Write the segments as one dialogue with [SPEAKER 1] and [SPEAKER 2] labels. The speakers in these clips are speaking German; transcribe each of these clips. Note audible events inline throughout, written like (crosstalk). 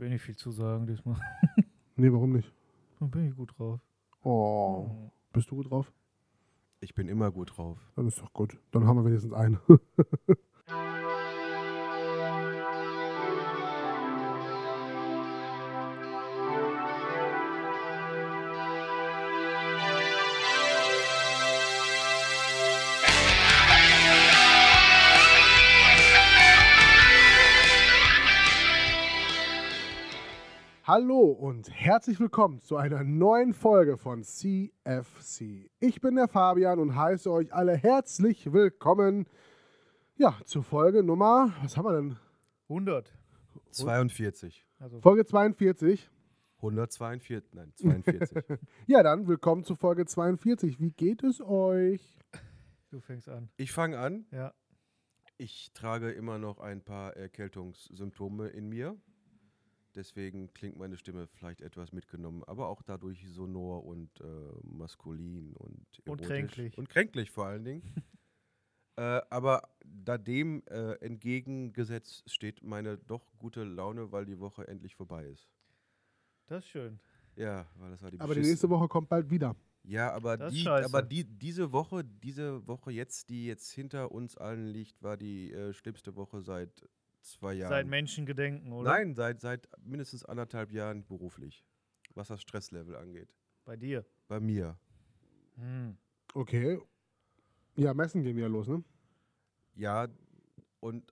[SPEAKER 1] will nicht viel zu sagen diesmal. (laughs)
[SPEAKER 2] Nee, warum nicht?
[SPEAKER 1] Da bin ich gut drauf.
[SPEAKER 2] Oh. Bist du gut drauf?
[SPEAKER 3] Ich bin immer gut drauf.
[SPEAKER 2] Dann ist doch gut. Dann haben wir wenigstens einen. (laughs) Hallo und herzlich willkommen zu einer neuen Folge von CFC. Ich bin der Fabian und heiße euch alle herzlich willkommen. Ja, zur Folge Nummer, was haben wir denn?
[SPEAKER 1] 100.
[SPEAKER 3] 42.
[SPEAKER 1] Also
[SPEAKER 2] Folge 42.
[SPEAKER 3] 142, nein, 42.
[SPEAKER 2] Ja, dann willkommen zu Folge 42. Wie geht es euch?
[SPEAKER 1] du fängst an.
[SPEAKER 3] (laughs) ich fange an.
[SPEAKER 1] Ja.
[SPEAKER 3] Ich trage immer noch ein paar Erkältungssymptome in mir. Deswegen klingt meine Stimme vielleicht etwas mitgenommen, aber auch dadurch sonor und äh, maskulin und
[SPEAKER 1] Und
[SPEAKER 3] erotisch.
[SPEAKER 1] kränklich.
[SPEAKER 3] Und kränklich vor
[SPEAKER 2] (laughs)
[SPEAKER 3] allen Dingen. äh, aber da dem äh, entgegengesetzt steht meine doch gute Laune, weil die Woche endlich vorbei ist.
[SPEAKER 1] Das ist schön.
[SPEAKER 3] Ja, weil das war die
[SPEAKER 2] Aber die
[SPEAKER 3] beschissene-
[SPEAKER 2] nächste Woche kommt bald wieder.
[SPEAKER 3] Ja, aber,
[SPEAKER 1] Das ist
[SPEAKER 3] die,
[SPEAKER 1] scheiße.
[SPEAKER 3] aber die, diese Woche, diese Woche jetzt, die jetzt hinter uns allen liegt, war die äh, schlimmste Woche seit zwei Jahren.
[SPEAKER 1] Seit Menschengedenken, oder?
[SPEAKER 3] Nein, seit, seit mindestens anderthalb Jahren beruflich, was das Stresslevel angeht.
[SPEAKER 1] Bei dir.
[SPEAKER 3] Bei mir.
[SPEAKER 1] Hm.
[SPEAKER 2] Okay. Ja, messen gehen wieder los, ne?
[SPEAKER 3] Ja, und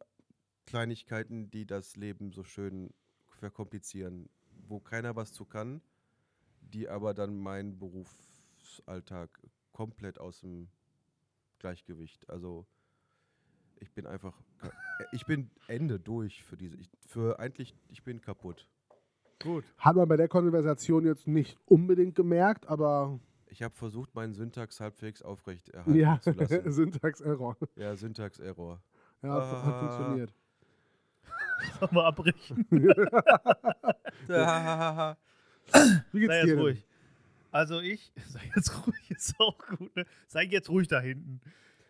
[SPEAKER 3] Kleinigkeiten, die das Leben so schön verkomplizieren, wo keiner was zu kann, die aber dann meinen Berufsalltag komplett aus dem Gleichgewicht. Also ich bin einfach, ka- (laughs) ich bin Ende durch für diese, ich, für eigentlich, ich bin kaputt.
[SPEAKER 1] Gut.
[SPEAKER 2] Hat man bei der Konversation jetzt nicht unbedingt gemerkt, aber
[SPEAKER 3] Ich habe versucht, meinen Syntax halbwegs aufrecht erhalten
[SPEAKER 2] ja,
[SPEAKER 3] zu lassen.
[SPEAKER 2] (laughs) Syntax-Error.
[SPEAKER 3] Ja, Syntax-Error.
[SPEAKER 2] Ja, hat- hat
[SPEAKER 3] Ah.
[SPEAKER 2] funktioniert.
[SPEAKER 1] (laughs) Sollen wir abbrechen?
[SPEAKER 2] Wie geht's
[SPEAKER 1] Sei
[SPEAKER 2] dir?
[SPEAKER 1] jetzt
[SPEAKER 2] denn?
[SPEAKER 1] ruhig. Also ich, (laughs) sei jetzt ruhig, ist auch gut. Ne? Sei jetzt ruhig da hinten.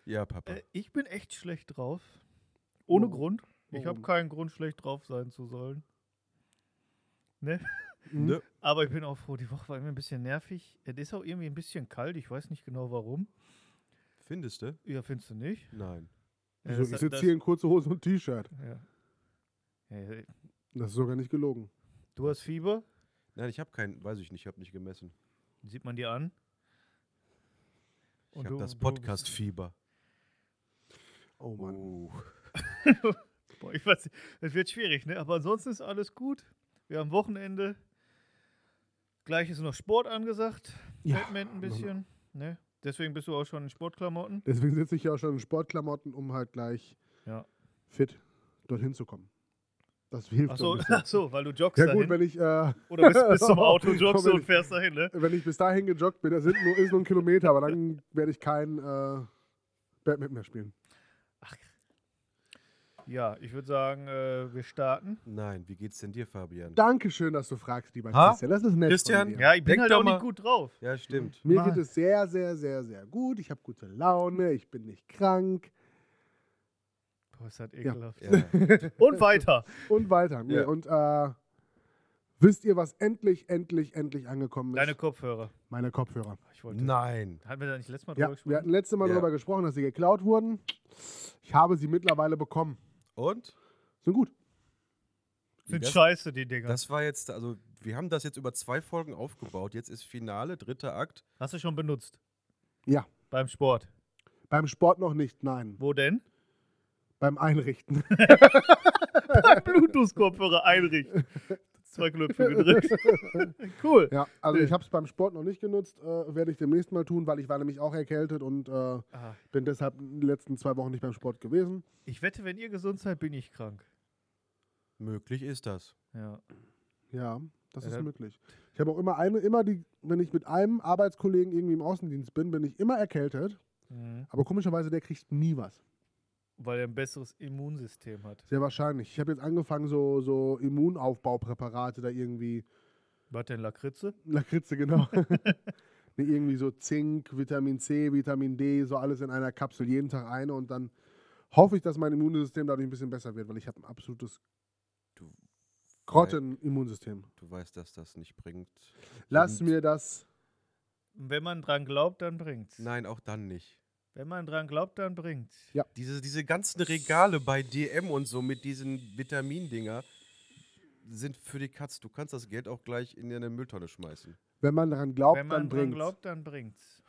[SPEAKER 3] ja, Papa.
[SPEAKER 1] Äh, ich bin echt schlecht drauf. Ohne
[SPEAKER 2] Warum?
[SPEAKER 1] Grund. Ich habe
[SPEAKER 2] Warum?
[SPEAKER 1] keinen Grund, schlecht drauf sein zu sollen.
[SPEAKER 2] Hm?
[SPEAKER 3] Ne?
[SPEAKER 1] Aber ich bin auch froh, die Woche war immer ein bisschen nervig. Es ist auch irgendwie ein bisschen kalt, ich weiß nicht genau warum.
[SPEAKER 3] Findest du?
[SPEAKER 1] Ja, findest du nicht?
[SPEAKER 3] Nein.
[SPEAKER 1] Ja,
[SPEAKER 2] So,
[SPEAKER 1] das-
[SPEAKER 2] ich sitze
[SPEAKER 1] das-
[SPEAKER 2] hier in kurze Hose und T-Shirt.
[SPEAKER 1] Ja. Ja,
[SPEAKER 2] Das ist sogar nicht gelogen.
[SPEAKER 1] Du hast Fieber,
[SPEAKER 3] Nein, ich habe keinen, weiß ich nicht, ich habe nicht gemessen.
[SPEAKER 1] sieht man dir an.
[SPEAKER 3] Ich habe
[SPEAKER 1] du-
[SPEAKER 3] das
[SPEAKER 1] du-
[SPEAKER 3] Podcast-Fieber.
[SPEAKER 2] Oh Mann.
[SPEAKER 3] Oh.
[SPEAKER 1] Boah, ich weiß, nicht, es wird schwierig, ne? Aber ansonsten ist alles gut. Wir haben Wochenende. Gleich ist noch Sport angesagt.
[SPEAKER 2] Ja,
[SPEAKER 1] Badminton ein
[SPEAKER 2] Mann.
[SPEAKER 1] bisschen. Ne? Deswegen bist du auch schon in Sportklamotten.
[SPEAKER 2] Deswegen sitze ich ja auch schon in Sportklamotten, um halt gleich
[SPEAKER 1] Ja.
[SPEAKER 2] fit dorthin zu kommen. Das hilft so
[SPEAKER 1] Achso, (laughs)
[SPEAKER 2] ein bisschen.
[SPEAKER 1] ach so, weil du joggst
[SPEAKER 2] Ja gut,
[SPEAKER 1] dahin.
[SPEAKER 2] wenn ich, äh,
[SPEAKER 1] Oder bist, bist zum Auto,
[SPEAKER 2] (laughs) Komm,
[SPEAKER 1] joggst
[SPEAKER 2] wenn
[SPEAKER 1] und
[SPEAKER 2] ich-
[SPEAKER 1] fährst dahin, ne?
[SPEAKER 2] wenn ich bis dahin gejoggt bin, das sind nur, ist nur ein Kilometer, aber dann werde ich kein äh, Badminton mehr spielen.
[SPEAKER 1] Ja, ich würde sagen, äh, wir starten.
[SPEAKER 3] Nein, wie geht's denn dir, Fabian?
[SPEAKER 2] Dankeschön, dass du fragst, lieber
[SPEAKER 3] Ha?
[SPEAKER 2] Christian. Das ist nett
[SPEAKER 3] Christian?
[SPEAKER 2] von dir.
[SPEAKER 1] Ja, ich bin
[SPEAKER 3] Denk
[SPEAKER 1] halt
[SPEAKER 3] doch
[SPEAKER 1] auch
[SPEAKER 3] mal-
[SPEAKER 1] nicht gut drauf.
[SPEAKER 3] ja,
[SPEAKER 2] (laughs)
[SPEAKER 3] stimmt.
[SPEAKER 2] Mir
[SPEAKER 1] Mann.
[SPEAKER 2] geht es sehr, sehr, sehr, sehr gut. Ich habe gute Laune, ich bin nicht krank
[SPEAKER 1] Boah, ist das ekelhaft.
[SPEAKER 3] Ja.
[SPEAKER 1] Und
[SPEAKER 2] (laughs)
[SPEAKER 1] weiter.
[SPEAKER 2] und weiter. Nee,
[SPEAKER 3] Ja.
[SPEAKER 2] Und äh, wisst ihr, was endlich, endlich, endlich angekommen ist?
[SPEAKER 1] Deine Kopfhörer.
[SPEAKER 2] Meine Kopfhörer.
[SPEAKER 1] Ich wollte.
[SPEAKER 3] Nein.
[SPEAKER 1] Hatten wir da nicht letztes Mal
[SPEAKER 2] Ja,
[SPEAKER 1] drüber
[SPEAKER 2] wir hatten
[SPEAKER 1] gesprochen?
[SPEAKER 2] letztes Mal
[SPEAKER 3] Ja.
[SPEAKER 2] darüber gesprochen, dass sie geklaut wurden. Ich habe sie mittlerweile bekommen.
[SPEAKER 3] Und?
[SPEAKER 2] Sind gut.
[SPEAKER 3] Wie
[SPEAKER 1] Sind
[SPEAKER 3] das,
[SPEAKER 1] scheiße, die Dinger.
[SPEAKER 3] das war jetzt, also wir haben das jetzt über zwei Folgen aufgebaut. Jetzt ist Finale, dritter Akt.
[SPEAKER 1] Hast du schon benutzt?
[SPEAKER 2] Ja.
[SPEAKER 1] Beim Sport.
[SPEAKER 2] Beim Sport noch nicht, nein.
[SPEAKER 1] Wo
[SPEAKER 2] (laughs)
[SPEAKER 1] denn?
[SPEAKER 2] Beim Einrichten.
[SPEAKER 1] Bluetooth-Kopfhörer einrichten. Zwei Knöpfe
[SPEAKER 2] (laughs)
[SPEAKER 1] gedrückt. cool.
[SPEAKER 2] Ja, also
[SPEAKER 1] Nee.
[SPEAKER 2] ich habe es beim Sport noch nicht genutzt, äh, werde ich demnächst mal tun, weil ich war nämlich auch erkältet und äh,
[SPEAKER 1] Ah,
[SPEAKER 2] bin deshalb in den letzten zwei Wochen nicht beim Sport gewesen.
[SPEAKER 1] ich wette, wenn ihr gesund seid, bin ich krank.
[SPEAKER 3] Möglich ist das.
[SPEAKER 1] Ja.
[SPEAKER 2] Ja, das
[SPEAKER 1] Ja,
[SPEAKER 2] ist
[SPEAKER 1] dann-
[SPEAKER 2] möglich. Ich habe auch immer eine, immer die, wenn ich mit einem Arbeitskollegen irgendwie im Außendienst bin, bin ich immer erkältet,
[SPEAKER 1] Mhm.
[SPEAKER 2] aber komischerweise der kriegt nie was.
[SPEAKER 1] Weil er ein besseres Immunsystem hat.
[SPEAKER 2] Sehr wahrscheinlich. Ich habe jetzt angefangen, so, so Immunaufbaupräparate da irgendwie (laughs)
[SPEAKER 1] Was denn, Lakritze?
[SPEAKER 2] Lakritze, genau.
[SPEAKER 1] (laughs)
[SPEAKER 2] nee, irgendwie so Zink, Vitamin C, Vitamin D, so alles in einer Kapsel, jeden Tag eine und dann hoffe ich, dass mein Immunsystem dadurch ein bisschen besser wird, weil ich habe ein absolutes Grottenimmunsystem.
[SPEAKER 3] Du weißt, dass das nicht bringt.
[SPEAKER 2] Lass
[SPEAKER 3] Und-
[SPEAKER 2] mir das.
[SPEAKER 1] Wenn man dran glaubt, dann bringt's.
[SPEAKER 3] Nein, auch dann nicht.
[SPEAKER 1] Wenn man dran glaubt, dann bringt's.
[SPEAKER 2] Ja.
[SPEAKER 3] Diese, diese ganzen Regale bei DM und so mit diesen Vitamindinger sind für die Katz. Du kannst das Geld auch gleich in eine Mülltonne schmeißen.
[SPEAKER 2] Wenn man daran glaubt,
[SPEAKER 1] Wenn man
[SPEAKER 2] dann
[SPEAKER 1] dran
[SPEAKER 2] bringt's.
[SPEAKER 1] glaubt, dann bringt's.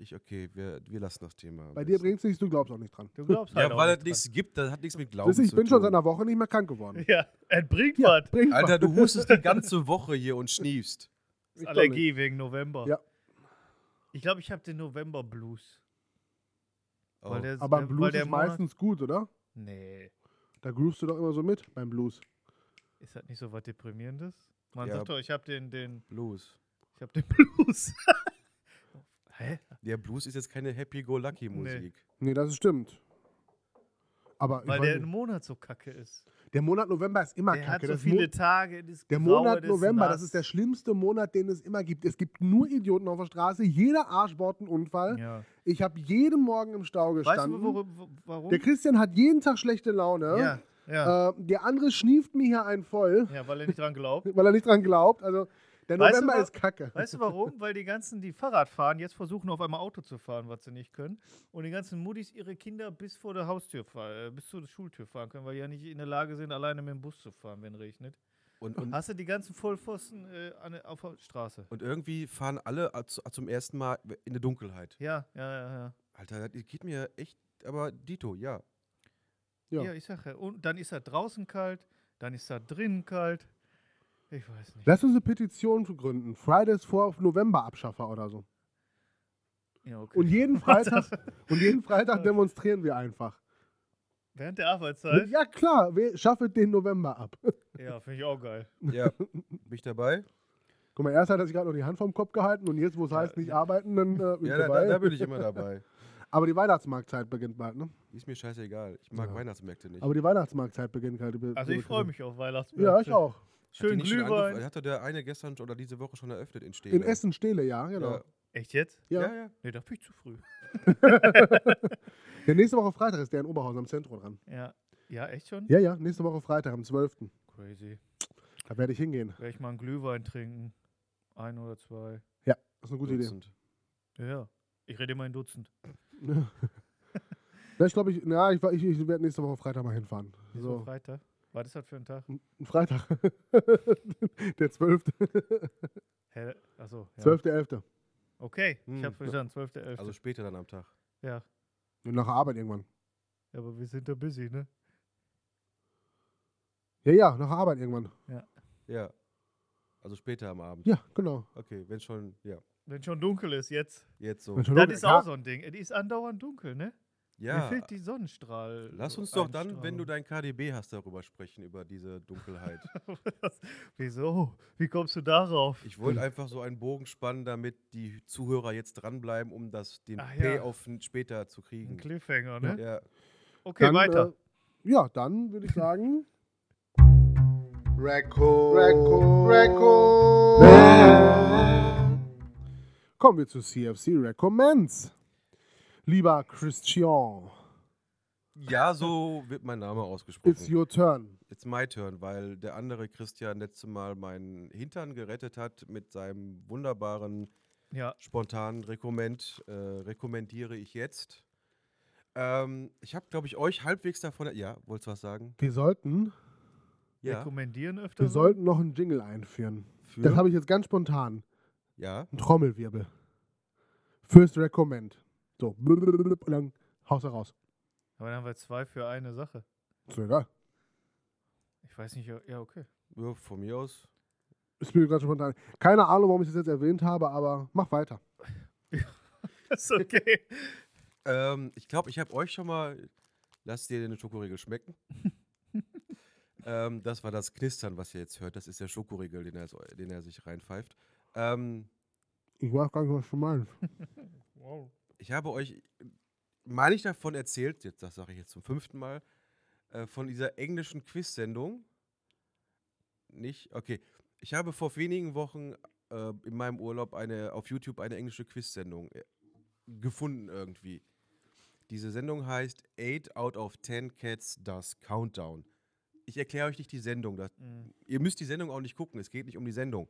[SPEAKER 3] Ich, okay, wir, wir lassen das Thema. am
[SPEAKER 2] Bei dir
[SPEAKER 3] besten.
[SPEAKER 2] bringt es nichts, du glaubst auch nicht dran.
[SPEAKER 1] Du glaubst halt
[SPEAKER 3] Ja, weil
[SPEAKER 1] auch
[SPEAKER 3] es nichts gibt, das hat nichts mit Glauben
[SPEAKER 2] Siehst du, ich
[SPEAKER 3] zu
[SPEAKER 2] bin
[SPEAKER 3] tun.
[SPEAKER 2] schon seit einer Woche nicht mehr krank geworden.
[SPEAKER 1] dran. (laughs) Ja, es bringt
[SPEAKER 2] Ja,
[SPEAKER 1] was.
[SPEAKER 2] bringt
[SPEAKER 3] Alter,
[SPEAKER 2] was. (laughs)
[SPEAKER 3] du hustest die ganze Woche hier und (laughs) schniefst.
[SPEAKER 1] Das ist
[SPEAKER 2] Ich
[SPEAKER 1] Allergie wegen November.
[SPEAKER 2] Ja.
[SPEAKER 1] Ich glaube, ich habe den November Blues.
[SPEAKER 3] Oh.
[SPEAKER 1] Weil der,
[SPEAKER 2] Aber
[SPEAKER 1] der, weil
[SPEAKER 2] Blues
[SPEAKER 1] der
[SPEAKER 2] ist meistens gut, oder?
[SPEAKER 1] Monat, nee,
[SPEAKER 2] Da groovst du doch immer so mit beim Blues.
[SPEAKER 1] ist das nicht so was Deprimierendes? Man
[SPEAKER 3] Ja.
[SPEAKER 1] sagt doch, ich habe den, den,
[SPEAKER 3] Blues.
[SPEAKER 1] ich habe den (laughs) Blues. Hä?
[SPEAKER 3] Der Blues ist jetzt keine Happy-Go-Lucky-Musik.
[SPEAKER 2] Nee, das ist stimmt. Aber ich
[SPEAKER 1] Weil
[SPEAKER 2] weiß
[SPEAKER 1] der
[SPEAKER 2] nicht.
[SPEAKER 1] Monat so kacke ist.
[SPEAKER 2] der Monat November ist immer
[SPEAKER 1] der
[SPEAKER 2] kacke.
[SPEAKER 1] hat so
[SPEAKER 2] das Mo-
[SPEAKER 1] viele Tage. Das
[SPEAKER 2] der
[SPEAKER 1] Graue,
[SPEAKER 2] Monat
[SPEAKER 1] das
[SPEAKER 2] November,
[SPEAKER 1] Nass.
[SPEAKER 2] das ist der schlimmste Monat, den es immer gibt. Es gibt nur Idioten auf der Straße. Jeder Arsch baut einen Unfall.
[SPEAKER 1] Ja.
[SPEAKER 2] Ich habe jeden Morgen im Stau
[SPEAKER 1] Weißt
[SPEAKER 2] gestanden.
[SPEAKER 1] du, worüber, wo- warum?
[SPEAKER 2] der Christian hat jeden Tag schlechte Laune.
[SPEAKER 1] ja, ja,
[SPEAKER 2] Äh, der andere schnieft mir hier einen voll,
[SPEAKER 1] ja, weil er nicht dran glaubt.
[SPEAKER 2] weil er nicht dran glaubt. Also der
[SPEAKER 1] Weißt du
[SPEAKER 2] November
[SPEAKER 1] wa-
[SPEAKER 2] ist kacke.
[SPEAKER 1] Weißt du warum? Weil die ganzen, die Fahrrad fahren, jetzt versuchen auf einmal Auto zu fahren, was sie nicht können. Und die ganzen Muddies ihre Kinder bis vor der Haustür fahren, äh, bis zur Schultür fahren können, weil die ja nicht in der Lage sind, alleine mit dem Bus zu fahren, wenn regnet.
[SPEAKER 3] Und,
[SPEAKER 2] Hm?
[SPEAKER 3] und,
[SPEAKER 1] Hast du die ganzen Vollpfosten äh, an, der- auf der Straße?
[SPEAKER 3] und irgendwie fahren alle a- zu- zum ersten Mal in der Dunkelheit.
[SPEAKER 1] Ja, ja, ja,
[SPEAKER 3] Alter, das geht mir echt, aber Dito, ja.
[SPEAKER 1] ja.
[SPEAKER 2] Ja.
[SPEAKER 1] Ja, ich sag ja. Und dann ist er draußen kalt, dann ist er drinnen kalt. Ich weiß nicht.
[SPEAKER 2] Lass uns eine Petition gründen. Fridays for November Abschaffer oder so.
[SPEAKER 1] Ja, okay.
[SPEAKER 2] Und
[SPEAKER 3] (laughs)
[SPEAKER 2] jeden Freitag, und jeden Freitag demonstrieren wir einfach.
[SPEAKER 1] Während der Arbeitszeit?
[SPEAKER 2] Ja klar, wir schaffen den November ab.
[SPEAKER 1] Ja, finde ich auch geil.
[SPEAKER 2] (laughs)
[SPEAKER 3] Ja, bin ich dabei?
[SPEAKER 2] Guck mal, erst hat er sich gerade noch die Hand vom Kopf gehalten und jetzt, wo es heißt, nicht arbeiten, dann äh, bin ich
[SPEAKER 3] Ja, da,
[SPEAKER 2] dabei.
[SPEAKER 3] da, da bin ich immer dabei.
[SPEAKER 2] Aber die Weihnachtsmarktzeit beginnt bald, ne?
[SPEAKER 3] Ist mir scheißegal. Ich mag
[SPEAKER 2] Ja.
[SPEAKER 3] Weihnachtsmärkte nicht.
[SPEAKER 2] Aber die Weihnachtsmarktzeit beginnt halt.
[SPEAKER 1] Also ich freue mich auf Weihnachtsmärkte.
[SPEAKER 2] Ja, ich auch.
[SPEAKER 3] Hat die
[SPEAKER 1] Schön
[SPEAKER 3] nicht schon angefangen?
[SPEAKER 1] Glühwein.
[SPEAKER 3] Hat doch der eine gestern schon- oder diese Woche schon eröffnet in Stehen.
[SPEAKER 2] In Essen Stehle, ja, genau.
[SPEAKER 3] Ja,
[SPEAKER 1] Echt jetzt?
[SPEAKER 2] Ja.
[SPEAKER 3] ja. ja.
[SPEAKER 1] Nee, da bin ich zu früh.
[SPEAKER 2] Der nächste Woche Freitag ist der in Oberhausen am Zentrum dran.
[SPEAKER 1] Ja. Ja, echt schon?
[SPEAKER 2] Ja, ja, nächste Woche Freitag am 12.
[SPEAKER 1] Crazy.
[SPEAKER 2] Da werde ich hingehen.
[SPEAKER 1] Werde ich mal einen Glühwein trinken. Ein oder zwei.
[SPEAKER 2] Das ist eine gute Idee.
[SPEAKER 3] Dutzend.
[SPEAKER 1] Ja, ja. Ich rede immer in Dutzend.
[SPEAKER 2] Na, ich glaube, ich, na, ich, ich, ich werde nächste Woche Freitag mal hinfahren.
[SPEAKER 1] Ist
[SPEAKER 2] So,
[SPEAKER 1] so. Freitag. Was ist das für ein Tag?
[SPEAKER 2] ein Freitag. (laughs) der 12.
[SPEAKER 1] Hä? Achso. Ja.
[SPEAKER 2] 12.11.
[SPEAKER 1] Okay, ich
[SPEAKER 3] Hm.
[SPEAKER 1] habe verstanden. 12.11.
[SPEAKER 3] Also später dann am Tag.
[SPEAKER 1] ja.
[SPEAKER 2] Und nach der Arbeit irgendwann.
[SPEAKER 1] Ja, aber wir sind da busy, ne?
[SPEAKER 2] Ja, ja, nach der Arbeit irgendwann.
[SPEAKER 3] Ja. Also später am Abend.
[SPEAKER 2] Ja, genau.
[SPEAKER 3] Okay, wenn schon, ja.
[SPEAKER 1] Wenn schon dunkel ist jetzt.
[SPEAKER 3] Jetzt so.
[SPEAKER 2] Wenn schon
[SPEAKER 1] Das
[SPEAKER 2] dunkel-
[SPEAKER 1] ist
[SPEAKER 2] ja,
[SPEAKER 1] auch so ein Ding. Es ist andauernd dunkel, ne? Mir
[SPEAKER 3] Ja.
[SPEAKER 1] fehlt die Sonnenstrahl.
[SPEAKER 3] Lass uns doch dann, wenn du dein KDB hast, darüber sprechen, über diese Dunkelheit.
[SPEAKER 1] (laughs) Wieso? Wie kommst du darauf?
[SPEAKER 3] Ich wollte einfach so einen Bogen spannen, damit die Zuhörer jetzt dranbleiben, um das, den
[SPEAKER 1] Ach Ah, ja.
[SPEAKER 3] Payoff später zu
[SPEAKER 1] Ein
[SPEAKER 3] kriegen.
[SPEAKER 1] Cliffhanger, ne?
[SPEAKER 3] Ja.
[SPEAKER 1] Okay,
[SPEAKER 2] Dann,
[SPEAKER 1] weiter.
[SPEAKER 2] Äh, ja, dann würde ich sagen.
[SPEAKER 4] Reco. Reco. Reco.
[SPEAKER 2] Kommen wir zu CFC Recommends. Lieber Christian,
[SPEAKER 3] ja, so wird mein Name
[SPEAKER 2] it's
[SPEAKER 3] ausgesprochen.
[SPEAKER 2] your turn.
[SPEAKER 3] It's my turn, weil der andere Christian letzte Mal meinen Hintern gerettet hat mit seinem wunderbaren
[SPEAKER 1] Ja,
[SPEAKER 3] spontanen Rekommend. Äh, rekommendiere ich jetzt. Ähm, ich habe, glaube ich, euch halbwegs davon. Ja, wolltest du was sagen?
[SPEAKER 2] Wir sollten,
[SPEAKER 3] Ja.
[SPEAKER 1] rekommendieren öfter.
[SPEAKER 2] wir
[SPEAKER 1] mal?
[SPEAKER 2] sollten noch einen Jingle einführen.
[SPEAKER 3] Für?
[SPEAKER 2] Das habe ich jetzt ganz spontan.
[SPEAKER 3] ja.
[SPEAKER 2] Ein Trommelwirbel. First Recommend. So. Und dann haust du raus.
[SPEAKER 1] Aber dann haben wir zwei für eine Sache.
[SPEAKER 2] Ist mir egal.
[SPEAKER 1] Ich weiß nicht, ja, ja, (laughs) okay.
[SPEAKER 3] ja, von mir aus.
[SPEAKER 2] Ist mir gerade spontan. Keine Ahnung, warum ich das jetzt erwähnt habe, aber mach weiter.
[SPEAKER 1] ist okay.
[SPEAKER 3] Ähm, ich glaube, ich habe euch schon mal. Lasst dir den Schokoriegel schmecken. ähm, das war das Knistern, was ihr jetzt hört. Das ist der Schokoriegel, den er, den er sich reinpfeift. Ähm,
[SPEAKER 2] Ich weiß gar nicht, was du meinst.
[SPEAKER 1] Wow.
[SPEAKER 3] ich habe euch, meine ich, davon erzählt, jetzt, das sage ich jetzt zum fünften Mal, äh, von dieser englischen Quiz-Sendung. Nicht? Okay. Ich habe vor wenigen Wochen äh, in meinem Urlaub eine, auf YouTube eine englische Quiz-Sendung äh, gefunden irgendwie. Diese Sendung heißt Eight out of Ten Cats Does Countdown. ich erkläre euch nicht die Sendung. Das,
[SPEAKER 1] Mhm.
[SPEAKER 3] ihr müsst die Sendung auch nicht gucken. Es geht nicht um die Sendung.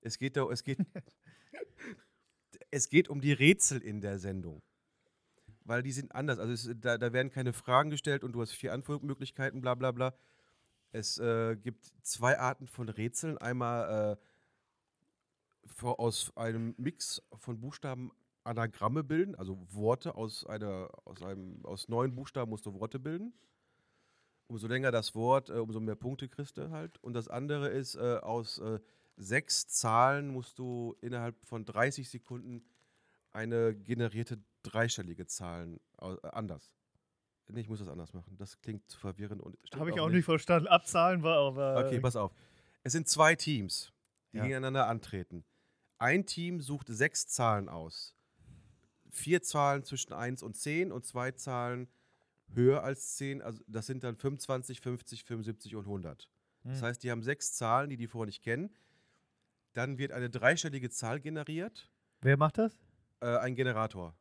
[SPEAKER 3] Es geht, da, es geht, es geht um die Rätsel in der Sendung. Weil die sind anders. Also es, da, da werden keine Fragen gestellt und du hast vier Antwortmöglichkeiten, bla bla bla. Es äh, gibt zwei Arten von Rätseln. Einmal äh, vor, aus einem Mix von Buchstaben Anagramme bilden, also Worte aus einer, aus einem, aus neun Buchstaben musst du Worte bilden. Umso länger das Wort, äh, umso mehr Punkte kriegst du halt. Und das andere ist, äh, aus äh, sechs Zahlen musst du innerhalb von 30 Sekunden eine generierte dreistellige Zahlen au- äh, anders. Nee, ich muss das anders machen. Das klingt zu verwirrend und stimmt
[SPEAKER 1] Habe ich auch nicht verstanden. Abzahlen war aber. äh,
[SPEAKER 3] Okay, pass auf. Es sind zwei Teams, die
[SPEAKER 1] Ähm, Ja.
[SPEAKER 3] gegeneinander antreten. Ein Team sucht sechs Zahlen aus. Vier Zahlen zwischen 1 und 10 und zwei Zahlen höher als 10. Also das sind dann 25, 50, 75 und 100.
[SPEAKER 1] hm.
[SPEAKER 3] Das heißt, die haben sechs Zahlen, die die vorher nicht kennen. Dann wird eine dreistellige Zahl generiert.
[SPEAKER 1] Wer macht das?
[SPEAKER 3] Äh, ein Generator.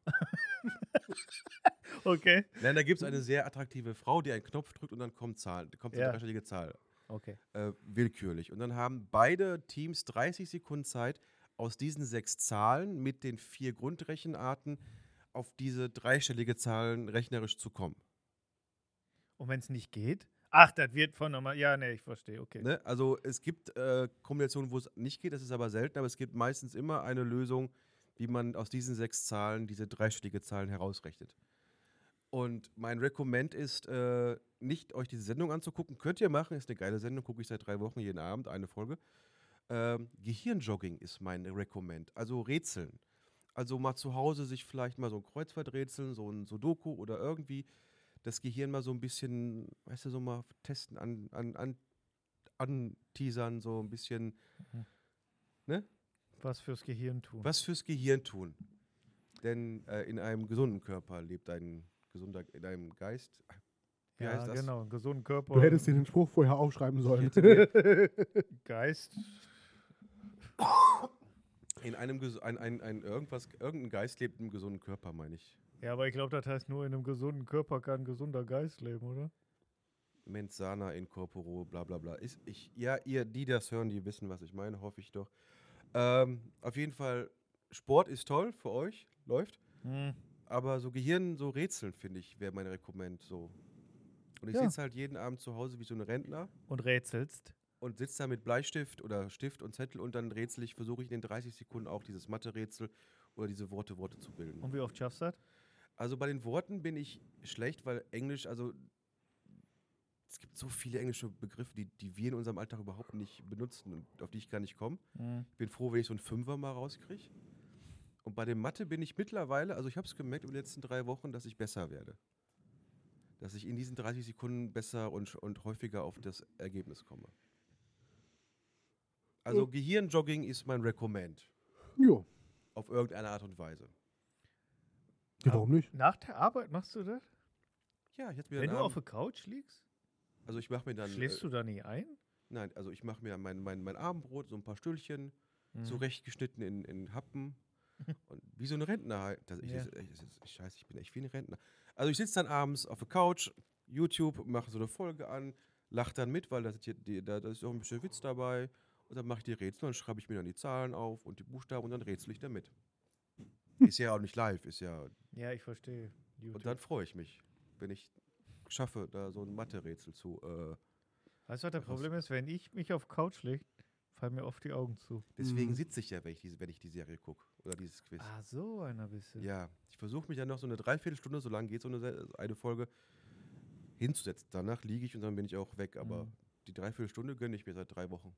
[SPEAKER 1] Okay.
[SPEAKER 3] Nein, da gibt es
[SPEAKER 1] (laughs)
[SPEAKER 3] eine sehr attraktive Frau, die einen Knopf drückt und dann kommt, Zahlen, kommt eine
[SPEAKER 1] Ja.
[SPEAKER 3] dreistellige Zahl.
[SPEAKER 1] Okay.
[SPEAKER 3] äh, willkürlich. Und dann haben beide Teams 30 Sekunden Zeit, aus diesen sechs Zahlen mit den vier Grundrechenarten auf diese dreistellige Zahlen rechnerisch zu kommen.
[SPEAKER 1] Und wenn es nicht geht? Ach, das wird von nochmal. Ja, nee, ich verstehe. Okay.
[SPEAKER 3] Ne? Also es gibt äh, Kombinationen, wo es nicht geht, das ist aber selten, aber es gibt meistens immer eine Lösung, wie man aus diesen sechs Zahlen diese dreistellige Zahlen herausrechnet. Und mein Recommend ist, äh, nicht euch diese Sendung anzugucken. Könnt ihr machen, ist eine geile Sendung, gucke ich seit drei Wochen jeden Abend, eine Folge. Ähm, Gehirnjogging ist mein Recommend, also Rätseln. Also mal zu Hause sich vielleicht mal so ein Kreuzworträtseln, so ein Sudoku oder irgendwie das Gehirn mal so ein bisschen, weißt du, so mal testen, an, an, an, anteasern, so ein bisschen
[SPEAKER 1] Was fürs Gehirn tun.
[SPEAKER 3] was fürs Gehirn tun. Denn äh, in einem gesunden Körper lebt ein gesunder, in einem Geist. Wie
[SPEAKER 1] ja,
[SPEAKER 3] heißt das?
[SPEAKER 1] genau. Einen gesunden Körper.
[SPEAKER 2] Du hättest dir den Spruch vorher aufschreiben sollen.
[SPEAKER 1] Geist.
[SPEAKER 3] In einem ges- ein, ein, ein irgendwas, irgendein Geist lebt im gesunden Körper, meine ich.
[SPEAKER 1] Ja, aber ich glaube, das heißt nur in einem gesunden Körper kann ein gesunder Geist leben, oder?
[SPEAKER 3] Mens sana in corporo, bla bla bla. Ist, ich, ja, ihr, die das hören, die wissen, was ich meine, hoffe ich doch. Ähm, auf jeden Fall, Sport ist toll für euch, läuft. Hm. Aber so Gehirn, so Rätseln, finde ich, wäre mein Rekommend so. Und ich
[SPEAKER 1] Ja.
[SPEAKER 3] sitze halt jeden Abend zu Hause wie so ein Rentner
[SPEAKER 1] Und rätselst.
[SPEAKER 3] und sitze da mit Bleistift oder Stift und Zettel und dann rätsel ich, versuche ich in den 30 Sekunden auch dieses Mathe-Rätsel oder diese Worte, Worte zu bilden.
[SPEAKER 1] Und wie oft schaffst du das?
[SPEAKER 3] Also bei den Worten bin ich schlecht, weil Englisch, also es gibt so viele englische Begriffe, die, die wir in unserem Alltag überhaupt nicht benutzen und auf die ich gar nicht komme. Ich bin froh, wenn ich so einen Fünfer mal rauskriege. Und bei der Mathe bin ich mittlerweile, also ich habe es gemerkt in den letzten drei Wochen, dass ich besser werde. Dass ich in diesen 30 Sekunden besser und, und häufiger auf das Ergebnis komme. Also Gehirnjogging ist mein Recommend.
[SPEAKER 2] jo.
[SPEAKER 3] Auf irgendeine Art und Weise.
[SPEAKER 2] Ja, warum nicht?
[SPEAKER 1] Nach der Arbeit machst du das?
[SPEAKER 3] Ja, jetzt wieder
[SPEAKER 1] Wenn
[SPEAKER 3] einen
[SPEAKER 1] du auf
[SPEAKER 3] Abend,
[SPEAKER 1] der Couch liegst,
[SPEAKER 3] Also ich mache mir dann. äh,
[SPEAKER 1] schläfst du da nie ein?
[SPEAKER 3] Nein, also ich mache mir mein, mein, mein Abendbrot, so ein paar Stühlchen, Hm.
[SPEAKER 1] Mhm.
[SPEAKER 3] zurechtgeschnitten in,
[SPEAKER 1] (laughs)
[SPEAKER 3] in Happen. Und wie so ein Rentner halt. Das, ich,
[SPEAKER 1] Ja.
[SPEAKER 3] ich, ich, ich, scheiße, ich bin echt wie ein Rentner. Also ich sitze dann abends auf der Couch, YouTube, mache so eine Folge an, lache dann mit, weil da, sind hier die, da, da ist auch ein bisschen Witz dabei. Und dann mache ich die Rätsel und schreibe ich mir dann die Zahlen auf und die Buchstaben und dann rätsel ich damit. Ist ja auch nicht live, ist ja.
[SPEAKER 1] Ja, ich verstehe. YouTube.
[SPEAKER 3] Und dann freue ich mich, wenn ich schaffe, da so ein Mathe-Rätsel zu. Äh,
[SPEAKER 1] Weißt du, was das
[SPEAKER 3] Raus.
[SPEAKER 1] Problem ist? Wenn ich mich auf Couch lege, fallen mir oft die Augen zu.
[SPEAKER 3] deswegen
[SPEAKER 2] Mhm.
[SPEAKER 3] sitze ich ja, wenn ich, diese, wenn ich die Serie gucke oder dieses Quiz.
[SPEAKER 1] Ah, so einer bist du.
[SPEAKER 3] Ja, ich versuche mich ja noch so eine Dreiviertelstunde, so lange geht so eine, Se- eine Folge, hinzusetzen. Danach liege ich und dann bin ich auch weg. Aber
[SPEAKER 1] Mhm.
[SPEAKER 3] die Dreiviertelstunde gönne ich mir seit drei Wochen.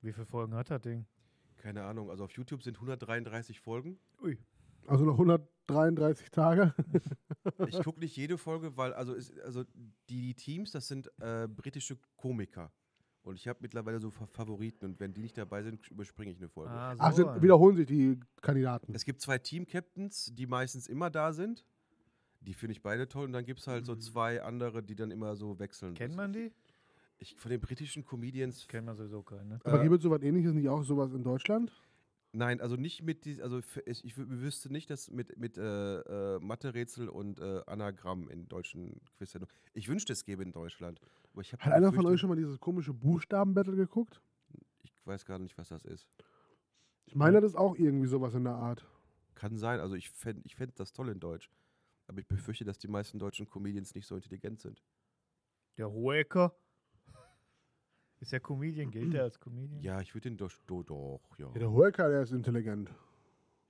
[SPEAKER 1] Wie viele Folgen hat das Ding?
[SPEAKER 3] Keine Ahnung. Also auf YouTube sind 133 Folgen.
[SPEAKER 1] Ui.
[SPEAKER 2] Also noch 133 Tage.
[SPEAKER 1] (laughs)
[SPEAKER 3] Ich gucke nicht jede Folge, weil also, ist, also die, die Teams, das sind äh, britische Komiker. Und ich habe mittlerweile so Fa- Favoriten. Und wenn die nicht dabei sind, überspringe ich eine Folge.
[SPEAKER 1] Ah, so
[SPEAKER 2] Ach, sind,
[SPEAKER 1] einer.
[SPEAKER 2] wiederholen sich die Kandidaten.
[SPEAKER 3] Es gibt zwei Team-Captains, die meistens immer da sind. Die finde ich beide toll. Und dann gibt es halt so zwei andere, die dann immer so wechseln.
[SPEAKER 1] Mhm. Kennt
[SPEAKER 3] Das-
[SPEAKER 1] man die?
[SPEAKER 3] Ich, von den britischen Comedians.
[SPEAKER 1] Kennt man sowieso keinen, ne?
[SPEAKER 2] Aber
[SPEAKER 3] äh,
[SPEAKER 2] gibt es sowas ähnliches nicht auch sowas in Deutschland?
[SPEAKER 3] Nein, also nicht mit dies, also f- ich, ich wü- wüsste nicht, dass mit, mit äh, äh, Mathe-Rätsel und äh, Anagramm in deutschen Quizsendungen. Ich wünschte, es gäbe in Deutschland. Aber ich habe
[SPEAKER 2] Hat einer von euch schon mal dieses komische Buchstabenbattle geguckt?
[SPEAKER 3] Ich weiß gar nicht, was das ist.
[SPEAKER 2] Ich meine, das ist auch irgendwie sowas in der Art.
[SPEAKER 3] Kann sein, also ich fände ich fänd das toll in Deutsch. Aber ich befürchte, dass die meisten deutschen Comedians nicht so intelligent sind.
[SPEAKER 1] Der Hohecker. Ist der Comedian, gilt er als Comedian?
[SPEAKER 3] Ja, ich würde den doch, do, doch, ja.
[SPEAKER 2] Ja, der Holker, der ist intelligent.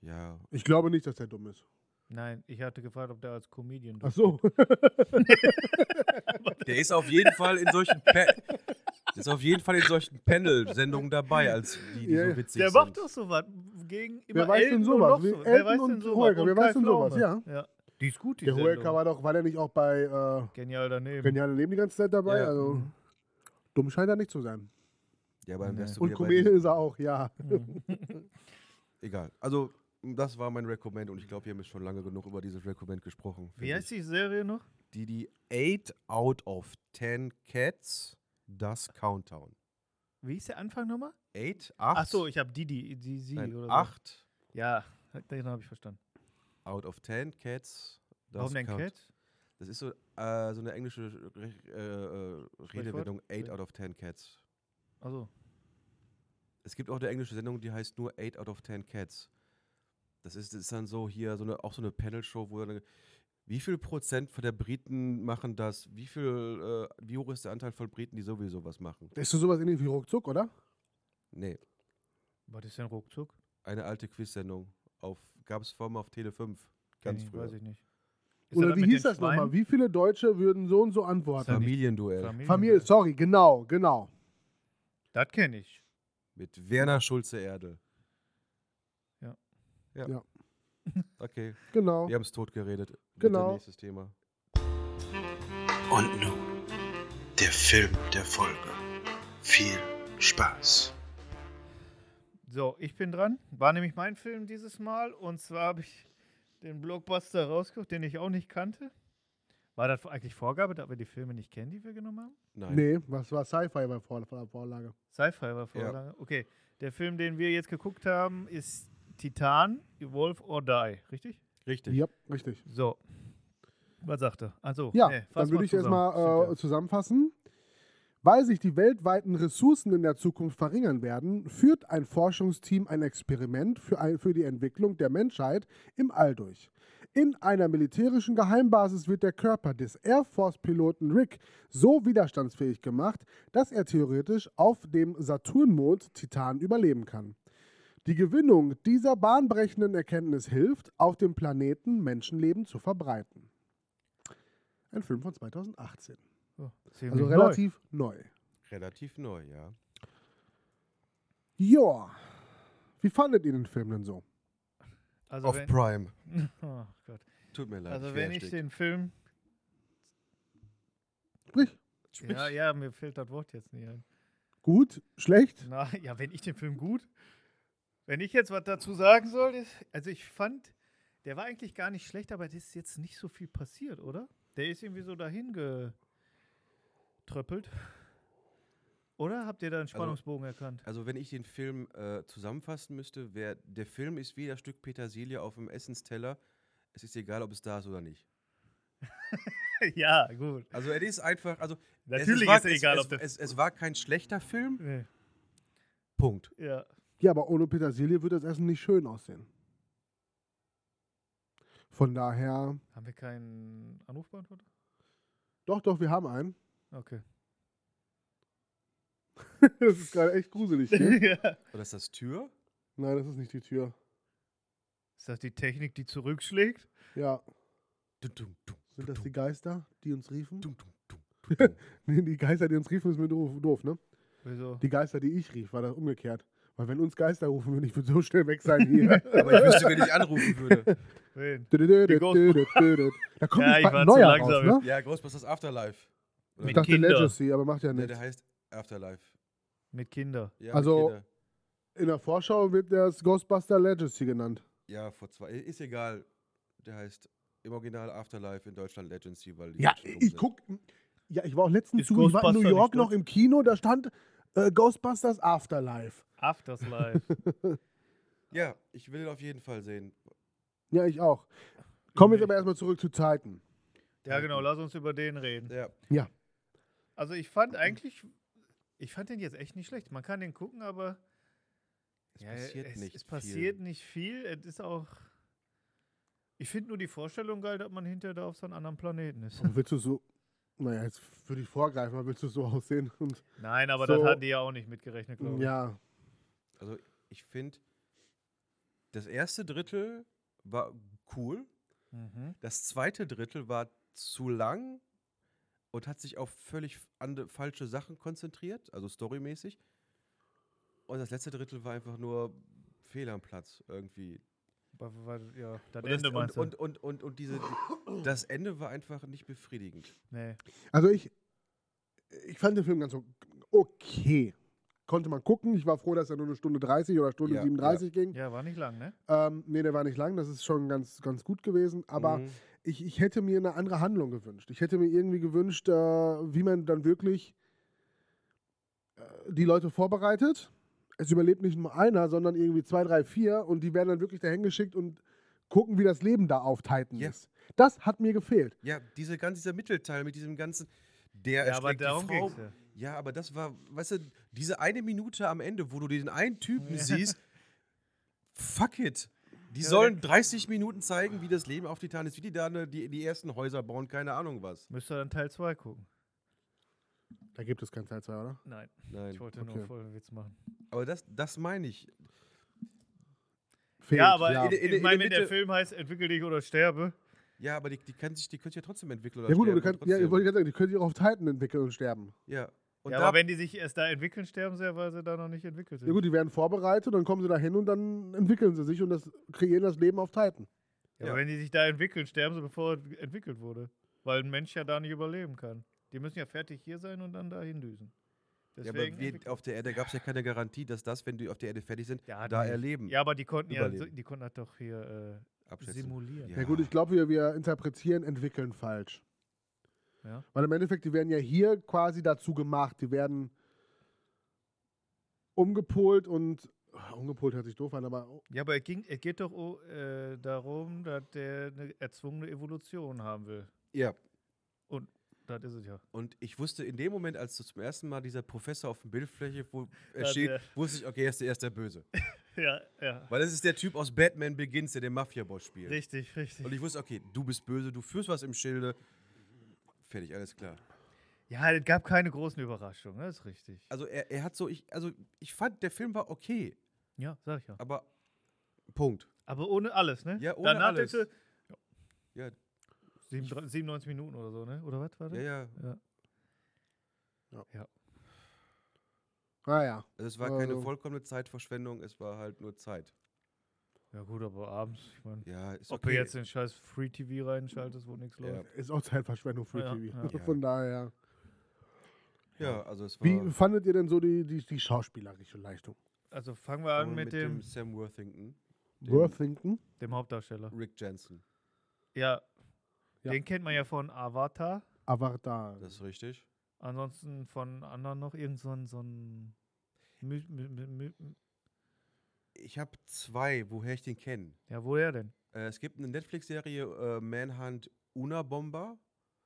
[SPEAKER 3] Ja,
[SPEAKER 2] Ich glaube nicht, dass der dumm ist.
[SPEAKER 1] Nein, ich hatte gefragt, ob der als Comedian.
[SPEAKER 2] Ach (laughs) so.
[SPEAKER 3] Der ist auf jeden Fall in
[SPEAKER 2] (laughs)
[SPEAKER 3] solchen pa der ist auf jeden Fall in solchen Panel-Sendungen dabei, als die, die
[SPEAKER 2] Ja, ja.
[SPEAKER 3] so witzig
[SPEAKER 1] Der
[SPEAKER 3] sind.
[SPEAKER 1] macht doch sowas. Gegen immer
[SPEAKER 2] weiß denn
[SPEAKER 1] Elton
[SPEAKER 2] sowas?
[SPEAKER 1] Und noch
[SPEAKER 2] Wie
[SPEAKER 1] so.
[SPEAKER 2] Elton
[SPEAKER 1] Wer weiß
[SPEAKER 2] und
[SPEAKER 1] denn sowas?
[SPEAKER 2] Hohecker,
[SPEAKER 1] Und
[SPEAKER 2] wer weiß
[SPEAKER 1] Kai
[SPEAKER 2] denn sowas?
[SPEAKER 1] Flaume. ja. Die ist gut, die
[SPEAKER 2] Der
[SPEAKER 1] Sendung.
[SPEAKER 2] Holker war doch, war der nicht auch bei äh,
[SPEAKER 1] Genial daneben.
[SPEAKER 2] Geniale Leben die ganze Zeit dabei?
[SPEAKER 3] Ja.
[SPEAKER 2] Also, dumm scheint er nicht zu sein.
[SPEAKER 3] Ja, aber dann wärst du
[SPEAKER 2] Und
[SPEAKER 3] wieder bei
[SPEAKER 2] Komödie
[SPEAKER 3] diesem-
[SPEAKER 2] ist er auch, ja.
[SPEAKER 1] Hm.
[SPEAKER 3] Egal. Also, das war mein Recommend und ich glaube, wir haben jetzt schon lange genug über dieses Recommend gesprochen.
[SPEAKER 1] Wie
[SPEAKER 3] find
[SPEAKER 1] heißt die Serie noch?
[SPEAKER 3] ich. Die, die 8 out of 10 Cats, das Countdown.
[SPEAKER 1] Wie hieß der Anfang nochmal?
[SPEAKER 3] 8,
[SPEAKER 1] Ach
[SPEAKER 3] 8,
[SPEAKER 1] so, ich habe Didi, Didi oder so.
[SPEAKER 3] 8
[SPEAKER 1] Ja, den habe ich verstanden.
[SPEAKER 3] out of 10 Cats, das
[SPEAKER 1] Warum denn
[SPEAKER 3] Count-
[SPEAKER 1] Cat?
[SPEAKER 3] Das ist so, äh, so eine englische Re- äh, äh, Redewendung, 8 out of 10 Cats.
[SPEAKER 1] Also,
[SPEAKER 3] Es gibt auch eine englische Sendung, die heißt nur 8 out of 10 Cats. Das ist, das ist dann so hier, so eine, auch so eine Panel-Show, wo dann, wie viel Prozent von der Briten machen das? Wie viel, äh, wie hoch ist der Anteil von Briten, die sowieso was machen?
[SPEAKER 2] Ist so sowas ähnlich wie Ruckzuck, oder?
[SPEAKER 3] Nee,
[SPEAKER 1] was ist denn ruckzuck?
[SPEAKER 3] eine alte Quiz-Sendung. Gab es vorher mal auf Tele 5,
[SPEAKER 1] Kenn
[SPEAKER 3] ganz
[SPEAKER 1] ich,
[SPEAKER 3] früher.
[SPEAKER 1] Weiß ich nicht. Ist
[SPEAKER 2] oder
[SPEAKER 1] dann
[SPEAKER 2] wie
[SPEAKER 1] mit
[SPEAKER 2] hieß
[SPEAKER 1] den
[SPEAKER 2] das nochmal?
[SPEAKER 1] Schweinen?
[SPEAKER 2] Wie viele Deutsche würden so und so
[SPEAKER 1] Ist das
[SPEAKER 2] antworten?
[SPEAKER 1] nicht-
[SPEAKER 3] Familienduell
[SPEAKER 1] Familien-
[SPEAKER 2] Familie, sorry, genau, genau.
[SPEAKER 1] Das kenne ich.
[SPEAKER 3] mit Werner Schulze-Erde.
[SPEAKER 1] Ja.
[SPEAKER 3] ja.
[SPEAKER 2] Ja.
[SPEAKER 3] (laughs) Okay,
[SPEAKER 2] Genau.
[SPEAKER 3] wir haben es tot geredet. Bitte
[SPEAKER 2] Genau.
[SPEAKER 3] Nächstes Thema.
[SPEAKER 5] Und nun der Film der Folge. Viel Spaß.
[SPEAKER 1] So, ich bin dran. War nämlich mein Film dieses Mal. Und zwar habe ich den Blockbuster rausgesucht, den ich auch nicht kannte. War das eigentlich Vorgabe, da wir die Filme nicht kennen, die wir genommen haben?
[SPEAKER 3] Nein.
[SPEAKER 2] Nee, was war Sci-Fi bei Vor- Vor- Vorlage?
[SPEAKER 1] Sci-Fi war Vorlage. Okay, der Film, den wir jetzt geguckt haben, ist Titan, Evolve or Die, richtig?
[SPEAKER 3] Richtig.
[SPEAKER 2] Ja, richtig.
[SPEAKER 1] So. Was sagt er? Also,
[SPEAKER 2] Ja,
[SPEAKER 1] nee, fass
[SPEAKER 2] dann würde
[SPEAKER 1] mal
[SPEAKER 2] ich
[SPEAKER 1] zusammen.
[SPEAKER 2] erstmal äh,
[SPEAKER 1] Steht
[SPEAKER 2] zusammenfassen. Weil sich die weltweiten Ressourcen in der Zukunft verringern werden, führt ein Forschungsteam ein Experiment für, ein, für die Entwicklung der Menschheit im All durch. In einer militärischen Geheimbasis wird der Körper des Air Force-Piloten Rick so widerstandsfähig gemacht, dass er theoretisch auf dem Saturnmond Titan überleben kann. Die Gewinnung dieser bahnbrechenden Erkenntnis hilft, auf dem Planeten Menschenleben zu verbreiten. Ein Film von 2018.
[SPEAKER 1] da. So, ziemlich
[SPEAKER 2] Also
[SPEAKER 1] neu.
[SPEAKER 2] relativ neu.
[SPEAKER 3] Relativ neu, ja.
[SPEAKER 2] Joa. Wie fandet ihr den Film denn so?
[SPEAKER 1] Also,
[SPEAKER 3] Auf
[SPEAKER 1] wenn,
[SPEAKER 3] Prime.
[SPEAKER 1] oh Gott.
[SPEAKER 3] Tut mir leid.
[SPEAKER 1] also
[SPEAKER 3] wär
[SPEAKER 1] wenn ich
[SPEAKER 3] erstickt.
[SPEAKER 1] den Film.
[SPEAKER 2] Sprich,
[SPEAKER 1] Ja, ja, mir fällt das Wort jetzt nicht ein.
[SPEAKER 2] gut, schlecht?
[SPEAKER 1] (laughs) Na, ja, wenn ich den Film gut. Wenn ich jetzt was dazu sagen soll, ist, also ich fand, der war eigentlich gar nicht schlecht, aber es ist jetzt nicht so viel passiert, oder? Der ist irgendwie so dahin getröppelt. Oder habt ihr da einen Spannungsbogen
[SPEAKER 3] (laughs)
[SPEAKER 1] erkannt?
[SPEAKER 3] Also wenn ich den Film äh, zusammenfassen müsste, wär, der Film ist wie das Stück Petersilie auf dem Essensteller. Es ist egal, ob es da ist oder nicht.
[SPEAKER 1] ja, gut.
[SPEAKER 3] Also er ist einfach, also
[SPEAKER 1] Natürlich
[SPEAKER 3] war-
[SPEAKER 1] ist egal,
[SPEAKER 3] es,
[SPEAKER 1] ob der-
[SPEAKER 3] es, es war kein schlechter Film.
[SPEAKER 1] Nee,
[SPEAKER 3] Punkt.
[SPEAKER 1] ja.
[SPEAKER 2] Ja, aber ohne Petersilie wird das Essen nicht schön aussehen. Von daher,
[SPEAKER 1] Haben wir keinen Anrufbeantworter?
[SPEAKER 2] doch, doch, wir haben einen. (laughs)
[SPEAKER 1] Okay.
[SPEAKER 2] das ist gerade echt gruselig. (laughs) Ne?
[SPEAKER 1] ja.
[SPEAKER 3] Oder ist das Tür?
[SPEAKER 2] Nein, das ist nicht die Tür.
[SPEAKER 1] Ist das die Technik, die zurückschlägt?
[SPEAKER 2] Ja,
[SPEAKER 3] Dum, dum, dum,
[SPEAKER 2] sind das die
[SPEAKER 3] dum,
[SPEAKER 2] Geister, die uns riefen?
[SPEAKER 3] dum, dum, dum, dum, dum.
[SPEAKER 2] (laughs) Nee, die Geister, die uns riefen, ist mir doof, doof, ne?
[SPEAKER 1] Wieso?
[SPEAKER 2] Die Geister, die ich rief, war das umgekehrt. Weil wenn uns Geister rufen würden, ich würde so schnell weg sein (laughs) hier.
[SPEAKER 3] Aber ich wüsste, wenn ich anrufen
[SPEAKER 1] (laughs)
[SPEAKER 3] würde.
[SPEAKER 1] Wen?
[SPEAKER 2] Da kommt
[SPEAKER 1] Ja,
[SPEAKER 2] jetzt
[SPEAKER 1] ich war
[SPEAKER 2] bald ein
[SPEAKER 1] zu
[SPEAKER 2] neuer
[SPEAKER 1] langsam.
[SPEAKER 2] raus, ne?
[SPEAKER 3] Ja, Ghostbusters Afterlife. Oder
[SPEAKER 2] Ich
[SPEAKER 1] Mit
[SPEAKER 2] dachte
[SPEAKER 1] Kinder.
[SPEAKER 2] Legacy, aber macht ja
[SPEAKER 3] Nee,
[SPEAKER 2] nichts.
[SPEAKER 3] der heißt Afterlife.
[SPEAKER 1] Mit Kinder.
[SPEAKER 3] Ja, mit
[SPEAKER 2] Also-
[SPEAKER 3] jeder-
[SPEAKER 2] In der Vorschau wird das Ghostbuster Legacy genannt.
[SPEAKER 3] ja, vor zwei. Ist egal. Der heißt im Original Afterlife in Deutschland Legacy, weil die
[SPEAKER 2] Ja,
[SPEAKER 3] Deutschen dumm
[SPEAKER 2] ich
[SPEAKER 3] sind.
[SPEAKER 2] guck. Ja, ich war auch letztens
[SPEAKER 1] Ist
[SPEAKER 2] zu, ich war in
[SPEAKER 1] Ghostbuster
[SPEAKER 2] New York
[SPEAKER 1] nicht
[SPEAKER 2] noch
[SPEAKER 1] Deutsch?
[SPEAKER 2] im Kino, da stand äh, Ghostbusters Afterlife.
[SPEAKER 1] Afterslife.
[SPEAKER 3] Ja, ich will ihn auf jeden Fall sehen.
[SPEAKER 2] Ja, ich auch. Kommen jetzt aber erstmal zurück zu Titan.
[SPEAKER 1] Ja, genau, lass uns über den reden.
[SPEAKER 3] Ja.
[SPEAKER 1] Also ich fand eigentlich, ich fand den jetzt echt nicht schlecht. Man kann den gucken, aber
[SPEAKER 3] Es passiert
[SPEAKER 1] es,
[SPEAKER 3] nicht
[SPEAKER 1] es passiert nicht viel. Es ist auch. Ich finde nur die Vorstellung geil, dass man hinterher da auf so einem anderen Planeten ist.
[SPEAKER 2] Und willst du so. Naja, jetzt würde ich vorgreifen, aber willst du so aussehen? Und,
[SPEAKER 1] Nein, aber
[SPEAKER 2] So.
[SPEAKER 1] das hatten die ja auch nicht mitgerechnet, glaube ich.
[SPEAKER 2] ja,
[SPEAKER 3] viel. Also ich finde, das erste Drittel war cool.
[SPEAKER 1] Mhm.
[SPEAKER 3] Das zweite Drittel war zu lang und hat sich auf völlig ande, falsche Sachen konzentriert, also storymäßig. Und das letzte Drittel war einfach nur Fehl am Platz irgendwie.
[SPEAKER 1] Wa- wa- ja. Das
[SPEAKER 3] Und
[SPEAKER 1] Ende
[SPEAKER 3] das,
[SPEAKER 1] meinst
[SPEAKER 3] und,
[SPEAKER 1] du?
[SPEAKER 3] und, und, und, und diese, das Ende war einfach nicht befriedigend.
[SPEAKER 1] nee.
[SPEAKER 2] Also ich, ich fand den Film ganz o- okay. Konnte man gucken. Ich war froh, dass er nur eine Stunde 30 oder Stunde
[SPEAKER 3] Ja,
[SPEAKER 2] 37 ging.
[SPEAKER 1] Ja, war nicht lang, ne?
[SPEAKER 2] Ähm, nee, der war nicht lang. Das ist schon ganz, ganz gut gewesen. Aber
[SPEAKER 3] Mhm.
[SPEAKER 2] ich, ich hätte mir eine andere Handlung gewünscht. Ich hätte mir irgendwie gewünscht, äh, wie man dann wirklich äh, die Leute vorbereitet. Es überlebt nicht nur einer, sondern irgendwie zwei, drei, vier und die werden dann wirklich dahin geschickt und gucken, wie das Leben da auf Titan
[SPEAKER 3] Ja.
[SPEAKER 2] ist. Das hat mir gefehlt.
[SPEAKER 3] ja, diese ganze, dieser Mittelteil mit diesem ganzen, der
[SPEAKER 1] Ja, aber
[SPEAKER 3] erschlägt
[SPEAKER 1] darum
[SPEAKER 3] die Frau.
[SPEAKER 1] ging's ja.
[SPEAKER 3] Ja, aber das war, weißt du, diese eine Minute am Ende, wo du den einen Typen siehst, fuck it. Die
[SPEAKER 1] Ja,
[SPEAKER 3] sollen 30 Minuten zeigen, wie das Leben auf Titan ist, wie die da ne, die, die ersten Häuser bauen, keine Ahnung was.
[SPEAKER 1] Müsst ihr dann Teil 2 gucken?
[SPEAKER 2] Da gibt es kein Teil 2, oder?
[SPEAKER 1] Nein,
[SPEAKER 3] Nein.
[SPEAKER 1] ich wollte
[SPEAKER 2] Okay.
[SPEAKER 1] nur voll einen Witz machen. Aber
[SPEAKER 3] Aber das, das meine ich.
[SPEAKER 2] Fehlt,
[SPEAKER 1] ja, aber
[SPEAKER 3] in- in-
[SPEAKER 1] ich
[SPEAKER 3] in
[SPEAKER 1] meine,
[SPEAKER 3] der
[SPEAKER 1] wenn der
[SPEAKER 3] Mitte-
[SPEAKER 1] Film heißt Entwickel dich oder sterbe.
[SPEAKER 3] Ja, aber die, die, kann sich, die können sich ja trotzdem entwickeln. Oder
[SPEAKER 2] Ja gut, aber du
[SPEAKER 3] sterben und
[SPEAKER 2] kannst, ja, ich wollte
[SPEAKER 3] trotzdem-
[SPEAKER 2] gerade sagen, die können sich auch auf Titan entwickeln und sterben.
[SPEAKER 3] ja. Und
[SPEAKER 1] ja,
[SPEAKER 3] da,
[SPEAKER 1] aber wenn die sich erst da entwickeln, sterben sie ja, weil sie da noch nicht entwickelt sind.
[SPEAKER 2] Ja gut, die werden vorbereitet, dann kommen sie da hin und dann entwickeln sie sich und das kreieren das Leben auf Titan.
[SPEAKER 1] Ja,
[SPEAKER 3] Ja.
[SPEAKER 1] wenn die sich da entwickeln, sterben sie, bevor es entwickelt wurde. Weil ein Mensch ja da nicht überleben kann. Die müssen ja fertig hier sein und dann dahin düsen.
[SPEAKER 3] ja, aber
[SPEAKER 1] Deswegen
[SPEAKER 3] wir,
[SPEAKER 1] entwickeln-
[SPEAKER 3] auf der Erde gab es ja keine Garantie, dass das, wenn die auf der Erde fertig sind,
[SPEAKER 1] Ja,
[SPEAKER 3] da
[SPEAKER 1] nee.
[SPEAKER 3] erleben.
[SPEAKER 1] ja, aber die konnten ja, so-
[SPEAKER 3] Überleben.
[SPEAKER 1] die konnten das doch hier äh,
[SPEAKER 3] abschätzen.
[SPEAKER 1] simulieren.
[SPEAKER 2] Ja, gut, ich glaube, wir, wir interpretieren, entwickeln falsch.
[SPEAKER 1] Ja.
[SPEAKER 2] Weil im Endeffekt, die werden ja hier quasi dazu gemacht, die werden umgepolt und ah, umgepolt hört sich doof an, aber
[SPEAKER 1] Ja, aber es, ging, es geht doch oh, äh, darum, dass der eine erzwungene Evolution haben will.
[SPEAKER 3] ja,
[SPEAKER 1] Das ist
[SPEAKER 3] (laughs)
[SPEAKER 1] es ja.
[SPEAKER 3] Und ich wusste in dem Moment, als du zum ersten Mal dieser Professor auf dem Bildfläche wo
[SPEAKER 1] Ja,
[SPEAKER 3] erschien,
[SPEAKER 1] der-
[SPEAKER 3] wusste ich, okay, er ist der, er ist der Böse.
[SPEAKER 1] Ja, ja.
[SPEAKER 3] Weil das ist der Typ aus Batman Begins, der den Mafia-Boss spielt.
[SPEAKER 1] Richtig, richtig.
[SPEAKER 3] Und ich wusste, okay, du bist böse, du führst was im Schilde. Fertig, alles klar.
[SPEAKER 1] Ja, es gab keine großen Überraschungen, das ist richtig.
[SPEAKER 3] Also er, er hat so, ich, also ich fand, der Film war okay,
[SPEAKER 1] Ja, sag ich ja.
[SPEAKER 3] aber Punkt.
[SPEAKER 1] Aber ohne alles, ne?
[SPEAKER 3] Ja, ohne
[SPEAKER 1] Danach
[SPEAKER 3] alles.
[SPEAKER 1] hätte-
[SPEAKER 3] Ja,
[SPEAKER 1] Sieben- 97 Minuten oder so, ne? Oder was war das?
[SPEAKER 3] ja, ja.
[SPEAKER 2] naja.
[SPEAKER 3] Also es war keine
[SPEAKER 1] Äh.
[SPEAKER 2] Also-
[SPEAKER 3] vollkommene Zeitverschwendung, es war halt nur Zeit.
[SPEAKER 1] Ja gut, aber abends, ich meine,
[SPEAKER 3] Ja, ist
[SPEAKER 1] ob du
[SPEAKER 3] okay.
[SPEAKER 1] jetzt den scheiß Free TV reinschaltest, wo nichts
[SPEAKER 3] Ja.
[SPEAKER 1] läuft.
[SPEAKER 2] Ist auch Zeitverschwendung für
[SPEAKER 1] Ja,
[SPEAKER 2] TV.
[SPEAKER 1] ja.
[SPEAKER 2] Von daher.
[SPEAKER 3] ja, also es war
[SPEAKER 2] Wie fandet ihr denn so die, die, die schauspielerische Leistung?
[SPEAKER 1] Also fangen wir an mit, dem,
[SPEAKER 3] Sam Worthington, Den-
[SPEAKER 2] Worthington?
[SPEAKER 1] dem Hauptdarsteller.
[SPEAKER 3] Rick Jensen.
[SPEAKER 1] Ja,
[SPEAKER 2] Ja.
[SPEAKER 1] den kennt man ja von Avatar,
[SPEAKER 2] Avatar.
[SPEAKER 3] Das ist richtig.
[SPEAKER 1] ansonsten von anderen noch irgend so ein, so ein My- My- My- My-
[SPEAKER 3] Ich habe zwei, woher ich den kenne.
[SPEAKER 1] ja, woher denn?
[SPEAKER 3] Äh, es gibt eine Netflix-Serie äh, Manhunt Unabomber,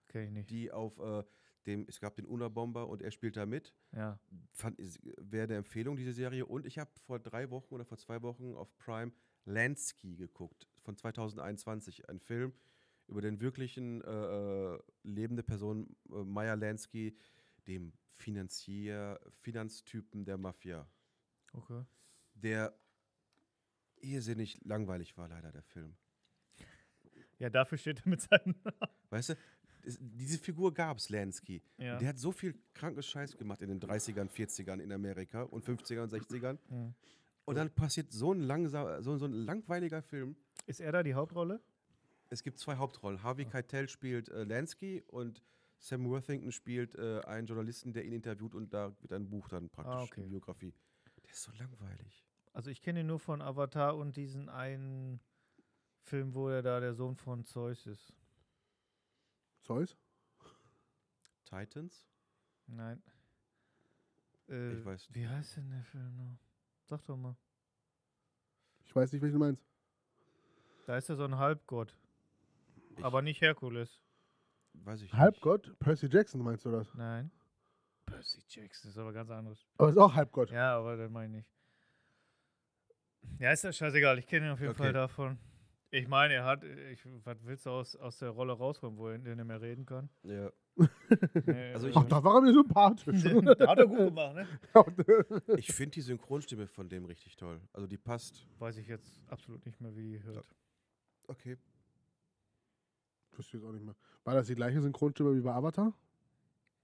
[SPEAKER 1] Kenn ich nicht.
[SPEAKER 3] die auf äh, dem, es gab den Unabomber und er spielt da mit.
[SPEAKER 1] Ja,
[SPEAKER 3] Fand ist- Wäre eine Empfehlung, diese Serie. Und ich habe vor drei Wochen oder vor zwei Wochen auf Prime Lansky geguckt, von 2021. Ein Film über den wirklichen äh, äh, lebende Person äh, Meyer Lansky, dem Finanzier, Finanztypen der Mafia,
[SPEAKER 1] okay.
[SPEAKER 3] der irrsinnig langweilig war, leider der Film.
[SPEAKER 1] Ja, dafür steht er mit
[SPEAKER 3] (laughs)
[SPEAKER 1] seinem
[SPEAKER 3] Weißt du, es, diese Figur gab es, Lansky.
[SPEAKER 1] Ja.
[SPEAKER 3] Und Der hat so viel krankes Scheiß gemacht in den 30ern, 40ern in Amerika und 50ern und 60ern.
[SPEAKER 1] Mhm.
[SPEAKER 3] Und dann passiert so ein, langsam, so, so ein langweiliger Film.
[SPEAKER 1] Ist er da die Hauptrolle?
[SPEAKER 3] Es gibt zwei Hauptrollen. Harvey Keitel spielt äh, Lansky und Sam Worthington spielt äh, einen Journalisten, der ihn interviewt und da wird ein Buch dann praktisch,
[SPEAKER 1] Ah, okay.
[SPEAKER 3] eine Biografie. Der ist so langweilig.
[SPEAKER 1] Also ich kenne ihn nur von Avatar und diesen einen Film, wo er da der Sohn von Zeus ist.
[SPEAKER 2] Zeus?
[SPEAKER 3] Titans?
[SPEAKER 1] Nein. Äh,
[SPEAKER 3] weiß
[SPEAKER 1] Wie heißt denn der Film noch? Sag doch mal.
[SPEAKER 2] Ich weiß nicht, welchen du meinst.
[SPEAKER 1] Da ist ja so ein Halbgott.
[SPEAKER 3] Ich-
[SPEAKER 1] Aber nicht Herkules.
[SPEAKER 3] Weiß ich
[SPEAKER 2] Halbgott? Percy Jackson meinst du das?
[SPEAKER 1] Nein. Percy Jackson ist aber ganz anderes.
[SPEAKER 2] Aber ist auch Halbgott.
[SPEAKER 1] Ja, aber das meine ich nicht. Ja, ist ja scheißegal. Ich kenne ihn auf jeden
[SPEAKER 3] Okay.
[SPEAKER 1] Fall davon. Ich meine, er hat. äh, Ich, was willst du aus, aus der Rolle rausholen, wo er nicht mehr reden
[SPEAKER 3] (laughs)
[SPEAKER 1] kann?
[SPEAKER 3] nicht. Ja.
[SPEAKER 1] Nee,
[SPEAKER 3] Also ich-
[SPEAKER 2] Ach,
[SPEAKER 1] (laughs)
[SPEAKER 2] da war er mir sympathisch.
[SPEAKER 1] Da hat er
[SPEAKER 2] (laughs)
[SPEAKER 1] gut gemacht, ne?
[SPEAKER 3] Ich finde die Synchronstimme von dem richtig toll. Also die passt.
[SPEAKER 1] Weiß ich jetzt absolut nicht mehr, wie die hört.
[SPEAKER 3] Okay.
[SPEAKER 2] Wüsste ich jetzt auch nicht mehr. War das die gleiche Synchronstimme wie bei Avatar?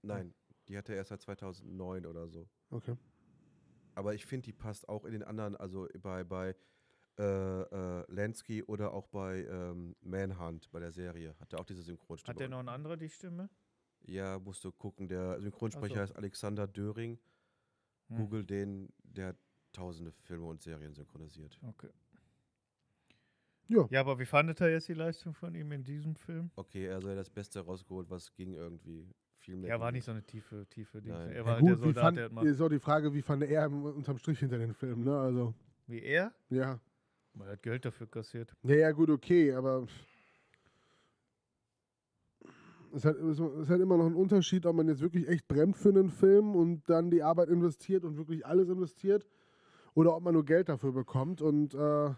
[SPEAKER 3] Nein, die hat er erst seit 2009 oder so.
[SPEAKER 2] Okay.
[SPEAKER 3] Aber ich finde, die passt auch in den anderen, also bei, bei äh, äh, Lansky oder auch bei ähm, Manhunt, bei der Serie. Hat er auch diese Synchronstimme.
[SPEAKER 1] Hat der noch eine andere, die Stimme?
[SPEAKER 3] Ja, musst du gucken. Der Synchronsprecher
[SPEAKER 1] Ach
[SPEAKER 3] ist Alexander Döring.
[SPEAKER 1] Hm.
[SPEAKER 3] Google den, der hat tausende Filme und Serien synchronisiert.
[SPEAKER 1] Okay.
[SPEAKER 2] Ja.
[SPEAKER 1] Ja, aber wie fandet er jetzt die Leistung von ihm in diesem Film?
[SPEAKER 3] Okay, also er hat das Beste rausgeholt, was ging irgendwie. Viel mehr
[SPEAKER 1] Ja, war
[SPEAKER 3] ging
[SPEAKER 1] nicht so eine tiefe, tiefe Ding.
[SPEAKER 3] Nein.
[SPEAKER 1] Er
[SPEAKER 3] Ja,
[SPEAKER 1] war halt
[SPEAKER 2] Gut,
[SPEAKER 1] der
[SPEAKER 2] wie
[SPEAKER 1] Soldat,
[SPEAKER 2] fand,
[SPEAKER 1] der hat mal.
[SPEAKER 2] ist auch die Frage, wie fand er im- unterm Strich hinter den Film, ne? Also,
[SPEAKER 1] Wie er?
[SPEAKER 2] ja.
[SPEAKER 1] Man hat Geld dafür kassiert.
[SPEAKER 2] Ja, ja, gut, okay, aber. Es hat, es ist halt immer noch ein Unterschied, ob man jetzt wirklich echt brennt für einen Film und dann die Arbeit investiert und wirklich alles investiert oder ob man nur Geld dafür bekommt und äh, ja,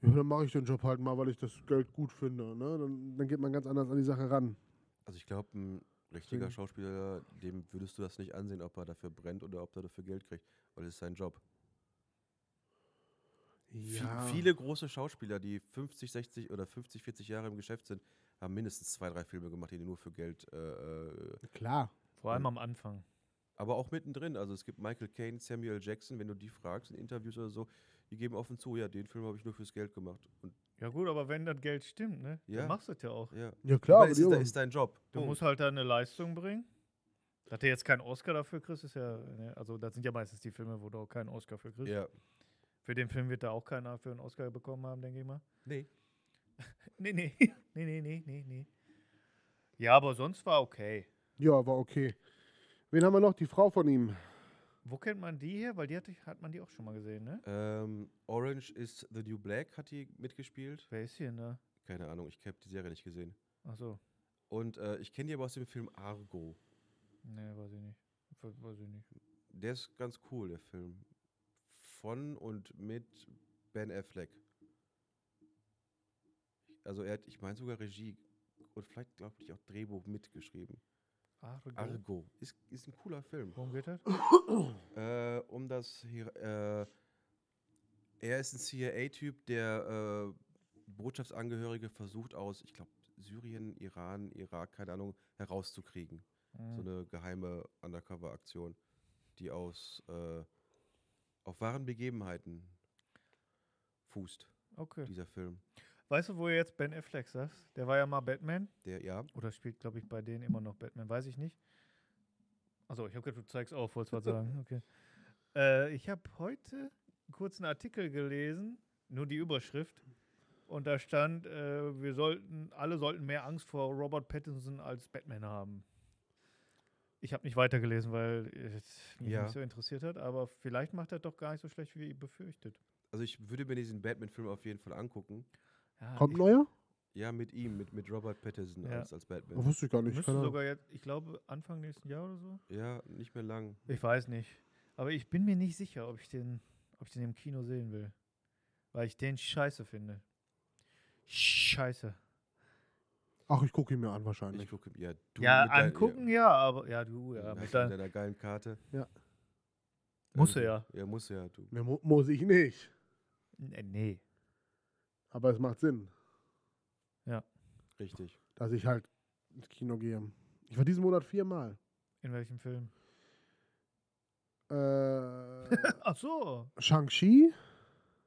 [SPEAKER 2] dann mache ich den Job halt mal, weil ich das Geld gut finde. Ne? Dann, dann geht man ganz anders an die Sache ran.
[SPEAKER 3] Also ich glaube, ein richtiger
[SPEAKER 2] Deswegen-
[SPEAKER 3] Schauspieler, dem würdest du das nicht ansehen, ob er dafür brennt oder ob er dafür Geld kriegt, weil es ist sein Job. Vi- Viele große Schauspieler, die 50, 60 oder 50, 40 Jahre im Geschäft sind, haben mindestens zwei, drei Filme gemacht, die nur für Geld. Äh, äh,
[SPEAKER 2] Klar.
[SPEAKER 1] Vor allem
[SPEAKER 3] Mhm.
[SPEAKER 1] am Anfang.
[SPEAKER 3] aber auch mittendrin. Also es gibt Michael Caine, Samuel Jackson, wenn du die fragst in Interviews oder so, die geben offen zu, ja, den Film habe ich nur fürs Geld gemacht. Und
[SPEAKER 1] Ja gut, aber wenn das Geld stimmt, ne? Dann
[SPEAKER 3] Ja.
[SPEAKER 1] machst du es ja auch.
[SPEAKER 3] ja,
[SPEAKER 2] Ja,
[SPEAKER 3] Aber
[SPEAKER 2] klar. aber
[SPEAKER 3] es
[SPEAKER 2] die
[SPEAKER 3] ist,
[SPEAKER 2] Jungen-
[SPEAKER 3] ist dein Job.
[SPEAKER 1] Du
[SPEAKER 3] Punkt.
[SPEAKER 1] musst halt da eine Leistung bringen. Dass du jetzt keinen Oscar dafür kriegst, ist ja, ne, also das sind ja meistens die Filme, wo du auch keinen Oscar für kriegst.
[SPEAKER 3] ja.
[SPEAKER 1] Für den Film wird da auch keiner für einen Oscar bekommen haben, denke ich mal.
[SPEAKER 3] Nee.
[SPEAKER 1] Nee, nee. (laughs) nee, nee, nee, nee, nee. Ja, aber sonst war okay.
[SPEAKER 2] ja, war okay. Wen haben wir noch? Die Frau von ihm.
[SPEAKER 1] Wo kennt man die her? Weil die hat, hat man die auch schon mal gesehen, ne?
[SPEAKER 3] Ähm, Orange is the New Black hat die mitgespielt.
[SPEAKER 1] Wer ist hier ne? denn da?
[SPEAKER 3] Keine Ahnung, ich habe die Serie nicht gesehen.
[SPEAKER 1] Achso.
[SPEAKER 3] Und äh, ich kenne die aber aus dem Film Argo.
[SPEAKER 1] Nee, weiß ich nicht. We- Weiß ich nicht.
[SPEAKER 3] Der ist ganz cool, der Film. Von und mit Ben Affleck. Also er hat, ich meine sogar Regie und vielleicht glaube ich auch Drehbuch mitgeschrieben.
[SPEAKER 1] Argo.
[SPEAKER 3] Argo ist, ist ein cooler Film.
[SPEAKER 1] Worum geht das?
[SPEAKER 3] Äh, um das hier, äh, er ist ein CIA-Typ, der äh, Botschaftsangehörige versucht aus, ich glaube, Syrien, Iran, Irak, keine Ahnung, herauszukriegen.
[SPEAKER 1] Hm.
[SPEAKER 3] so eine geheime Undercover-Aktion, die aus äh, auf wahren Begebenheiten fußt,
[SPEAKER 1] Okay.
[SPEAKER 3] dieser Film.
[SPEAKER 1] Weißt du, wo ihr jetzt Ben Affleck sagst? Der war ja mal Batman.
[SPEAKER 3] Der, ja,
[SPEAKER 1] Oder spielt, glaube ich, bei denen immer noch Batman. Weiß ich nicht. Achso, ich habe gedacht, du zeigst auf, wolltest was sagen. Okay. Äh, ich habe heute kurz einen Artikel gelesen, nur die Überschrift. Und da stand, äh, wir sollten, alle sollten mehr Angst vor Robert Pattinson als Batman haben. Ich habe nicht weitergelesen, weil es mich
[SPEAKER 3] Ja.
[SPEAKER 1] nicht so interessiert hat, aber vielleicht macht er doch gar nicht so schlecht, wie befürchtet.
[SPEAKER 3] also ich würde mir diesen Batman-Film auf jeden Fall angucken.
[SPEAKER 1] Ja,
[SPEAKER 2] Kommt
[SPEAKER 1] ich-
[SPEAKER 2] neuer?
[SPEAKER 3] Ja, mit ihm, mit, mit Robert Pattinson
[SPEAKER 1] Ja.
[SPEAKER 3] als, als Batman.
[SPEAKER 2] Wusste ich gar nicht.
[SPEAKER 1] Müsste
[SPEAKER 2] keine Ahnung.
[SPEAKER 1] sogar jetzt, ich glaube, Anfang nächsten Jahr oder so.
[SPEAKER 3] Ja, nicht mehr lang.
[SPEAKER 1] Ich weiß nicht. Aber ich bin mir nicht sicher, ob ich den, ob ich den im Kino sehen will. Weil ich den scheiße finde. Scheiße.
[SPEAKER 2] Ach, ich gucke ihn mir an wahrscheinlich.
[SPEAKER 3] Ich gucke, ja, du
[SPEAKER 1] ja,
[SPEAKER 3] mit dein-
[SPEAKER 1] angucken, ja, aber ja, du,
[SPEAKER 3] ja,
[SPEAKER 1] ja. Mit
[SPEAKER 3] mit
[SPEAKER 1] dein,
[SPEAKER 3] deiner geilen Karte.
[SPEAKER 2] Ja.
[SPEAKER 1] Musst du
[SPEAKER 3] Also,
[SPEAKER 1] ja.
[SPEAKER 3] Ja, musst du ja, du.
[SPEAKER 2] Ne, mu muss ich nicht.
[SPEAKER 1] nee, nee.
[SPEAKER 2] Aber es macht Sinn,
[SPEAKER 3] Richtig.
[SPEAKER 2] dass ich halt ins Kino gehe. Ich war diesen Monat viermal.
[SPEAKER 1] In welchem Film? (laughs)
[SPEAKER 2] Äh,
[SPEAKER 1] Ach so.
[SPEAKER 2] Shang-Chi,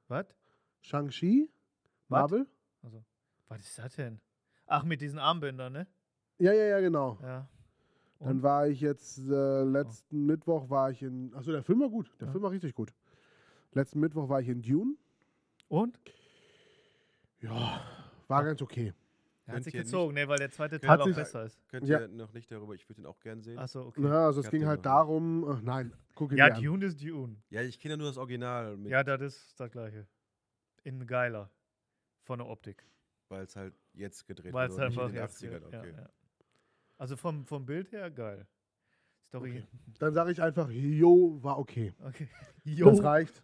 [SPEAKER 1] Was?
[SPEAKER 2] Shang-Chi, Marvel.
[SPEAKER 1] Also, was ist das denn? Ach, mit diesen Armbändern, ne?
[SPEAKER 2] Ja, ja, ja, genau.
[SPEAKER 1] Ja.
[SPEAKER 2] Dann
[SPEAKER 1] Und?
[SPEAKER 2] war ich jetzt äh, letzten Mittwoch war ich in. Achso, der Film war gut. Der
[SPEAKER 1] Ja.
[SPEAKER 2] Film war richtig gut. Letzten Mittwoch war ich in Dune.
[SPEAKER 1] Und?
[SPEAKER 2] Ja, war ganz okay.
[SPEAKER 1] Er hat
[SPEAKER 3] Könnt
[SPEAKER 1] sich
[SPEAKER 3] ihr nicht-
[SPEAKER 1] gezogen, ne? Weil der zweite
[SPEAKER 3] Könnt
[SPEAKER 1] Teil auch
[SPEAKER 2] sich-
[SPEAKER 1] besser ist.
[SPEAKER 3] Könnt
[SPEAKER 2] Ja.
[SPEAKER 3] ihr noch nicht darüber, ich würde ihn auch gern sehen.
[SPEAKER 1] Ach so, okay.
[SPEAKER 2] Ja, also
[SPEAKER 3] Ich
[SPEAKER 2] es
[SPEAKER 3] hab
[SPEAKER 2] ging
[SPEAKER 3] den
[SPEAKER 2] halt
[SPEAKER 3] noch nicht.
[SPEAKER 2] darum. Ach, nein, guck ihn
[SPEAKER 1] Ja,
[SPEAKER 2] dir an.
[SPEAKER 1] Dune ist Dune.
[SPEAKER 3] Ja, ich kenne ja nur das Original. Mit
[SPEAKER 1] Ja, das ist das gleiche. in geiler. Von der Optik.
[SPEAKER 3] Weil es halt jetzt gedreht
[SPEAKER 1] Weil es
[SPEAKER 3] wurde,
[SPEAKER 1] einfach.
[SPEAKER 3] nicht in den
[SPEAKER 1] jetzt
[SPEAKER 3] 80ern.
[SPEAKER 1] geht. Ja,
[SPEAKER 3] Okay.
[SPEAKER 1] ja. Also vom, vom Bild her geil. Story.
[SPEAKER 2] Dann sage ich einfach, jo, war okay.
[SPEAKER 1] (laughs) Okay.
[SPEAKER 2] Das reicht.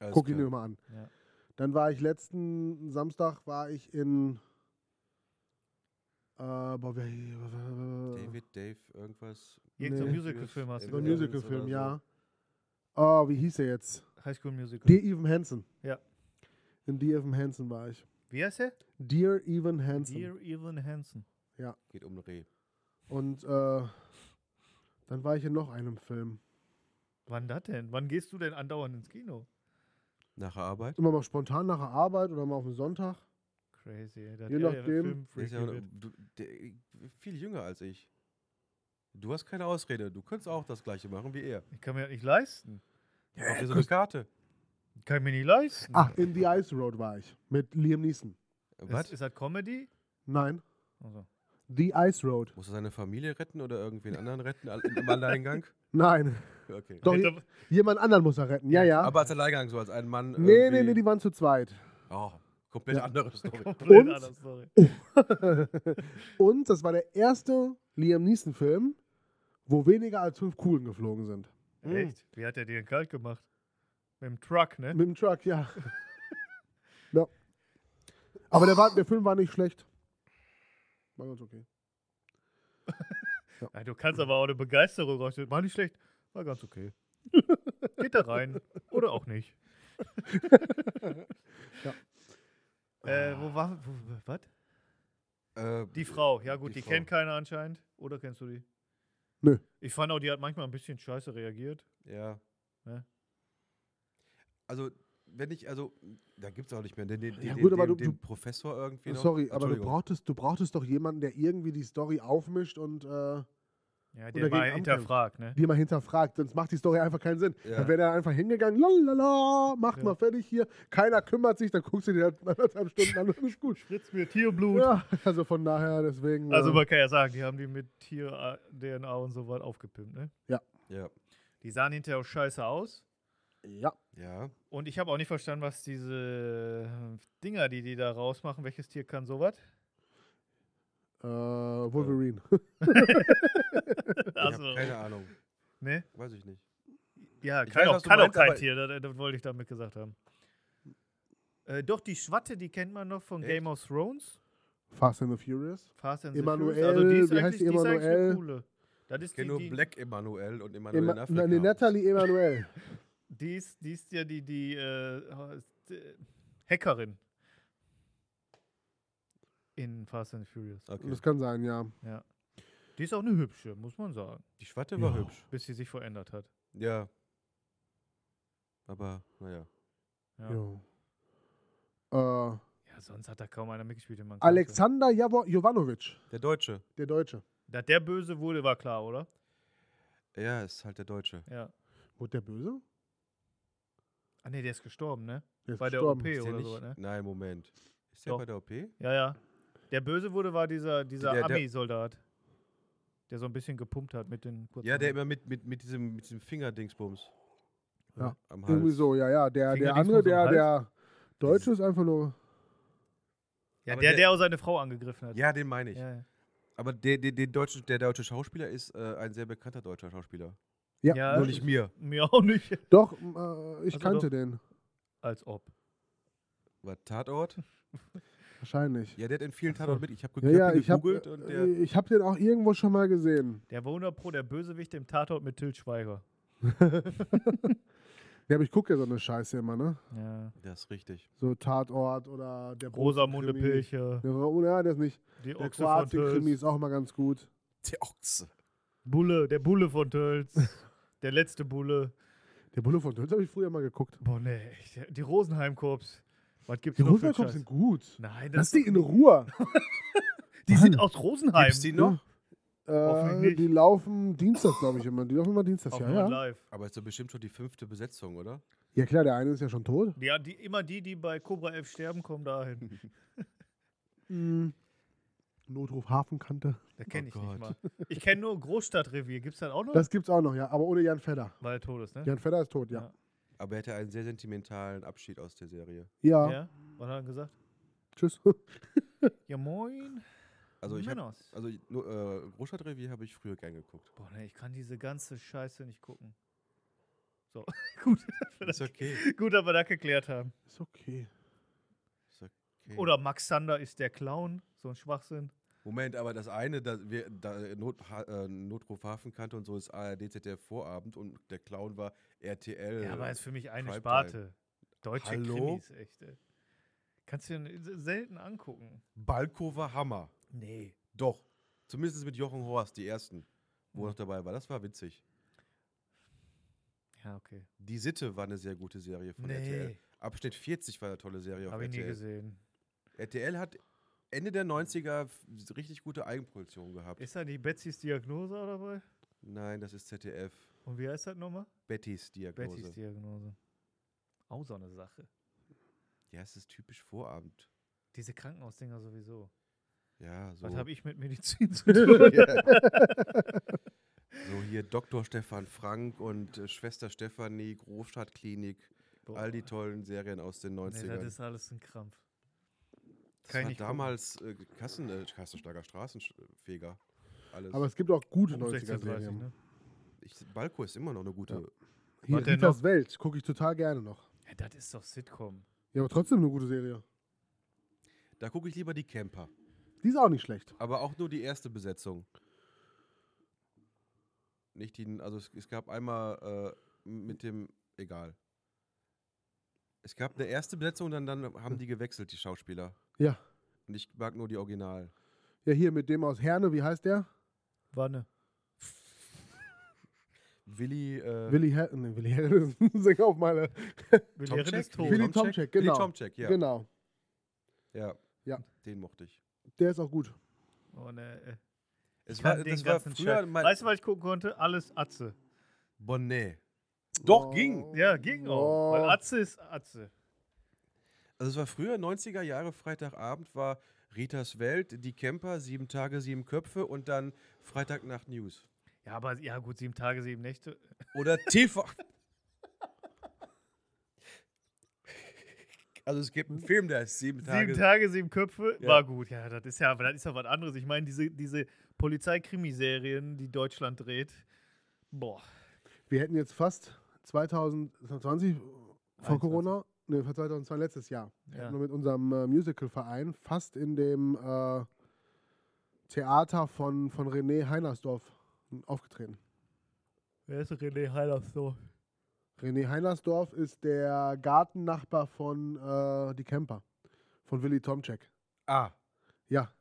[SPEAKER 3] Alles
[SPEAKER 2] Guck ihn
[SPEAKER 3] Also
[SPEAKER 2] dir
[SPEAKER 3] klar.
[SPEAKER 2] mal an.
[SPEAKER 1] Ja.
[SPEAKER 2] Dann war ich letzten Samstag war ich in äh, boah, wer,
[SPEAKER 3] David, Dave, irgendwas.
[SPEAKER 1] Irgend so ein
[SPEAKER 2] Nee.
[SPEAKER 1] Musicalfilm um hast
[SPEAKER 2] äh, so
[SPEAKER 1] du.
[SPEAKER 2] ein
[SPEAKER 1] gesehen.
[SPEAKER 2] Musical-Film,
[SPEAKER 3] oder so.
[SPEAKER 2] ja. Oh, wie hieß er jetzt?
[SPEAKER 1] High School Musical.
[SPEAKER 2] Dear Evan Hansen.
[SPEAKER 1] Ja.
[SPEAKER 2] In Dear Evan Hansen war ich.
[SPEAKER 1] Wie heißt der?
[SPEAKER 2] Dear Evan Hansen.
[SPEAKER 1] Dear Evan Hansen.
[SPEAKER 3] Geht um ein Reh.
[SPEAKER 2] Und äh, dann war ich in noch einem Film.
[SPEAKER 1] Wann das denn? Wann gehst du denn andauernd ins Kino?
[SPEAKER 3] Nach der Arbeit?
[SPEAKER 2] Immer mal spontan nach der Arbeit oder mal auf den Sonntag.
[SPEAKER 1] Crazy, ey. dass
[SPEAKER 2] Je
[SPEAKER 1] er
[SPEAKER 2] nachdem.
[SPEAKER 3] Der
[SPEAKER 1] Filmfreak
[SPEAKER 3] Ist ja,
[SPEAKER 1] wird.
[SPEAKER 3] du, der, viel jünger als ich. Du hast keine Ausrede. Du könntest auch das gleiche machen wie er.
[SPEAKER 1] Ich kann mir das nicht leisten.
[SPEAKER 3] Ja, Auf so eine Karte.
[SPEAKER 1] Kann ich mir nicht leisten.
[SPEAKER 3] Ah.
[SPEAKER 2] Ach, in The Ice Road war ich. Mit Liam Neeson.
[SPEAKER 1] ist,
[SPEAKER 3] Was?
[SPEAKER 1] ist das Comedy?
[SPEAKER 2] Nein,
[SPEAKER 1] Also.
[SPEAKER 2] The Ice Road.
[SPEAKER 3] Muss er seine Familie retten oder irgendwen anderen retten all- im
[SPEAKER 2] (laughs)
[SPEAKER 3] Alleingang?
[SPEAKER 2] Nein.
[SPEAKER 3] Okay.
[SPEAKER 2] Doch,
[SPEAKER 1] Hinter-
[SPEAKER 2] jemand anderen muss er retten. Ja, ja.
[SPEAKER 3] Aber als Alleingang, so als ein Mann.
[SPEAKER 2] nee, nee,
[SPEAKER 3] irgendwie-
[SPEAKER 2] nee, die waren zu zweit.
[SPEAKER 3] Oh, komplett
[SPEAKER 2] Ja.
[SPEAKER 3] andere
[SPEAKER 2] (laughs)
[SPEAKER 1] (laughs)
[SPEAKER 3] Story.
[SPEAKER 1] Komplett
[SPEAKER 2] Und?
[SPEAKER 1] anders, sorry.
[SPEAKER 2] Und das war der erste Liam Neeson-Film, wo weniger als fünf Kugeln geflogen sind.
[SPEAKER 1] Echt?
[SPEAKER 2] Mhm.
[SPEAKER 1] Wie hat er dir denn kalt gemacht? Mit dem Truck, ne?
[SPEAKER 2] Mit dem Truck, ja. (laughs) ja. Aber der, war, der Film war nicht schlecht. War ganz okay.
[SPEAKER 1] Ja, du kannst aber auch eine Begeisterung raus. War nicht schlecht. War ganz
[SPEAKER 2] (laughs)
[SPEAKER 1] okay. Geht da rein. Oder auch nicht.
[SPEAKER 2] Ja.
[SPEAKER 1] Äh, wo war. Wo, wo- was?
[SPEAKER 3] Äh,
[SPEAKER 1] Die Frau, ja gut, die,
[SPEAKER 3] die Frau.
[SPEAKER 1] kennt keiner anscheinend. Oder kennst du die?
[SPEAKER 2] Nö.
[SPEAKER 1] Ich fand auch, die hat manchmal ein bisschen scheiße reagiert.
[SPEAKER 3] Ja.
[SPEAKER 1] Ne?
[SPEAKER 3] Also, wenn ich, also, da gibt es auch nicht mehr den, den, den,
[SPEAKER 2] Ja, gut,
[SPEAKER 3] den,
[SPEAKER 2] aber du-
[SPEAKER 3] den
[SPEAKER 2] du-
[SPEAKER 3] Professor irgendwie noch.
[SPEAKER 2] Sorry, aber du
[SPEAKER 3] Entschuldigung.
[SPEAKER 2] brauchtest, du brauchtest doch jemanden, der irgendwie die Story aufmischt und äh,
[SPEAKER 1] Ja,
[SPEAKER 2] Oder
[SPEAKER 1] der
[SPEAKER 2] gegen
[SPEAKER 1] mal
[SPEAKER 2] Amke.
[SPEAKER 1] hinterfragt, ne?
[SPEAKER 2] die mal hinterfragt. Sonst macht die Story einfach keinen Sinn.
[SPEAKER 3] Ja.
[SPEAKER 2] Dann wäre der einfach hingegangen, lalala, macht
[SPEAKER 1] Ja.
[SPEAKER 2] mal fertig hier. Keiner kümmert sich, dann guckst du dir das (laughs) anderthalb Stunden an und ist gut.
[SPEAKER 1] Spritzt mir Tierblut.
[SPEAKER 2] Ja, also von daher, deswegen.
[SPEAKER 1] Also
[SPEAKER 2] äh,
[SPEAKER 1] man kann ja sagen, die haben die mit Tier-DNA und so weit aufgepimpt, ne?
[SPEAKER 3] Ja,
[SPEAKER 1] Die sahen hinterher auch scheiße aus.
[SPEAKER 2] ja.
[SPEAKER 3] ja.
[SPEAKER 1] Und ich habe auch nicht verstanden, was diese äh, Dinger, die die da rausmachen, welches Tier kann sowas?
[SPEAKER 2] Äh, Wolverine.
[SPEAKER 3] Ich hab
[SPEAKER 1] Also.
[SPEAKER 3] keine Ahnung.
[SPEAKER 1] ne?
[SPEAKER 3] Weiß ich nicht.
[SPEAKER 1] Ja,
[SPEAKER 3] Ich
[SPEAKER 1] kann,
[SPEAKER 3] weiß,
[SPEAKER 1] auch,
[SPEAKER 3] was du
[SPEAKER 1] kann auch
[SPEAKER 3] meinst,
[SPEAKER 1] kein
[SPEAKER 3] aber-
[SPEAKER 1] Tier, das, das wollte ich damit gesagt haben. Äh, doch, die Schwatte, die kennt man noch von
[SPEAKER 3] Echt?
[SPEAKER 1] Game of Thrones.
[SPEAKER 2] (laughs) Fast and the Furious.
[SPEAKER 1] Fast and the
[SPEAKER 2] Emanuel,
[SPEAKER 1] Furious. Also die ist
[SPEAKER 2] wie heißt
[SPEAKER 1] eigentlich,
[SPEAKER 2] die
[SPEAKER 1] die ist eigentlich eine
[SPEAKER 2] Emanuel?
[SPEAKER 1] coole. Das
[SPEAKER 3] Ich
[SPEAKER 1] ist die,
[SPEAKER 3] kenne nur
[SPEAKER 1] die,
[SPEAKER 3] Black Emanuel und Emanuel in
[SPEAKER 2] Ema
[SPEAKER 3] Afrika.
[SPEAKER 2] Nein, nee,
[SPEAKER 1] (laughs)
[SPEAKER 2] Natalie Emanuel. (laughs)
[SPEAKER 1] die, ist, die ist ja die, die äh, äh, Hackerin in Fast and Furious.
[SPEAKER 3] Okay.
[SPEAKER 2] Das kann sein, ja.
[SPEAKER 1] Die ist auch eine hübsche, muss man sagen,
[SPEAKER 3] Die Schwatte war
[SPEAKER 2] Ja.
[SPEAKER 3] hübsch.
[SPEAKER 1] bis sie sich verändert hat.
[SPEAKER 3] Ja. Aber, naja.
[SPEAKER 1] Ja,
[SPEAKER 2] Jo. Äh,
[SPEAKER 1] ja sonst hat da kaum einer mitgespielt. den man kannte.
[SPEAKER 2] Alexander Javo- Jovanovic,
[SPEAKER 3] Der Deutsche.
[SPEAKER 2] der Deutsche.
[SPEAKER 1] Dass der böse wurde, war klar, oder?
[SPEAKER 3] Ja, ist halt der Deutsche.
[SPEAKER 1] Ja.
[SPEAKER 2] Wurde der böse?
[SPEAKER 1] Ah ne, der ist gestorben, ne?
[SPEAKER 2] Der ist
[SPEAKER 1] Bei der
[SPEAKER 2] gestorben.
[SPEAKER 1] OP.
[SPEAKER 3] Ist der
[SPEAKER 1] oder
[SPEAKER 3] nicht?
[SPEAKER 1] so, ne?
[SPEAKER 3] Nein, Moment. Ist der
[SPEAKER 1] Doch.
[SPEAKER 3] bei der OP?
[SPEAKER 1] Ja, ja. Der böse wurde, war dieser, dieser
[SPEAKER 3] Der- der-
[SPEAKER 1] Ami-Soldat, der so ein bisschen gepumpt hat mit den kurzen
[SPEAKER 3] Ja, der immer mit, mit, mit diesem, mit diesem Fingerdingsbums.
[SPEAKER 2] Ja,
[SPEAKER 3] Am
[SPEAKER 2] Irgendwie
[SPEAKER 3] Hals.
[SPEAKER 2] so, ja, ja. Der,
[SPEAKER 1] Finger
[SPEAKER 2] der
[SPEAKER 1] links
[SPEAKER 2] andere,
[SPEAKER 1] vom
[SPEAKER 2] der,
[SPEAKER 1] Hals?
[SPEAKER 2] der Deutsche ist einfach nur.
[SPEAKER 1] ja,
[SPEAKER 3] aber
[SPEAKER 1] der,
[SPEAKER 3] der-
[SPEAKER 1] der auch seine Frau angegriffen hat.
[SPEAKER 3] Ja, den meine ich.
[SPEAKER 1] ja.
[SPEAKER 3] Aber der, der, der, deutsche, der deutsche Schauspieler ist äh, ein sehr bekannter deutscher Schauspieler.
[SPEAKER 2] Ja,
[SPEAKER 1] Ja.
[SPEAKER 3] Nur
[SPEAKER 1] das
[SPEAKER 3] nicht mir.
[SPEAKER 1] Mir auch nicht. (laughs)
[SPEAKER 2] doch, äh, ich
[SPEAKER 1] Also
[SPEAKER 2] kannte
[SPEAKER 1] doch.
[SPEAKER 2] den.
[SPEAKER 1] Als ob.
[SPEAKER 3] War Tatort?
[SPEAKER 2] Wahrscheinlich.
[SPEAKER 3] Ja, der hat in vielen Tatorten mit. Ich habe
[SPEAKER 2] Ja, ja,
[SPEAKER 3] Köppi
[SPEAKER 2] ich habe
[SPEAKER 3] gegoogelt und der.
[SPEAKER 2] äh, ich hab den auch irgendwo schon mal gesehen.
[SPEAKER 1] Der war 100 Pro, der Bösewicht im Tatort mit Til Schweiger.
[SPEAKER 2] Ja, aber ich gucke ja so eine Scheiße immer, ne?
[SPEAKER 1] Ja.
[SPEAKER 3] Das ist richtig.
[SPEAKER 2] So Tatort oder der
[SPEAKER 1] Rosamunde
[SPEAKER 2] Bozen-Krimi.
[SPEAKER 1] Pilcher,
[SPEAKER 2] Der Ro- oh, Ja, der ist nicht.
[SPEAKER 1] die
[SPEAKER 2] Der
[SPEAKER 1] Ochse von
[SPEAKER 2] Kroatien-Krimi
[SPEAKER 1] Tölz,
[SPEAKER 2] ist auch mal ganz gut.
[SPEAKER 3] Der Ochse.
[SPEAKER 1] Bulle, der Bulle von Tölz, der letzte Bulle.
[SPEAKER 2] Der Bulle von Tölz habe ich früher mal geguckt.
[SPEAKER 1] Boah, ne, echt, der- die Rosenheim-Korps. Was gibt's
[SPEAKER 2] Die
[SPEAKER 1] noch für
[SPEAKER 2] Rosenkops
[SPEAKER 1] Scheiß?
[SPEAKER 2] sind gut.
[SPEAKER 1] Nein, das,
[SPEAKER 2] Lass die Ah, ne. in Ruhe.
[SPEAKER 1] die sind aus Rosenheim.
[SPEAKER 3] Gibt's die noch?
[SPEAKER 2] äh,
[SPEAKER 1] Hoffentlich
[SPEAKER 2] die laufen Dienstag, glaube ich, immer. Die laufen immer Dienstag,
[SPEAKER 1] Auf
[SPEAKER 2] ja, ja.
[SPEAKER 1] Live.
[SPEAKER 3] Aber ist doch bestimmt schon die fünfte Besetzung, oder?
[SPEAKER 2] Ja, klar, der eine ist ja schon tot.
[SPEAKER 1] Ja, die, immer die, die bei Cobra 11 sterben, kommen dahin.
[SPEAKER 2] Mhm. Notruf Hafenkante.
[SPEAKER 1] Da kenne ich nicht
[SPEAKER 3] Gott.
[SPEAKER 1] mal. Ich kenne nur Großstadtrevier. Gibt's dann auch noch?
[SPEAKER 2] Das gibt's auch noch, ja. Aber ohne Jan Fedder.
[SPEAKER 1] Weil er tot ist, ne?
[SPEAKER 2] Jan Fedder ist tot, ja.
[SPEAKER 1] Ja.
[SPEAKER 3] Aber er hatte einen sehr sentimentalen Abschied aus der Serie.
[SPEAKER 2] Ja,
[SPEAKER 1] Ja? Was hat er gesagt?
[SPEAKER 2] tschüss. (laughs)
[SPEAKER 1] Ja, moin.
[SPEAKER 3] Also ich habe,
[SPEAKER 1] Männer's.
[SPEAKER 3] also ich- nur, äh, Großstadtrevier habe ich früher gern geguckt.
[SPEAKER 1] Boah, ne, ich kann diese ganze Scheiße nicht gucken. So, (laughs) gut,
[SPEAKER 3] Ist okay.
[SPEAKER 1] gut, dass wir das geklärt haben.
[SPEAKER 2] Ist okay.
[SPEAKER 3] Ist okay.
[SPEAKER 1] Oder Max Sander ist der Clown, so ein Schwachsinn.
[SPEAKER 3] Moment, aber das eine, da, wir, da Not, ha, äh, Notruf Hafenkante und so ist ARD ZDF Vorabend und der Clown war RTL.
[SPEAKER 1] Ja, aber ist für mich eine
[SPEAKER 3] Primetime.
[SPEAKER 1] Sparte. Deutsche
[SPEAKER 3] Äh, Hallo?
[SPEAKER 1] Krimis, echt. Ey. Kannst du dir selten angucken.
[SPEAKER 3] Balko war Hammer.
[SPEAKER 1] Nee.
[SPEAKER 3] Doch. Zumindest mit Jochen Horst, die ersten,
[SPEAKER 1] Hm. Mhm.
[SPEAKER 3] wo er noch dabei war. Das war witzig.
[SPEAKER 1] Ja, okay.
[SPEAKER 3] Die Sitte war eine sehr gute Serie von RTL.
[SPEAKER 1] Nee,
[SPEAKER 3] Abschnitt 40 war eine tolle Serie auf
[SPEAKER 1] habe ich nie
[SPEAKER 3] RTL.
[SPEAKER 1] gesehen.
[SPEAKER 3] RTL hat Ende der 90er f- richtig gute Eigenproduktion gehabt.
[SPEAKER 1] Ist da nicht Betsys Diagnose auch dabei?
[SPEAKER 3] Nein, das ist ZDF.
[SPEAKER 1] Und wie heißt das nochmal?
[SPEAKER 3] Bettys Diagnose.
[SPEAKER 1] Betsys Diagnose. Auch so eine Sache.
[SPEAKER 3] ja, es ist typisch Vorabend.
[SPEAKER 1] Diese Krankenhausdinger sowieso.
[SPEAKER 3] Ja, so.
[SPEAKER 1] Was
[SPEAKER 3] (laughs)
[SPEAKER 1] habe ich mit Medizin zu tun?
[SPEAKER 3] So hier Dr. Stefan Frank und äh, Schwester Stefanie, Großstadtklinik, all die tollen Serien aus den
[SPEAKER 1] Boah,
[SPEAKER 3] 90ern.
[SPEAKER 1] Oh. Nee, das ist alles ein Krampf.
[SPEAKER 3] Das
[SPEAKER 1] kann ich
[SPEAKER 3] war
[SPEAKER 1] nicht gucken.
[SPEAKER 3] damals äh, Kassen, äh, Kassenschlager Straßenfeger. Alles.
[SPEAKER 2] Aber es gibt auch gute
[SPEAKER 1] Um
[SPEAKER 2] 90er-Serien.
[SPEAKER 1] 16.30, ne?
[SPEAKER 3] ich, Balko ist immer noch eine gute.
[SPEAKER 2] Hier,
[SPEAKER 1] Was denn
[SPEAKER 2] Ritas Welt gucke ich total gerne noch.
[SPEAKER 1] Ja, das ist doch Sitcom.
[SPEAKER 2] Ja, aber trotzdem eine gute Serie.
[SPEAKER 3] Da gucke ich lieber die Camper.
[SPEAKER 2] Die ist auch nicht schlecht.
[SPEAKER 3] Aber auch nur die erste Besetzung. Nicht die, also es, es gab einmal äh, mit dem, egal. Es gab eine erste Besetzung, dann, dann haben die gewechselt, die Schauspieler.
[SPEAKER 2] Ja.
[SPEAKER 3] Und ich mag nur die Original.
[SPEAKER 2] Ja, hier mit dem aus Herne, wie heißt der?
[SPEAKER 1] Wanne.
[SPEAKER 3] Willi, äh,
[SPEAKER 2] Willi Herren. Nee, Willi (laughs) Herren ist ein Sänger auf meine.
[SPEAKER 1] Belehren
[SPEAKER 3] Tomczak?
[SPEAKER 1] ist tot.
[SPEAKER 2] Willi Tomczak, genau.
[SPEAKER 3] Willi Tomczak, ja.
[SPEAKER 2] Genau.
[SPEAKER 3] ja.
[SPEAKER 2] Ja.
[SPEAKER 3] Den mochte ich.
[SPEAKER 2] Der ist auch gut.
[SPEAKER 1] Oh, ne, äh,
[SPEAKER 3] Es
[SPEAKER 1] ich
[SPEAKER 3] war,
[SPEAKER 1] kann den
[SPEAKER 3] das war
[SPEAKER 1] ganzen
[SPEAKER 3] früher
[SPEAKER 1] Scheiß-
[SPEAKER 3] mein
[SPEAKER 1] Weißt du, was ich gucken konnte? Alles Atze.
[SPEAKER 3] Bonnet. Doch,
[SPEAKER 2] Oh.
[SPEAKER 3] ging.
[SPEAKER 1] Ja, ging auch. Weil Atze ist Atze.
[SPEAKER 3] Also es war früher, 90er Jahre, Freitagabend war Ritas Welt, die Camper, sieben Tage, sieben Köpfe und dann Freitagnacht News.
[SPEAKER 1] Ja, aber ja gut, sieben Tage, sieben Nächte.
[SPEAKER 3] (laughs) Oder TV. also es gibt einen Film, der ist sieben Tage.
[SPEAKER 1] Sieben Tage, sieben Köpfe.
[SPEAKER 3] Ja.
[SPEAKER 1] War gut, ja, das ist ja, aber das ist ja was anderes. Ich meine, diese, diese Polizeikrimiserien, die Deutschland dreht. Boah.
[SPEAKER 2] Wir hätten jetzt fast 2020 vor
[SPEAKER 1] 21.
[SPEAKER 2] Corona, ne, vor 2002 letztes Jahr,
[SPEAKER 1] Ja.
[SPEAKER 2] nur mit unserem äh, Musicalverein fast in dem äh, Theater von, von René Heinersdorf aufgetreten.
[SPEAKER 1] Wer ist René Heilersdorf?
[SPEAKER 2] René Heinersdorf ist der Gartennachbar von äh, Die Camper, von Willy Tomczak.
[SPEAKER 3] Ah,
[SPEAKER 2] Ja,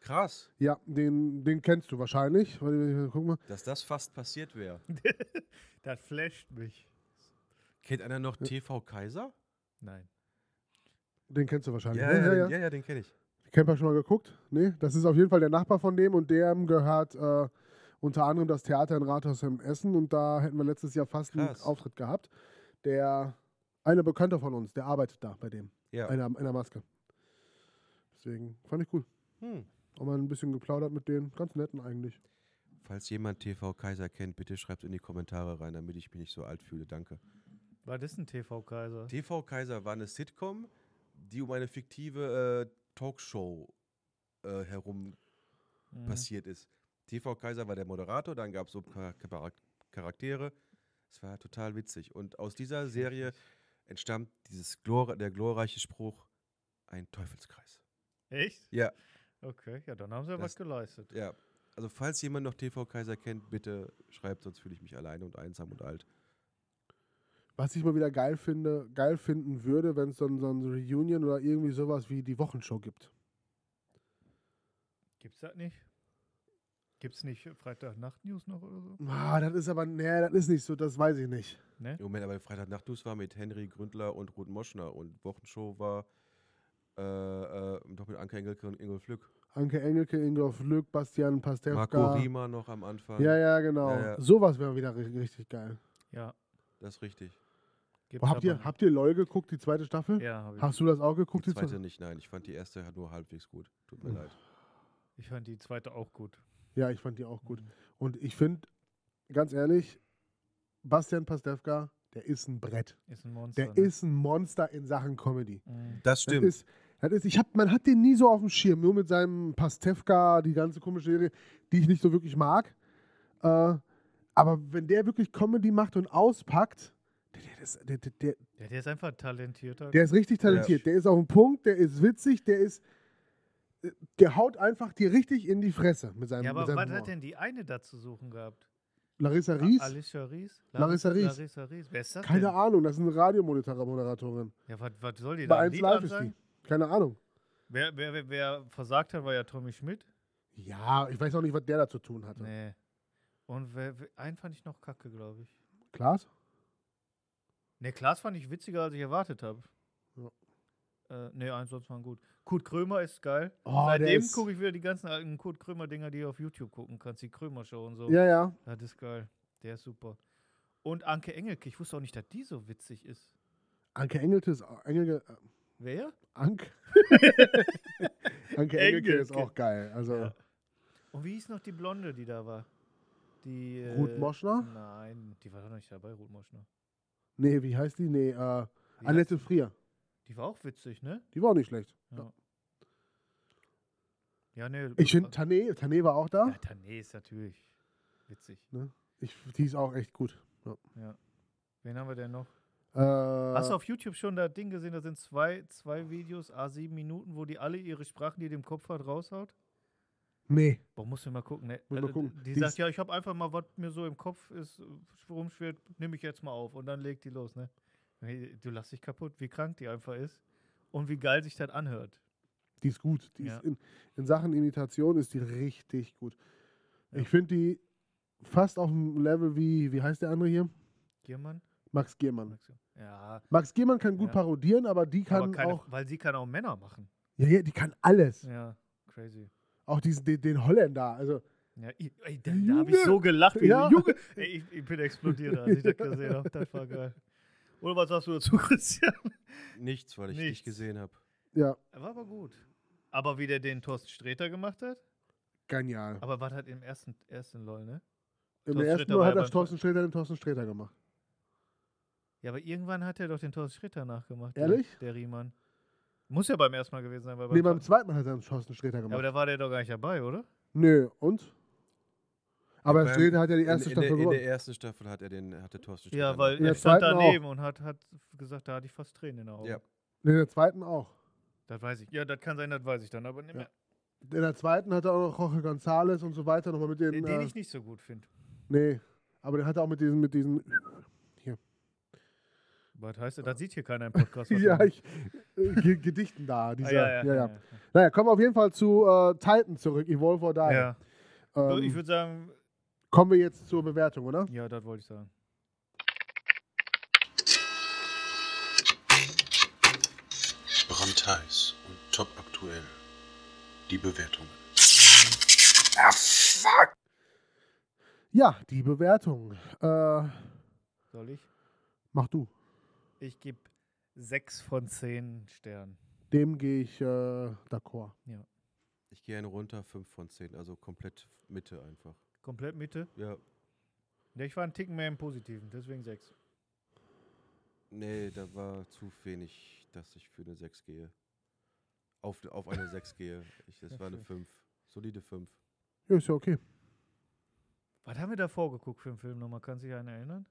[SPEAKER 3] krass,
[SPEAKER 2] ja, den, den kennst du wahrscheinlich. Warte, Guck mal.
[SPEAKER 3] dass das fast passiert wäre.
[SPEAKER 1] Das flasht mich.
[SPEAKER 3] Kennt einer noch TV Kaiser?
[SPEAKER 1] Nein.
[SPEAKER 2] Den kennst du wahrscheinlich. ne?
[SPEAKER 3] den- ja, ja, den kenne ich.
[SPEAKER 2] Camper schon mal geguckt? Nee, das ist auf jeden Fall der Nachbar von dem und dem gehört äh, unter anderem das Theater in Rathaus im Essen und da hätten wir letztes Jahr fast einen
[SPEAKER 3] Krass.
[SPEAKER 2] Auftritt gehabt. Der, eine Bekannte von uns, der arbeitet da bei dem,
[SPEAKER 3] Ja.
[SPEAKER 2] einer in der Maske. Deswegen fand ich cool.
[SPEAKER 3] Hm.
[SPEAKER 2] Auch mal ein bisschen geplaudert mit denen, ganz netten eigentlich.
[SPEAKER 3] Falls jemand TV Kaiser kennt, bitte schreibt in die Kommentare rein, damit ich mich nicht so alt fühle. Danke.
[SPEAKER 1] War das ein TV-Kaiser?
[SPEAKER 3] TV Kaiser war eine Sitcom, die um eine fiktive äh, Talkshow äh, herum
[SPEAKER 1] Mhm.
[SPEAKER 3] passiert ist. TV Kaiser war der Moderator, dann gab es so Char- Charak- Charaktere. Es war total witzig. Und aus
[SPEAKER 1] (laughs) Hm.
[SPEAKER 3] dieser Serie entstammt dieses Glor der glorreiche Spruch: ein Teufelskreis.
[SPEAKER 1] Echt?
[SPEAKER 3] Ja.
[SPEAKER 1] Okay, ja, dann haben sie ja was
[SPEAKER 3] Das-
[SPEAKER 1] geleistet.
[SPEAKER 3] Ja. Also, falls jemand noch TV Kaiser kennt, bitte schreibt, sonst fühle ich mich alleine und einsam und alt.
[SPEAKER 2] Was ich mal wieder geil finde, geil finden würde, wenn es so ein so ein Reunion oder irgendwie sowas wie die Wochenshow gibt.
[SPEAKER 1] Gibt's das nicht? Gibt's nicht Freitagnacht-News noch oder so?
[SPEAKER 2] Ah, das ist aber, nee, das ist nicht so, das weiß ich nicht.
[SPEAKER 1] Ne?
[SPEAKER 3] Im Moment, aber Freitagnachtdus war mit Henry Gründler und Ruth Moschner und Wochenshow war äh, äh, doch mit Anke Engelke und Ingolf Lück.
[SPEAKER 2] Anke Engelke, Ingolf Lück, Bastian Pastewka.
[SPEAKER 3] Marco Riemer noch am Anfang.
[SPEAKER 2] Ja, ja, genau.
[SPEAKER 3] Ja, ja.
[SPEAKER 2] Sowas wäre wieder ri- richtig geil.
[SPEAKER 1] Ja.
[SPEAKER 3] Das ist richtig.
[SPEAKER 1] Gibt's
[SPEAKER 2] Habt ihr,
[SPEAKER 1] aber
[SPEAKER 2] habt ihr LOL geguckt, die zweite Staffel?
[SPEAKER 1] nicht. Ja, hab ich.
[SPEAKER 2] Hast du das Hm. auch geguckt?
[SPEAKER 3] die
[SPEAKER 2] zweite?
[SPEAKER 3] zweite nicht, nein. Ich fand die erste halt nur halbwegs gut. Tut mir
[SPEAKER 2] Uff.
[SPEAKER 3] leid.
[SPEAKER 1] Ich fand die zweite auch gut. Mhm.
[SPEAKER 2] Ja, ich fand die auch gut. Und ich finde, ganz ehrlich, Bastian Pastewka, der ist ein Brett.
[SPEAKER 1] Ist ein Monster.
[SPEAKER 2] Der
[SPEAKER 1] ne?
[SPEAKER 2] ist ein Monster in Sachen Comedy.
[SPEAKER 1] Mhm.
[SPEAKER 2] Das
[SPEAKER 3] Das stimmt.
[SPEAKER 2] ist, das ist, ich hab, man hat den nie so auf dem Schirm, nur mit seinem Pastewka, die ganze komische Serie, die ich nicht so wirklich mag. Äh, aber wenn der wirklich Comedy macht und auspackt, der, der, ist- der, der, der,
[SPEAKER 1] Ja, der ist einfach ein talentierter.
[SPEAKER 2] der ist richtig talentiert. Der ist auf dem Punkt, der ist witzig, der ist. äh, Der haut einfach dir richtig in die Fresse mit seinem.
[SPEAKER 1] ja, aber
[SPEAKER 2] mit seinem
[SPEAKER 1] was
[SPEAKER 2] Humor.
[SPEAKER 1] hat denn die eine da zu suchen gehabt?
[SPEAKER 2] Larissa
[SPEAKER 1] A-
[SPEAKER 2] Ries?
[SPEAKER 1] Alicia Ries?
[SPEAKER 2] Larissa Ries.
[SPEAKER 1] Larissa Ries. Wer ist das
[SPEAKER 2] Keine
[SPEAKER 1] denn?
[SPEAKER 2] Ahnung, das ist eine Radiomoderatorin.
[SPEAKER 1] Ja, was, was soll die
[SPEAKER 2] Bei
[SPEAKER 1] da? ein
[SPEAKER 2] 1
[SPEAKER 1] Lied
[SPEAKER 2] Live ist die.
[SPEAKER 1] ansagen?
[SPEAKER 2] Keine Ahnung.
[SPEAKER 1] Wer, wer, wer, wer versagt hat, war ja Tommy Schmidt.
[SPEAKER 2] Ja, ich weiß auch nicht, was der da zu tun hatte.
[SPEAKER 1] Nee. Und wer, wer, einen fand ich noch kacke, glaube ich.
[SPEAKER 2] Klaas?
[SPEAKER 1] Ne, Klaas fand ich witziger, als ich erwartet habe.
[SPEAKER 2] Ja.
[SPEAKER 1] Äh, ne, eins sonst waren gut. Kurt Krömer ist geil.
[SPEAKER 2] Oh, der
[SPEAKER 1] Seitdem
[SPEAKER 2] ist-
[SPEAKER 1] gucke ich wieder die ganzen alten Kurt Krömer-Dinger, die du auf YouTube gucken kannst. Die Krömer-Show und so.
[SPEAKER 2] Ja, ja.
[SPEAKER 1] Das ist geil. Der ist super. Und Anke Engelke. Ich wusste auch nicht, dass die so witzig ist.
[SPEAKER 2] Anke Engelke ist auch, Engelke, äh,
[SPEAKER 1] Wer? (laughs)
[SPEAKER 2] Anke. Anke Engelke ist
[SPEAKER 1] Engelke.
[SPEAKER 2] auch geil. Also
[SPEAKER 1] Ja. Und wie hieß noch die Blonde, die da war? Die. Äh,
[SPEAKER 2] Ruth Moschner?
[SPEAKER 1] Nein, die war doch nicht dabei, Ruth Moschner.
[SPEAKER 2] Nee, wie heißt die? Nee, äh,
[SPEAKER 1] Die
[SPEAKER 2] Annette Frier.
[SPEAKER 1] hat- Die war auch witzig, ne?
[SPEAKER 2] Die war auch nicht schlecht.
[SPEAKER 1] Ja. Ja, ne.
[SPEAKER 2] Ich finde, Tané, Tané war auch da.
[SPEAKER 1] Ja, Tané ist natürlich witzig.
[SPEAKER 2] Ich, die ist auch echt gut.
[SPEAKER 1] Wen haben wir denn noch?
[SPEAKER 2] Ja. Äh,
[SPEAKER 1] Hast du auf YouTube schon das Ding gesehen? Da sind zwei, zwei Videos, A7 Minuten, wo die alle ihre Sprachen, die dem Kopf hat, raushaut.
[SPEAKER 2] Nee.
[SPEAKER 1] Boah, muss ich mal gucken. Ne?
[SPEAKER 2] Muss mal
[SPEAKER 1] Also,
[SPEAKER 2] gucken.
[SPEAKER 1] Die,
[SPEAKER 2] Die
[SPEAKER 1] sagt,
[SPEAKER 2] ist-
[SPEAKER 1] ja, ich habe einfach mal, was mir so im Kopf ist, äh, rumschwirrt, nehme ich jetzt mal auf. Und dann legt die los, ne? Hey, Du lass dich kaputt, wie krank die einfach ist. Und wie geil sich das anhört.
[SPEAKER 2] Die ist gut. Die
[SPEAKER 1] Ja.
[SPEAKER 2] ist in, in Sachen Imitation ist die richtig gut.
[SPEAKER 1] Ja.
[SPEAKER 2] Ich finde die fast auf dem Level wie, wie heißt der andere hier?
[SPEAKER 1] Giermann?
[SPEAKER 2] Max Giermann.
[SPEAKER 1] Ja,
[SPEAKER 2] Max Giermann kann gut
[SPEAKER 1] Ja.
[SPEAKER 2] parodieren, aber die kann
[SPEAKER 1] aber keine,
[SPEAKER 2] auch.
[SPEAKER 1] weil sie kann auch Männer machen.
[SPEAKER 2] Ja, ja, die kann alles.
[SPEAKER 1] Ja, crazy.
[SPEAKER 2] Auch diesen, den, den Holländer. Also,
[SPEAKER 1] Ja, i- ey, da, da habe ich
[SPEAKER 2] Junge!
[SPEAKER 1] so gelacht. Wie
[SPEAKER 2] Ja.
[SPEAKER 1] ja.
[SPEAKER 2] (laughs)
[SPEAKER 1] Junge. Ey, ich, ich bin explodiert, als ich das gesehen habe. Das war geil. Oder was sagst du dazu, (laughs) Christian?
[SPEAKER 3] Nichts, weil ich
[SPEAKER 1] Nichts.
[SPEAKER 3] nicht gesehen habe.
[SPEAKER 2] ja,
[SPEAKER 1] War aber gut. Aber wie der den Thorsten Sträter gemacht hat?
[SPEAKER 2] genial.
[SPEAKER 1] Aber war das im ersten, ersten LOL, ne?
[SPEAKER 2] Im
[SPEAKER 1] Thorsten
[SPEAKER 2] ersten
[SPEAKER 1] Sträter
[SPEAKER 2] Mal
[SPEAKER 1] war
[SPEAKER 2] hat
[SPEAKER 1] ja
[SPEAKER 2] das
[SPEAKER 1] beim-
[SPEAKER 2] Thorsten Sträter den Thorsten Sträter gemacht.
[SPEAKER 1] Ja, aber irgendwann hat er doch den Thorsten Sträter nachgemacht.
[SPEAKER 2] Ehrlich?
[SPEAKER 1] Der, der Riemann. Muss ja beim ersten Mal gewesen sein. Weil beim
[SPEAKER 2] nee, beim
[SPEAKER 1] zweiten-
[SPEAKER 2] zweiten Mal hat er den Thorsten Sträter
[SPEAKER 1] ja, aber
[SPEAKER 2] gemacht.
[SPEAKER 1] da war der doch gar nicht dabei, oder?
[SPEAKER 2] Nö, und? Aber
[SPEAKER 3] beim-
[SPEAKER 2] Sträter hat ja die erste
[SPEAKER 3] in, in, der,
[SPEAKER 2] Staffel
[SPEAKER 3] in der
[SPEAKER 2] gewonnen.
[SPEAKER 3] ersten Staffel hat er den, hat der Thorsten Sträter
[SPEAKER 1] Ja, weil
[SPEAKER 2] In der
[SPEAKER 1] er stand
[SPEAKER 2] zweiten auch.
[SPEAKER 1] daneben und hat, hat gesagt, da hatte ich fast Tränen in den Augen.
[SPEAKER 3] Ja.
[SPEAKER 2] In der zweiten auch.
[SPEAKER 1] Das weiß ich. Ja, das kann sein, das weiß ich dann, aber nicht
[SPEAKER 2] Ja.
[SPEAKER 1] mehr.
[SPEAKER 2] In der zweiten hat er auch noch Jorge González und so weiter nochmal mit den.
[SPEAKER 1] Den,
[SPEAKER 2] äh,
[SPEAKER 1] ich nicht so gut finde.
[SPEAKER 2] Nee, aber der hat auch mit diesen, mit diesen.
[SPEAKER 1] Was heißt das? Das sieht hier keiner im Podcast. was
[SPEAKER 2] (laughs) ja,
[SPEAKER 1] wir-
[SPEAKER 2] ich, äh, Ge- Gedichten da. Dieser,
[SPEAKER 1] Ah,
[SPEAKER 2] ja, ja, Naja, kommen wir auf jeden Fall zu äh, Titan zurück, Evolve or Die.
[SPEAKER 1] ja. ja. So,
[SPEAKER 2] Ähm,
[SPEAKER 1] ich würde sagen,
[SPEAKER 2] kommen wir jetzt zur Bewertung, oder?
[SPEAKER 1] ja, das wollte ich sagen.
[SPEAKER 5] brandheiß und top aktuell. Die Bewertungen.
[SPEAKER 2] Ja, die Bewertung. Äh,
[SPEAKER 1] Soll ich?
[SPEAKER 2] mach du.
[SPEAKER 1] Ich gebe sechs von zehn Sternen.
[SPEAKER 2] Dem gehe ich äh, d'accord.
[SPEAKER 3] Ich gehe einen runter, 5 von 10, also komplett Mitte einfach.
[SPEAKER 1] Komplett Mitte.
[SPEAKER 3] Ja,
[SPEAKER 1] Ja, ich war einen Ticken mehr im Positiven, deswegen sechs.
[SPEAKER 3] nee, da war zu wenig, dass ich für eine 6 gehe. Auf,
[SPEAKER 1] (laughs)
[SPEAKER 3] auf eine 6 gehe. Ich, das
[SPEAKER 1] Ja,
[SPEAKER 3] war eine
[SPEAKER 1] schön.
[SPEAKER 3] 5. Solide 5.
[SPEAKER 2] Ja, ist ja okay.
[SPEAKER 1] Was haben wir davor geguckt für einen Film nochmal? Kann sich einer erinnern?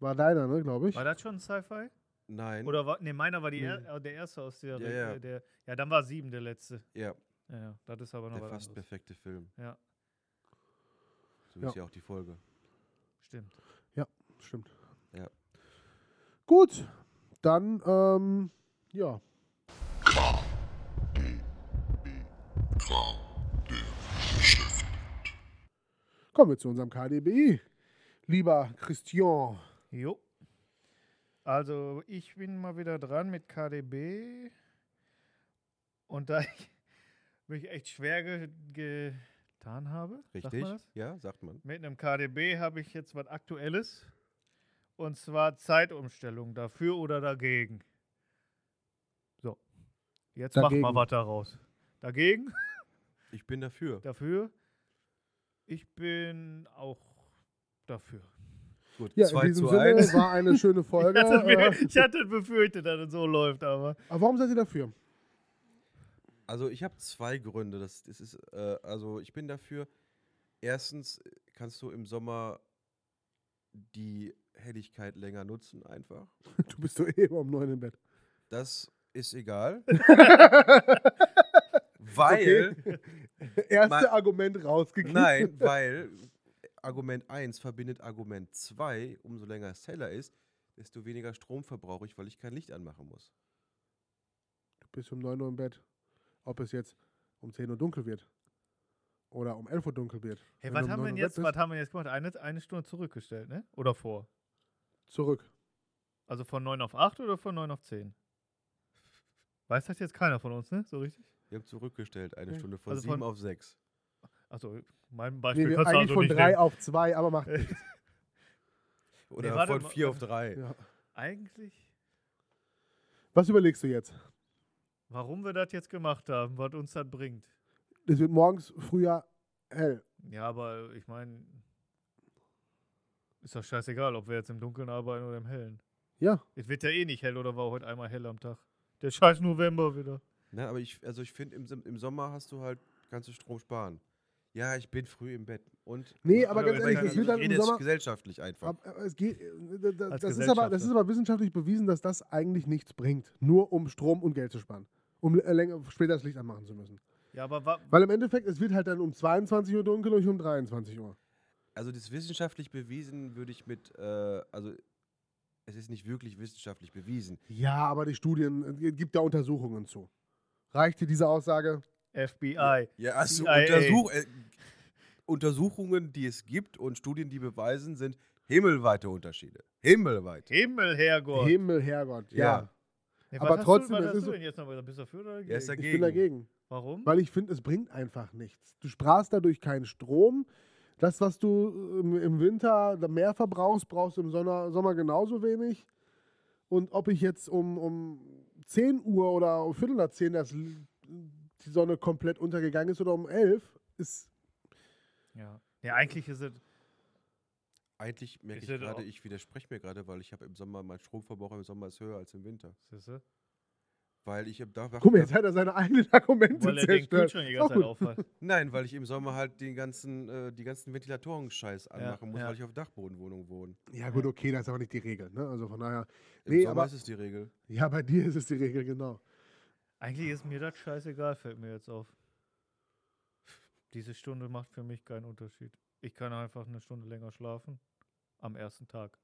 [SPEAKER 2] War deiner, ne, glaube ich.
[SPEAKER 1] War das schon ein Sci-Fi?
[SPEAKER 3] Nein.
[SPEAKER 1] Oder war, nee, meiner war die
[SPEAKER 2] Nee.
[SPEAKER 1] er, äh, der erste aus der,
[SPEAKER 3] Ja,
[SPEAKER 1] Re-
[SPEAKER 3] ja.
[SPEAKER 1] äh, der. Ja, dann war sieben der letzte.
[SPEAKER 3] ja,
[SPEAKER 1] Ja, ja, das ist aber noch
[SPEAKER 3] der
[SPEAKER 1] was
[SPEAKER 3] fast
[SPEAKER 1] anderes.
[SPEAKER 3] perfekte Film.
[SPEAKER 1] Ja.
[SPEAKER 3] So
[SPEAKER 2] Ja.
[SPEAKER 3] ist ja auch die Folge.
[SPEAKER 1] Stimmt.
[SPEAKER 2] Stimmt.
[SPEAKER 3] Ja.
[SPEAKER 2] Gut, dann, ähm, ja. Kommen wir zu unserem KDBI. Lieber Christian,
[SPEAKER 1] Jo. Also, ich bin mal wieder dran mit KDB. Und da (laughs) ich mich echt schwer ge getan habe, sagt
[SPEAKER 3] Richtig?
[SPEAKER 1] man das?
[SPEAKER 3] Ja, sagt man.
[SPEAKER 1] Mit einem KDB habe ich jetzt was Aktuelles. Und zwar Zeitumstellung dafür oder dagegen. So. Jetzt mach
[SPEAKER 2] Dagegen.
[SPEAKER 1] mal was daraus. Dagegen?
[SPEAKER 3] Ich bin dafür.
[SPEAKER 1] Dafür? (laughs) Ich bin auch dafür.
[SPEAKER 3] Gut,
[SPEAKER 2] Ja, in
[SPEAKER 3] 2
[SPEAKER 2] diesem
[SPEAKER 3] zu
[SPEAKER 2] Sinne
[SPEAKER 3] 1.
[SPEAKER 2] war eine
[SPEAKER 3] (laughs)
[SPEAKER 2] schöne Folge.
[SPEAKER 1] Ich hatte,
[SPEAKER 2] äh,
[SPEAKER 1] ich hatte befürchtet, dass es so läuft, aber.
[SPEAKER 2] aber warum seid ihr dafür? (laughs)
[SPEAKER 3] Also ich habe zwei Gründe. Das, das ist, äh, also ich bin dafür. Erstens äh, kannst du im Sommer die Helligkeit länger nutzen, einfach.
[SPEAKER 2] Du bist doch eh immer um neun im Bett.
[SPEAKER 3] Das ist
[SPEAKER 2] (laughs)
[SPEAKER 3] egal. weil,
[SPEAKER 2] Erste
[SPEAKER 3] Mal-
[SPEAKER 2] Argument rausgekriegt. (laughs)
[SPEAKER 3] nein, weil Argument 1 verbindet Argument 2, umso länger es heller ist, desto weniger Strom verbrauche ich, weil ich kein Licht anmachen muss.
[SPEAKER 2] Du bist um neun Uhr im Bett. Ob es jetzt um 10 Uhr dunkel wird oder um 11 Uhr dunkel wird.
[SPEAKER 1] Hey,
[SPEAKER 2] Wenn
[SPEAKER 1] was
[SPEAKER 2] du um
[SPEAKER 1] haben, wir denn
[SPEAKER 2] 9 Uhr im Bett
[SPEAKER 1] jetzt, was haben wir jetzt gemacht? Eine, eine Stunde zurückgestellt, ne? Oder vor?
[SPEAKER 2] bist, Zurück.
[SPEAKER 1] Also von 9 auf 8 oder von 9 auf 10? Weiß das jetzt keiner von uns, ne? So richtig?
[SPEAKER 3] Wir haben zurückgestellt, eine
[SPEAKER 2] Ja.
[SPEAKER 3] Stunde von
[SPEAKER 1] Also
[SPEAKER 3] 7
[SPEAKER 1] von-
[SPEAKER 3] auf 6.
[SPEAKER 1] Achso, Also, mein
[SPEAKER 2] Nee,
[SPEAKER 1] Beispiel
[SPEAKER 2] wir,
[SPEAKER 1] kannst du
[SPEAKER 2] eigentlich
[SPEAKER 1] also
[SPEAKER 2] von
[SPEAKER 1] nicht
[SPEAKER 2] drei
[SPEAKER 1] nehmen.
[SPEAKER 2] auf zwei, aber macht.
[SPEAKER 3] Oder
[SPEAKER 1] warte
[SPEAKER 3] von
[SPEAKER 1] mal.
[SPEAKER 3] 4 auf 3.
[SPEAKER 2] äh, Ja.
[SPEAKER 1] Eigentlich,
[SPEAKER 2] Was überlegst du jetzt?
[SPEAKER 1] warum wir das jetzt gemacht haben, was uns das bringt.
[SPEAKER 2] Es wird morgens früher hell.
[SPEAKER 1] Ja, aber ich meine, ist doch scheißegal, ob wir jetzt im Dunkeln arbeiten oder im Hellen.
[SPEAKER 2] Ja.
[SPEAKER 1] Es wird ja eh nicht hell oder war heute einmal hell am Tag. Der scheiß November wieder.
[SPEAKER 3] Ne, aber ich, also ich finde, im, Sim- im Sommer hast du halt, kannst du Strom sparen. Ja, ich bin früh im Bett. Und
[SPEAKER 2] Nee, aber
[SPEAKER 1] aber wenn
[SPEAKER 2] ganz ehrlich,
[SPEAKER 1] dann-
[SPEAKER 2] es wird dann
[SPEAKER 3] ich
[SPEAKER 2] im
[SPEAKER 3] rede jetzt
[SPEAKER 2] Sommer.
[SPEAKER 3] gesellschaftlich einfach.
[SPEAKER 2] Ab- aber Es geht, äh, da- da-
[SPEAKER 1] Als
[SPEAKER 2] das, ist aber, das ist
[SPEAKER 1] Gesellschafter.
[SPEAKER 2] aber wissenschaftlich bewiesen, dass das eigentlich nichts bringt. Nur um Strom und Geld zu sparen. Um äh, länger, später das Licht anmachen zu müssen.
[SPEAKER 1] Ja, aber wa
[SPEAKER 2] Weil im Endeffekt, es wird halt dann um 22 Uhr dunkel und nicht um 23 Uhr.
[SPEAKER 3] also das wissenschaftlich bewiesen würde ich mit, äh, also es ist nicht wirklich wissenschaftlich bewiesen.
[SPEAKER 2] Ja, aber die Studien, es gibt da Untersuchungen zu. Reicht dir diese Aussage?
[SPEAKER 1] FBI.
[SPEAKER 3] Ja, also
[SPEAKER 1] CIA.
[SPEAKER 3] Untersuch, äh, Untersuchungen, die es gibt und Studien, die beweisen, sind himmelweite Unterschiede. Himmelweit.
[SPEAKER 1] Himmel, Herrgott.
[SPEAKER 2] Himmel, Herrgott, ja.
[SPEAKER 3] Ja.
[SPEAKER 1] Nee,
[SPEAKER 2] aber
[SPEAKER 1] was hast du,
[SPEAKER 2] trotzdem,
[SPEAKER 1] was
[SPEAKER 2] es ist
[SPEAKER 1] hast du
[SPEAKER 2] so-
[SPEAKER 1] denn jetzt noch? Bist du dafür oder dagegen?
[SPEAKER 3] Er ist
[SPEAKER 2] Ich
[SPEAKER 3] dagegen.
[SPEAKER 2] bin dagegen.
[SPEAKER 1] Warum?
[SPEAKER 2] Weil ich finde, es bringt einfach nichts. Du sparst dadurch keinen Strom. Das, was du äh, im, im Winter mehr verbrauchst, brauchst du im Sommer, Sommer genauso wenig. Und ob ich jetzt um, um 10 Uhr oder um Viertel nach 10 das, L- die Sonne komplett untergegangen ist oder um 11, ist.
[SPEAKER 1] Ja. ja, eigentlich ist es.
[SPEAKER 3] Eigentlich merke
[SPEAKER 1] Ist
[SPEAKER 3] ich
[SPEAKER 1] das
[SPEAKER 3] gerade,
[SPEAKER 1] auch-
[SPEAKER 3] ich widerspreche mir gerade, weil ich habe im Sommer, mein Stromverbrauch im Sommer ist höher als im Winter.
[SPEAKER 2] (laughs)
[SPEAKER 1] Siehste?
[SPEAKER 3] Weil ich im da
[SPEAKER 2] Guck mal, jetzt hat er seine eigenen Argumente
[SPEAKER 1] Weil er den
[SPEAKER 2] zerstört.
[SPEAKER 1] Kühlschrank die
[SPEAKER 2] Auch
[SPEAKER 1] ganze Zeit
[SPEAKER 2] gut.
[SPEAKER 1] aufhat.
[SPEAKER 3] Nein, weil ich im Sommer halt den ganzen, äh, die ganzen Ventilatoren-Scheiß anmachen muss,
[SPEAKER 1] ja.
[SPEAKER 3] weil ich auf Dachbodenwohnung wohne.
[SPEAKER 2] Ja, gut, okay, das ist aber nicht die Regel. Ne? Also von daher.
[SPEAKER 3] Im
[SPEAKER 2] Nee,
[SPEAKER 3] Sommer
[SPEAKER 2] aber-
[SPEAKER 3] ist es die Regel.
[SPEAKER 2] Ja, bei dir ist es die Regel, genau.
[SPEAKER 1] Eigentlich ist mir das scheißegal, fällt mir jetzt auf. Diese Stunde macht für mich keinen Unterschied. Ich kann einfach eine Stunde länger schlafen. Am ersten Tag.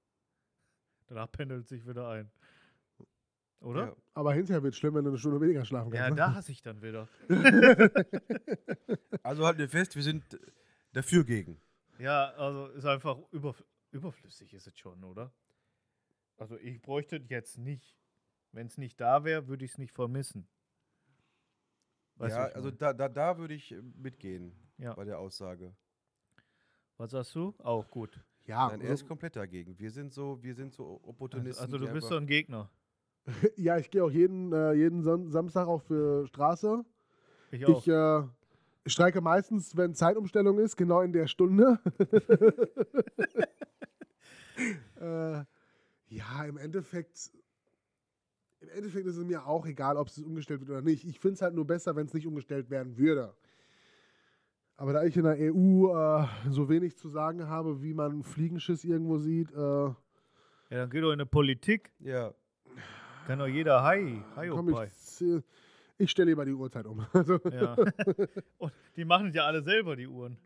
[SPEAKER 1] Danach pendelt sich wieder ein. Oder?
[SPEAKER 2] Aber hinterher wird es schlimm, wenn du eine Stunde weniger schlafen
[SPEAKER 1] Ja,
[SPEAKER 2] kannst. ne?
[SPEAKER 3] genau.
[SPEAKER 1] da hasse ich dann wieder.
[SPEAKER 3] Ja. Also halten wir fest, wir sind äh, dafür gegen.
[SPEAKER 1] Ja, also ist einfach überf überflüssig ist es schon, oder? Also ich bräuchte es jetzt nicht. Wenn es nicht da wäre, würde ich es nicht vermissen. Weißt du,
[SPEAKER 3] ja,
[SPEAKER 1] was ich
[SPEAKER 3] also
[SPEAKER 1] mein?
[SPEAKER 3] da, da, da würde ich äh, mitgehen
[SPEAKER 1] Ja.
[SPEAKER 3] bei der Aussage.
[SPEAKER 1] Was sagst du? Auch gut.
[SPEAKER 2] Ja, äh,
[SPEAKER 3] Nein, er ist komplett dagegen. Wir sind so, wir sind so
[SPEAKER 1] Also,
[SPEAKER 3] Opportunisten.
[SPEAKER 1] also
[SPEAKER 3] die
[SPEAKER 1] du bist so
[SPEAKER 3] einfach-
[SPEAKER 1] ein Gegner.
[SPEAKER 2] Ja, ich gehe auch jeden, äh, jeden Son Samstag auf äh, Straße.
[SPEAKER 1] Ich auch.
[SPEAKER 2] Ich äh, streike meistens, wenn Zeitumstellung ist, genau in der Stunde. (laughs) äh, ja, im Endeffekt, im Endeffekt ist es mir auch egal, ob es umgestellt wird oder nicht. Ich finde es halt nur besser, wenn es nicht umgestellt werden würde. Aber da ich in der EU äh, so wenig zu sagen habe, wie man Fliegenschiss irgendwo sieht, äh,
[SPEAKER 1] ja, dann geh doch in die Politik.
[SPEAKER 3] Ja,
[SPEAKER 1] Kann doch jeder Hi. Hi,
[SPEAKER 2] komm,
[SPEAKER 1] Opai.
[SPEAKER 2] ich, ich stelle lieber die Uhrzeit um. (laughs) Also,
[SPEAKER 1] Ja. Und die machen ja alle selber, die Uhren.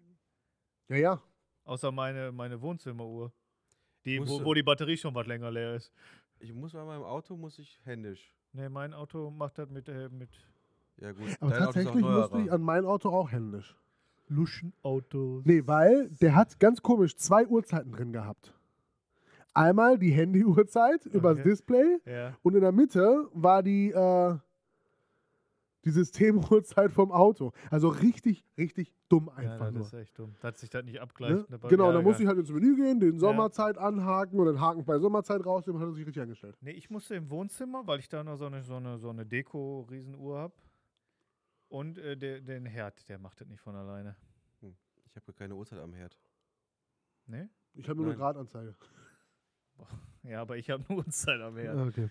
[SPEAKER 2] ja, ja.
[SPEAKER 1] Außer meine, meine Wohnzimmeruhr. Die,
[SPEAKER 3] Musst
[SPEAKER 1] wo,
[SPEAKER 3] du-
[SPEAKER 1] wo die Batterie schon was länger leer ist.
[SPEAKER 3] ich muss bei meinem Auto muss ich händisch.
[SPEAKER 1] Nee, mein Auto macht das mit, äh, mit
[SPEAKER 3] Ja gut.
[SPEAKER 2] Aber
[SPEAKER 3] dein Auto ist auch
[SPEAKER 2] tatsächlich musste
[SPEAKER 3] neuerer.
[SPEAKER 2] ich an mein Auto auch händisch.
[SPEAKER 1] Luschenautos.
[SPEAKER 2] Nee, weil der hat ganz komisch zwei Uhrzeiten drin gehabt. Einmal die Handy-Uhrzeit (laughs) übers
[SPEAKER 1] Okay.
[SPEAKER 2] Display
[SPEAKER 1] Ja.
[SPEAKER 2] und in der Mitte war die, äh, die Systemuhrzeit vom Auto. Also richtig, richtig dumm einfach
[SPEAKER 1] ja, das
[SPEAKER 2] nur.
[SPEAKER 1] ist echt dumm. Dass sich das nicht
[SPEAKER 2] Ne?
[SPEAKER 1] abgleicht. ne, bei-
[SPEAKER 2] Genau,
[SPEAKER 1] ja,
[SPEAKER 2] da musste ich
[SPEAKER 1] egal.
[SPEAKER 2] halt ins Menü gehen, den Sommerzeit anhaken und den Haken bei Sommerzeit rausnehmen, hat er sich richtig angestellt.
[SPEAKER 1] Nee, ich musste im Wohnzimmer, weil ich da noch so eine, so eine, so eine Deko-Riesenuhr habe. Und äh, der, den Herd, der macht das nicht von alleine.
[SPEAKER 3] Ich habe keine Uhrzeit am Herd.
[SPEAKER 1] Nee?
[SPEAKER 2] Ich habe nur eine
[SPEAKER 3] Nein.
[SPEAKER 2] Gradanzeige.
[SPEAKER 1] Ja, aber ich habe (laughs) nur Unzeit am Herd.
[SPEAKER 2] Okay.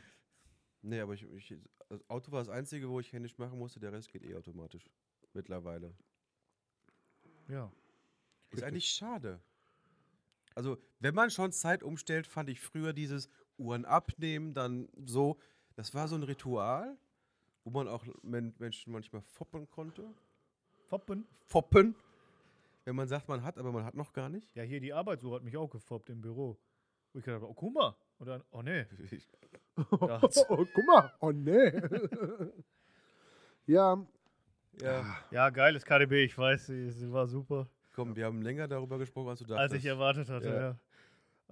[SPEAKER 3] Nee, aber ich, ich, das Auto war das Einzige, wo ich händisch machen musste. Der Rest geht eh automatisch. Mittlerweile.
[SPEAKER 1] Ja.
[SPEAKER 3] Ist eigentlich schade. Also, wenn man schon Zeit umstellt, fand ich früher dieses Uhren abnehmen, dann so. Das war so ein Ritual, wo man auch men Menschen manchmal foppen konnte.
[SPEAKER 1] Foppen.
[SPEAKER 3] Foppen? Wenn man sagt, man hat, aber man hat noch gar nicht. (laughs)
[SPEAKER 1] Ja, hier die Arbeitsuhr hat mich auch gefoppt im Büro. Wo ich gedacht habe, oh, guck mal. Und dann, oh
[SPEAKER 3] (laughs)
[SPEAKER 1] nee. Da hat's-
[SPEAKER 2] (laughs) Oh, guck mal.
[SPEAKER 1] (laughs)
[SPEAKER 2] Oh, nee. ja,
[SPEAKER 3] Ja,
[SPEAKER 1] ja, geiles KDB, ich weiß, es war super.
[SPEAKER 3] komm, wir haben länger darüber gesprochen, als du
[SPEAKER 1] Als
[SPEAKER 3] dachtest.
[SPEAKER 1] ich erwartet hatte,
[SPEAKER 3] Ja.
[SPEAKER 1] ja.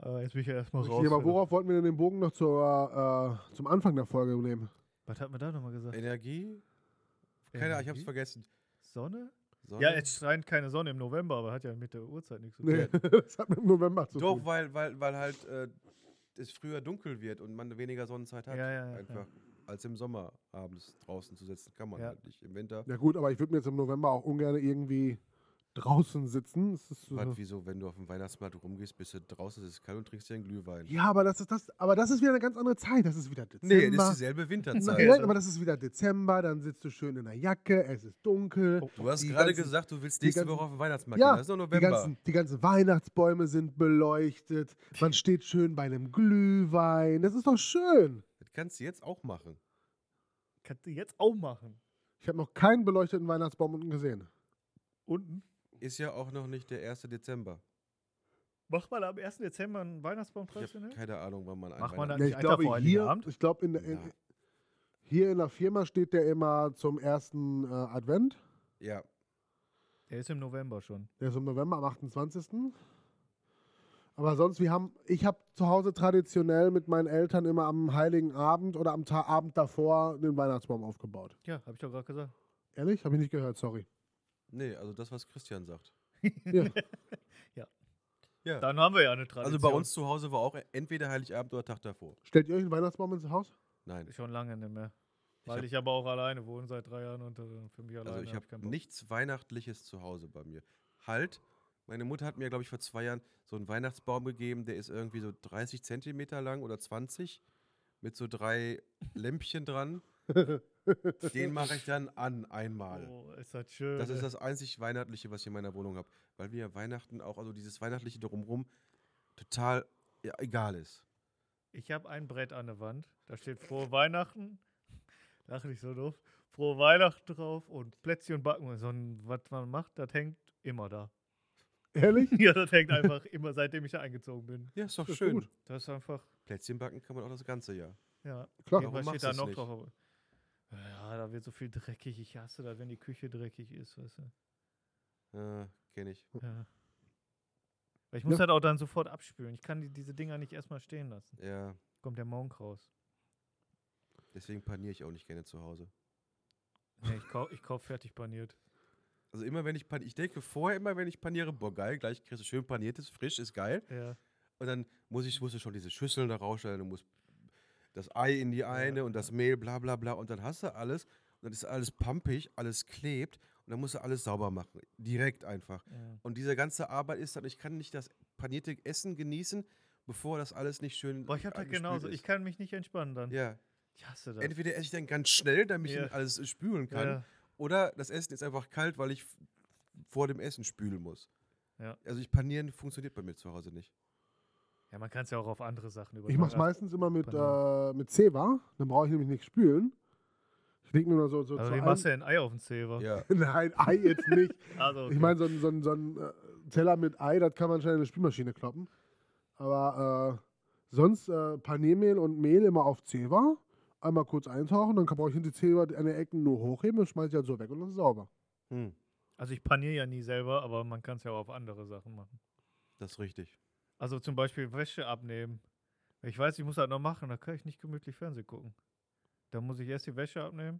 [SPEAKER 1] Aber jetzt bin ich ja erstmal raus.
[SPEAKER 2] okay, aber
[SPEAKER 1] wieder.
[SPEAKER 2] worauf wollten wir denn den Bogen noch zur, äh, zum Anfang der Folge nehmen? (laughs)
[SPEAKER 1] Was hat man da nochmal gesagt?
[SPEAKER 3] Energie? Keine Ahnung, ich hab's
[SPEAKER 1] Energie?
[SPEAKER 3] vergessen.
[SPEAKER 1] Sonne?
[SPEAKER 3] Sonne?
[SPEAKER 1] Ja, es scheint keine Sonne im November, aber hat ja mit der Uhrzeit nichts zu tun.
[SPEAKER 2] Nee, das hat mit dem November zu
[SPEAKER 3] Doch,
[SPEAKER 2] tun.
[SPEAKER 3] weil, weil, weil halt äh, es früher dunkel wird und man weniger Sonnenzeit hat.
[SPEAKER 1] Ja, ja, ja,
[SPEAKER 3] einfach als im Sommer abends draußen zu sitzen. Kann man
[SPEAKER 1] Ja.
[SPEAKER 3] halt nicht. Im Winter.
[SPEAKER 2] Ja gut, aber ich würde mir jetzt im November auch ungern irgendwie draußen sitzen. Es ist,
[SPEAKER 3] Was,
[SPEAKER 2] äh,
[SPEAKER 3] halt, wieso, wenn du auf dem Weihnachtsmarkt rumgehst, bist du draußen, es ist kalt und trinkst dir einen Glühwein.
[SPEAKER 2] ja, aber das ist das, aber das ist wieder eine ganz andere Zeit. Das ist wieder Dezember.
[SPEAKER 3] (laughs) Nee, das ist dieselbe Winterzeit.
[SPEAKER 2] Nein, aber das ist wieder Dezember, dann sitzt du schön in der Jacke, es ist dunkel.
[SPEAKER 3] Du hast
[SPEAKER 2] Die
[SPEAKER 3] gerade
[SPEAKER 2] ganzen-
[SPEAKER 3] gesagt, du willst
[SPEAKER 2] die
[SPEAKER 3] nächste
[SPEAKER 2] ganzen-
[SPEAKER 3] Woche auf den Weihnachtsmarkt
[SPEAKER 2] Ja,
[SPEAKER 3] gehen. Das ist doch
[SPEAKER 2] Die
[SPEAKER 3] November.
[SPEAKER 2] ganzen, die ganzen Weihnachtsbäume sind beleuchtet. Man steht schön bei einem Glühwein. Das ist doch schön.
[SPEAKER 3] Das kannst du jetzt auch machen.
[SPEAKER 1] Kannst du jetzt auch machen.
[SPEAKER 2] Ich habe noch keinen beleuchteten Weihnachtsbaum unten gesehen.
[SPEAKER 1] Unten.
[SPEAKER 3] Ist ja auch noch nicht der 1. Dezember.
[SPEAKER 1] Macht man am 1. Dezember einen Weihnachtsbaum
[SPEAKER 3] Ich habe
[SPEAKER 1] traditionell?
[SPEAKER 3] keine Ahnung, wann man einen
[SPEAKER 1] Macht man
[SPEAKER 3] Weihnachts-
[SPEAKER 1] da-
[SPEAKER 2] Ja,
[SPEAKER 1] nicht
[SPEAKER 2] ich
[SPEAKER 1] einen Tag vor
[SPEAKER 2] glaube, hier,
[SPEAKER 1] Heiligabend?
[SPEAKER 2] ich glaub, in, der- in,
[SPEAKER 3] Na.
[SPEAKER 2] hier in der Firma steht der immer zum ersten äh, Advent.
[SPEAKER 3] Ja,
[SPEAKER 1] Der ist im November schon.
[SPEAKER 2] Der ist im November am 28. Aber sonst, wir haben, ich habe zu Hause traditionell mit meinen Eltern immer am Heiligen Abend oder am Ta Abend davor den Weihnachtsbaum aufgebaut.
[SPEAKER 1] Ja, habe ich doch gerade gesagt.
[SPEAKER 2] Ehrlich? Habe ich nicht gehört, sorry.
[SPEAKER 3] nee, also das, was Christian sagt.
[SPEAKER 2] Ja.
[SPEAKER 3] Ja.
[SPEAKER 1] Dann haben wir ja eine Tradition.
[SPEAKER 3] Also bei uns zu Hause war auch entweder Heiligabend oder Tag davor.
[SPEAKER 2] Stellt ihr euch einen Weihnachtsbaum ins Haus?
[SPEAKER 3] Nein.
[SPEAKER 1] Schon lange nicht mehr.
[SPEAKER 3] Ich
[SPEAKER 1] Weil
[SPEAKER 3] hab-
[SPEAKER 1] ich, aber auch alleine wohne seit drei Jahren und äh, für mich alleine
[SPEAKER 3] Also ich
[SPEAKER 1] hab
[SPEAKER 3] habe
[SPEAKER 1] keinen Bock.
[SPEAKER 3] nichts Weihnachtliches zu Hause bei mir. Halt, meine Mutter hat mir, glaube ich, vor zwei Jahren so einen Weihnachtsbaum gegeben, der ist irgendwie so 30 Zentimeter lang oder 20 mit so drei
[SPEAKER 1] (laughs)
[SPEAKER 3] Lämpchen dran. Den mache ich dann an einmal.
[SPEAKER 1] Oh, ist das schön.
[SPEAKER 3] Das (laughs) ist
[SPEAKER 1] ey.
[SPEAKER 3] das einzig Weihnachtliche, was ich in meiner Wohnung habe. Weil wir Weihnachten auch, also dieses Weihnachtliche drumherum, total ja, egal ist.
[SPEAKER 1] Ich habe ein Brett an der Wand. Da steht Frohe Weihnachten. (laughs) Lach nicht so doof. Frohe Weihnachten drauf und Plätzchen backen und so ein, was man macht, das hängt immer da. (laughs)
[SPEAKER 2] Ehrlich?
[SPEAKER 1] Ja, das hängt
[SPEAKER 3] (laughs)
[SPEAKER 1] einfach immer, seitdem ich da eingezogen bin.
[SPEAKER 3] Ja, ist doch
[SPEAKER 2] Das ist
[SPEAKER 3] schön.
[SPEAKER 2] gut.
[SPEAKER 1] Das ist einfach,
[SPEAKER 3] Plätzchen backen kann man auch das ganze Jahr.
[SPEAKER 1] ja.
[SPEAKER 2] Klar.
[SPEAKER 3] Warum
[SPEAKER 1] Irgendwas steht
[SPEAKER 3] machst
[SPEAKER 1] da
[SPEAKER 3] du's
[SPEAKER 1] noch
[SPEAKER 3] nicht?
[SPEAKER 1] drauf. Aber, ja, da wird so viel dreckig. Ich hasse das, wenn die Küche dreckig ist, weißt du.
[SPEAKER 3] Äh, Kenne ich.
[SPEAKER 1] Ja. Weil ich muss
[SPEAKER 2] Ja.
[SPEAKER 1] halt auch dann sofort abspülen. Ich kann die, diese Dinger nicht erstmal stehen lassen.
[SPEAKER 3] Ja,
[SPEAKER 1] Kommt der Monk raus.
[SPEAKER 3] deswegen paniere ich auch nicht gerne zu Hause.
[SPEAKER 1] Nee, ich kaufe ich kauf fertig paniert.
[SPEAKER 3] Also immer wenn ich paniere, ich denke vorher immer, wenn ich paniere, boah geil, gleich kriegst du schön paniertes, frisch, ist geil.
[SPEAKER 1] Ja.
[SPEAKER 3] Und dann muss ich, musst du schon diese Schüsseln da rausstellen, du musst das Ei in die eine und das Mehl, bla bla bla. Und dann hast du alles und dann ist alles pampig, alles klebt und dann musst du alles sauber machen. Direkt einfach.
[SPEAKER 1] ja.
[SPEAKER 3] Und diese ganze Arbeit ist dann, ich kann nicht das panierte Essen genießen, bevor das alles nicht schön
[SPEAKER 1] Boah, ich hab das
[SPEAKER 3] angespült
[SPEAKER 1] genauso.
[SPEAKER 3] ist.
[SPEAKER 1] Ich kann mich nicht entspannen dann.
[SPEAKER 3] ja,
[SPEAKER 1] Ich hasse das.
[SPEAKER 3] entweder esse ich dann ganz schnell, damit
[SPEAKER 1] Ja.
[SPEAKER 3] ich alles äh, spülen
[SPEAKER 1] ja,
[SPEAKER 3] kann.
[SPEAKER 1] ja.
[SPEAKER 3] Oder das Essen ist einfach kalt, weil ich f- vor dem Essen spülen muss.
[SPEAKER 1] Ja.
[SPEAKER 3] Also ich panieren funktioniert bei mir zu Hause nicht.
[SPEAKER 1] ja, man kann es ja auch auf andere Sachen übertragen.
[SPEAKER 2] Ich mache es
[SPEAKER 1] Also,
[SPEAKER 2] meistens immer mit,
[SPEAKER 1] Panier.
[SPEAKER 2] äh, mit Zewa. Dann brauche ich nämlich nichts spülen. Ich lege mir nur so, so
[SPEAKER 1] Aber
[SPEAKER 2] zu
[SPEAKER 1] Also wie
[SPEAKER 2] einem-
[SPEAKER 1] machst du denn ein Ei auf den Zähler?
[SPEAKER 3] Ja.
[SPEAKER 2] (laughs) Nein, Ei jetzt nicht.
[SPEAKER 1] Also, okay.
[SPEAKER 2] Ich meine, so ein, so ein, so ein äh, Teller mit Ei, das kann man schnell in eine Spülmaschine kloppen. Aber äh, sonst äh, Paniermehl und Mehl immer auf Zewa. Einmal kurz eintauchen, dann brauche ich hinter Zewa an den Ecken nur hochheben und schmeiße ich halt so weg und dann ist sauber.
[SPEAKER 1] (laughs)
[SPEAKER 3] Hm,
[SPEAKER 1] also ich paniere ja nie selber, aber man kann es ja auch auf andere Sachen machen.
[SPEAKER 3] das ist richtig.
[SPEAKER 1] Also zum Beispiel Wäsche abnehmen. Ich weiß, ich muss das noch machen, da kann ich nicht gemütlich Fernsehen gucken. Da muss ich erst die Wäsche abnehmen.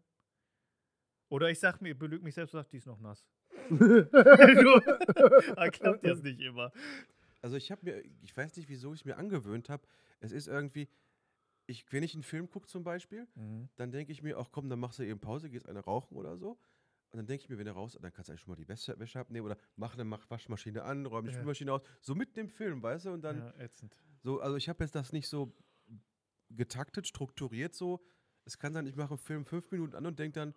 [SPEAKER 1] Oder ich sag mir, belüge mich selbst und sag, die ist noch nass.
[SPEAKER 2] (laughs)
[SPEAKER 1] (laughs) da klappt jetzt nicht immer.
[SPEAKER 3] Also ich habe mir, ich weiß nicht, wieso ich es mir angewöhnt habe. Es ist irgendwie, ich,
[SPEAKER 1] Mhm.
[SPEAKER 3] wenn ich einen Film gucke zum Beispiel, dann denke ich mir, ach komm, dann machst du eben Pause, gehst eine rauchen oder so. Und dann denke ich mir, wenn er raus, dann kannst du eigentlich schon mal die Wäsche, Wäsche abnehmen oder mach eine Mach- Waschmaschine an, räum die
[SPEAKER 1] Ja.
[SPEAKER 3] Spülmaschine aus. So mitten im Film, weißt du? Und dann
[SPEAKER 1] ja, ätzend.
[SPEAKER 3] so, also ich habe jetzt das nicht so getaktet, strukturiert so. Es kann sein, ich mache einen Film fünf Minuten an und denke dann,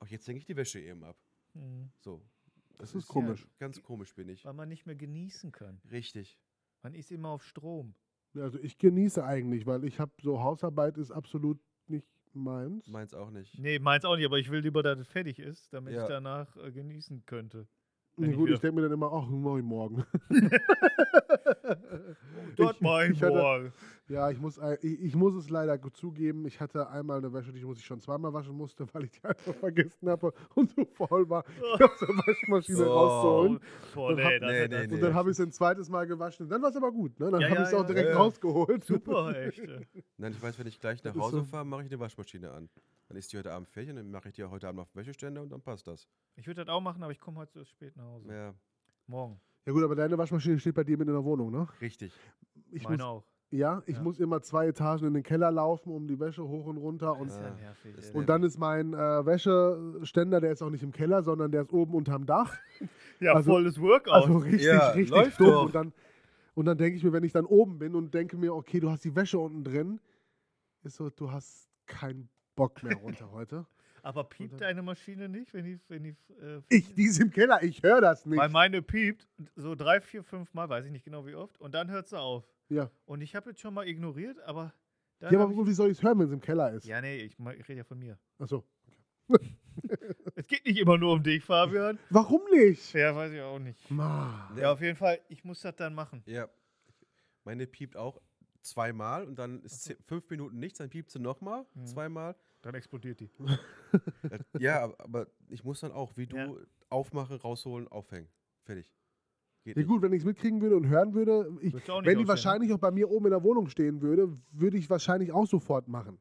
[SPEAKER 3] ach, jetzt denke ich die Wäsche eben ab.
[SPEAKER 1] Mhm.
[SPEAKER 3] So.
[SPEAKER 2] Das ist komisch.
[SPEAKER 3] ganz komisch bin ich.
[SPEAKER 1] Weil man nicht mehr genießen kann.
[SPEAKER 3] Richtig.
[SPEAKER 1] Man ist immer auf Strom.
[SPEAKER 2] Also ich genieße eigentlich, weil ich habe so Hausarbeit ist absolut nicht meins.
[SPEAKER 3] Meins auch nicht.
[SPEAKER 1] Nee, meins auch nicht, aber ich will lieber, dass es fertig ist, damit
[SPEAKER 3] Ja.
[SPEAKER 1] ich danach äh, genießen könnte.
[SPEAKER 2] Nee,
[SPEAKER 1] Wenn ich
[SPEAKER 2] gut, ich
[SPEAKER 1] wieder-
[SPEAKER 2] denke mir dann immer, ach, mach ich morgen.
[SPEAKER 1] (laughs)
[SPEAKER 2] (laughs)
[SPEAKER 1] Dort mein
[SPEAKER 2] ich hatte- (laughs)
[SPEAKER 1] Bohr.
[SPEAKER 2] Ja, ich muss, ei- ich, ich muss es leider gut zugeben. Ich hatte einmal eine Wäsche, die muss ich schon zweimal waschen musste, (laughs) weil ich die einfach vergessen habe und so faul war, (laughs) die aus der Waschmaschine
[SPEAKER 3] Oh.
[SPEAKER 2] rauszuholen.
[SPEAKER 1] Boah,
[SPEAKER 2] Dann hab-
[SPEAKER 1] nee, das,
[SPEAKER 3] Nee,
[SPEAKER 1] nee,
[SPEAKER 3] nee,
[SPEAKER 1] nee,
[SPEAKER 3] nee.
[SPEAKER 2] Und dann habe ich es ein zweites Mal gewaschen. Und dann war es aber gut. Ne? Dann
[SPEAKER 1] Ja,
[SPEAKER 2] habe
[SPEAKER 1] ja,
[SPEAKER 2] ich es auch
[SPEAKER 1] ja.
[SPEAKER 2] direkt
[SPEAKER 3] Ja.
[SPEAKER 2] rausgeholt.
[SPEAKER 1] Super, echt. äh.
[SPEAKER 3] Nein, ich weiß, wenn ich gleich nach
[SPEAKER 2] Das ist
[SPEAKER 3] Hause
[SPEAKER 2] so-
[SPEAKER 3] fahre, mache ich eine Waschmaschine an. Dann ist die heute Abend fertig und dann mache ich die heute Abend auf den Wäscheständer und dann passt das.
[SPEAKER 1] Ich würde das auch machen, aber ich komme heute so spät nach Hause.
[SPEAKER 3] Ja,
[SPEAKER 1] Morgen.
[SPEAKER 2] (laughs) Ja gut, aber deine Waschmaschine steht bei dir mit in der Wohnung, ne?
[SPEAKER 3] richtig.
[SPEAKER 2] Ich muss,
[SPEAKER 1] Meine auch.
[SPEAKER 2] ja, ich
[SPEAKER 1] Ja.
[SPEAKER 2] muss immer zwei Etagen in den Keller laufen, um die Wäsche hoch und runter. Und,
[SPEAKER 1] Das ist ja
[SPEAKER 3] Ah,
[SPEAKER 1] nervig.
[SPEAKER 3] das
[SPEAKER 1] ey.
[SPEAKER 2] und dann ist mein äh, Wäscheständer, der ist auch nicht im Keller, sondern der ist oben unterm Dach.
[SPEAKER 1] ja,
[SPEAKER 2] also-
[SPEAKER 1] volles Workout.
[SPEAKER 2] Also richtig,
[SPEAKER 3] Ja,
[SPEAKER 2] richtig
[SPEAKER 3] läuft
[SPEAKER 2] dumm.
[SPEAKER 3] doch.
[SPEAKER 2] Und dann, und dann denke ich mir, wenn ich dann oben bin und denke mir, okay, du hast die Wäsche unten drin, ist so, du hast keinen Bock mehr
[SPEAKER 1] (laughs)
[SPEAKER 2] runter heute.
[SPEAKER 1] aber piept
[SPEAKER 2] dann-
[SPEAKER 1] deine Maschine nicht, wenn die. Wenn die äh,
[SPEAKER 2] Also- Ich, die ist im Keller, ich höre das nicht.
[SPEAKER 1] Weil meine piept so drei, vier, fünf Mal, weiß ich nicht genau wie oft, und dann hört sie auf.
[SPEAKER 2] Ja.
[SPEAKER 1] Und ich habe jetzt schon mal ignoriert, aber. Dann
[SPEAKER 2] Ja, aber
[SPEAKER 1] hab
[SPEAKER 2] wie soll ich es hören, wenn es im Keller ist? Also,
[SPEAKER 1] ich, ja nee, ich, mein- ich rede ja von mir.
[SPEAKER 2] Achso.
[SPEAKER 1] Es geht nicht immer nur um dich, Fabian.
[SPEAKER 2] Warum nicht?
[SPEAKER 1] (laughs) Ja, weiß ich auch nicht.
[SPEAKER 2] Ma.
[SPEAKER 1] Ja, auf jeden Fall, ich muss das dann machen.
[SPEAKER 3] Ja. Meine piept auch zweimal und dann ist zehn, fünf Minuten nichts, dann piept sie nochmal,
[SPEAKER 1] Mhm. (laughs)
[SPEAKER 3] zweimal.
[SPEAKER 1] Dann explodiert die.
[SPEAKER 3] Äh, ja, ab- aber ich muss dann auch, wie du,
[SPEAKER 1] Ja.
[SPEAKER 3] aufmachen, rausholen, aufhängen. Fertig. Geht
[SPEAKER 2] Ja,
[SPEAKER 3] nicht.
[SPEAKER 2] gut, wenn ich es mitkriegen würde und hören würde, ich,
[SPEAKER 1] Willst du auch nicht
[SPEAKER 2] wenn
[SPEAKER 1] aussehen,
[SPEAKER 2] die
[SPEAKER 1] ne?
[SPEAKER 2] wahrscheinlich auch bei mir oben in der Wohnung stehen würde, würde ich wahrscheinlich auch sofort machen.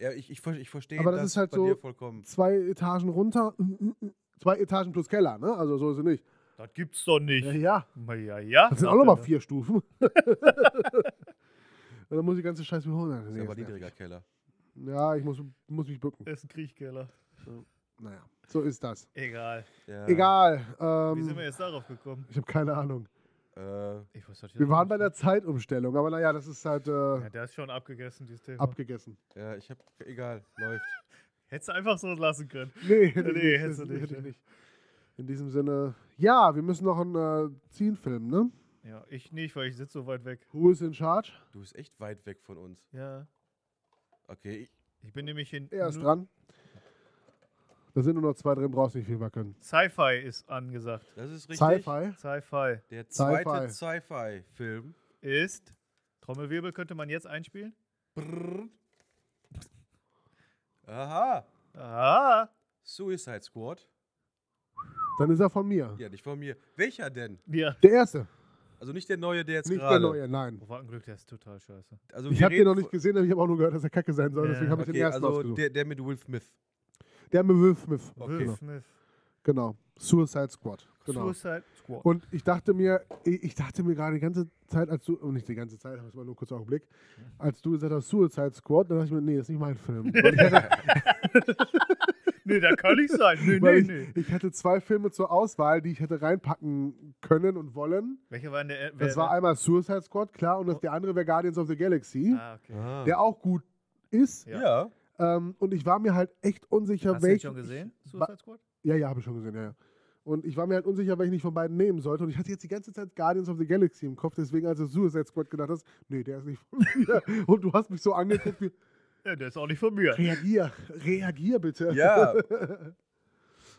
[SPEAKER 3] Ja, ich, ich, ver- ich verstehe
[SPEAKER 2] Aber das ist halt
[SPEAKER 3] bei dir
[SPEAKER 2] so-
[SPEAKER 3] vollkommen.
[SPEAKER 2] Zwei Etagen runter, mm, zwei Etagen plus Keller, ne? Also so ist es nicht.
[SPEAKER 1] ne? Das gibt's doch nicht.
[SPEAKER 2] Ja, ja.
[SPEAKER 1] Ja, ja. ja ne?
[SPEAKER 2] Das sind auch nochmal vier Stufen. (laughs) Und dann muss ich die ganze Scheiße wiederholen.
[SPEAKER 3] Das
[SPEAKER 2] Nee,
[SPEAKER 3] ist aber
[SPEAKER 2] ist
[SPEAKER 3] niedriger
[SPEAKER 2] nervig.
[SPEAKER 3] Keller.
[SPEAKER 2] Ja, ich muss, muss mich bücken.
[SPEAKER 1] Das ist ein Kriechkeller.
[SPEAKER 2] Naja, so ist das.
[SPEAKER 1] Egal.
[SPEAKER 3] Ja,
[SPEAKER 2] Egal.
[SPEAKER 1] Wie sind wir
[SPEAKER 2] Ähm,
[SPEAKER 1] jetzt darauf gekommen?
[SPEAKER 2] ich habe keine Ahnung.
[SPEAKER 3] Äh,
[SPEAKER 1] Ich weiß,
[SPEAKER 2] Wir waren bei der Zeitumstellung, aber naja, das ist halt äh,
[SPEAKER 1] Ja, genau. der ist schon abgegessen, dieses Thema.
[SPEAKER 2] abgegessen. (laughs)
[SPEAKER 3] ja, ich hab. Egal, läuft.
[SPEAKER 1] Hättest du einfach so lassen können.
[SPEAKER 2] Nee, hätte
[SPEAKER 1] Nee,
[SPEAKER 2] ich
[SPEAKER 1] hättest
[SPEAKER 2] nicht.
[SPEAKER 1] du nicht,
[SPEAKER 2] hätte ich
[SPEAKER 1] ne?
[SPEAKER 2] nicht. In diesem Sinne, ja, wir müssen noch einen äh, Ziehenfilm, ne?
[SPEAKER 1] Ja, ich nicht, weil ich sitze so weit weg.
[SPEAKER 2] Who is in charge?
[SPEAKER 3] Du bist echt weit weg von uns.
[SPEAKER 1] Ja.
[SPEAKER 3] Okay, ich,
[SPEAKER 1] Ich bin nämlich in.
[SPEAKER 2] Er ist
[SPEAKER 1] nu-
[SPEAKER 2] dran. Da sind nur noch zwei drin, brauchst nicht viel wackeln.
[SPEAKER 1] Sci-Fi ist angesagt.
[SPEAKER 3] das ist richtig.
[SPEAKER 2] Sci-Fi?
[SPEAKER 1] Sci-Fi
[SPEAKER 3] Der zweite
[SPEAKER 2] Sci-Fi.
[SPEAKER 3] Sci-Fi-Film.
[SPEAKER 1] ist. Trommelwirbel könnte man jetzt einspielen.
[SPEAKER 3] Aha.
[SPEAKER 1] Ah,
[SPEAKER 3] Suicide Squad.
[SPEAKER 2] Dann ist er von mir.
[SPEAKER 3] Ja, nicht von mir. Welcher denn?
[SPEAKER 1] ja.
[SPEAKER 2] Der erste,
[SPEAKER 3] Also nicht der neue, der jetzt
[SPEAKER 2] nicht
[SPEAKER 3] gerade.
[SPEAKER 2] der neue, nein.
[SPEAKER 1] Oh, war ein Glück, der ist total scheiße.
[SPEAKER 3] Also
[SPEAKER 2] Ich
[SPEAKER 3] wir
[SPEAKER 2] habe den
[SPEAKER 3] reden
[SPEAKER 2] noch nicht
[SPEAKER 3] von-
[SPEAKER 2] gesehen, aber ich habe auch nur gehört, dass er kacke sein soll.
[SPEAKER 1] Ja.
[SPEAKER 2] Deswegen habe ich den
[SPEAKER 3] Okay,
[SPEAKER 2] ersten
[SPEAKER 3] also
[SPEAKER 2] ausgesucht.
[SPEAKER 3] der, der mit Will Smith.
[SPEAKER 2] Der mit Will Smith.
[SPEAKER 3] Okay.
[SPEAKER 1] Will Smith.
[SPEAKER 2] Genau. Suicide Squad. Genau.
[SPEAKER 1] Suicide Squad.
[SPEAKER 2] Und ich dachte mir, ich ich dachte mir gerade die ganze Zeit, als du, oh, nicht die ganze Zeit, aber es war nur kurz einen Augenblick, als du gesagt hast Suicide Squad, dann dachte ich mir, nee, das ist nicht
[SPEAKER 1] (laughs)
[SPEAKER 2] mein Film. Weil ich hatte,
[SPEAKER 1] Nee, da kann ich sein. Nee,
[SPEAKER 2] (laughs) weil
[SPEAKER 1] nee, nee.
[SPEAKER 2] ich, ich hatte zwei Filme zur Auswahl, die ich hätte reinpacken können und wollen.
[SPEAKER 1] Welcher war denn der? wer-
[SPEAKER 2] Das war einmal Suicide Squad, klar, und das, der andere wäre Guardians of the Galaxy,
[SPEAKER 1] Ah, okay.
[SPEAKER 3] Ah.
[SPEAKER 2] der auch gut ist.
[SPEAKER 1] Ja.
[SPEAKER 3] ja.
[SPEAKER 2] Ähm, und ich war mir halt echt unsicher,
[SPEAKER 1] Hast du den
[SPEAKER 2] welchen.
[SPEAKER 1] schon gesehen?
[SPEAKER 2] Ba-
[SPEAKER 1] Suicide Squad?
[SPEAKER 2] Ja, ja, habe ich schon gesehen, ja, ja. Und ich war mir halt unsicher, welchen ich von beiden nehmen sollte. Und ich hatte jetzt die ganze Zeit Guardians of the Galaxy im Kopf, deswegen, als du Suicide Squad gedacht hast, nee, der ist nicht von (laughs) mir. Und du hast mich so angeguckt wie,
[SPEAKER 1] Ja, der ist auch nicht von mir.
[SPEAKER 2] reagier, reagier (laughs) bitte.
[SPEAKER 3] Ja.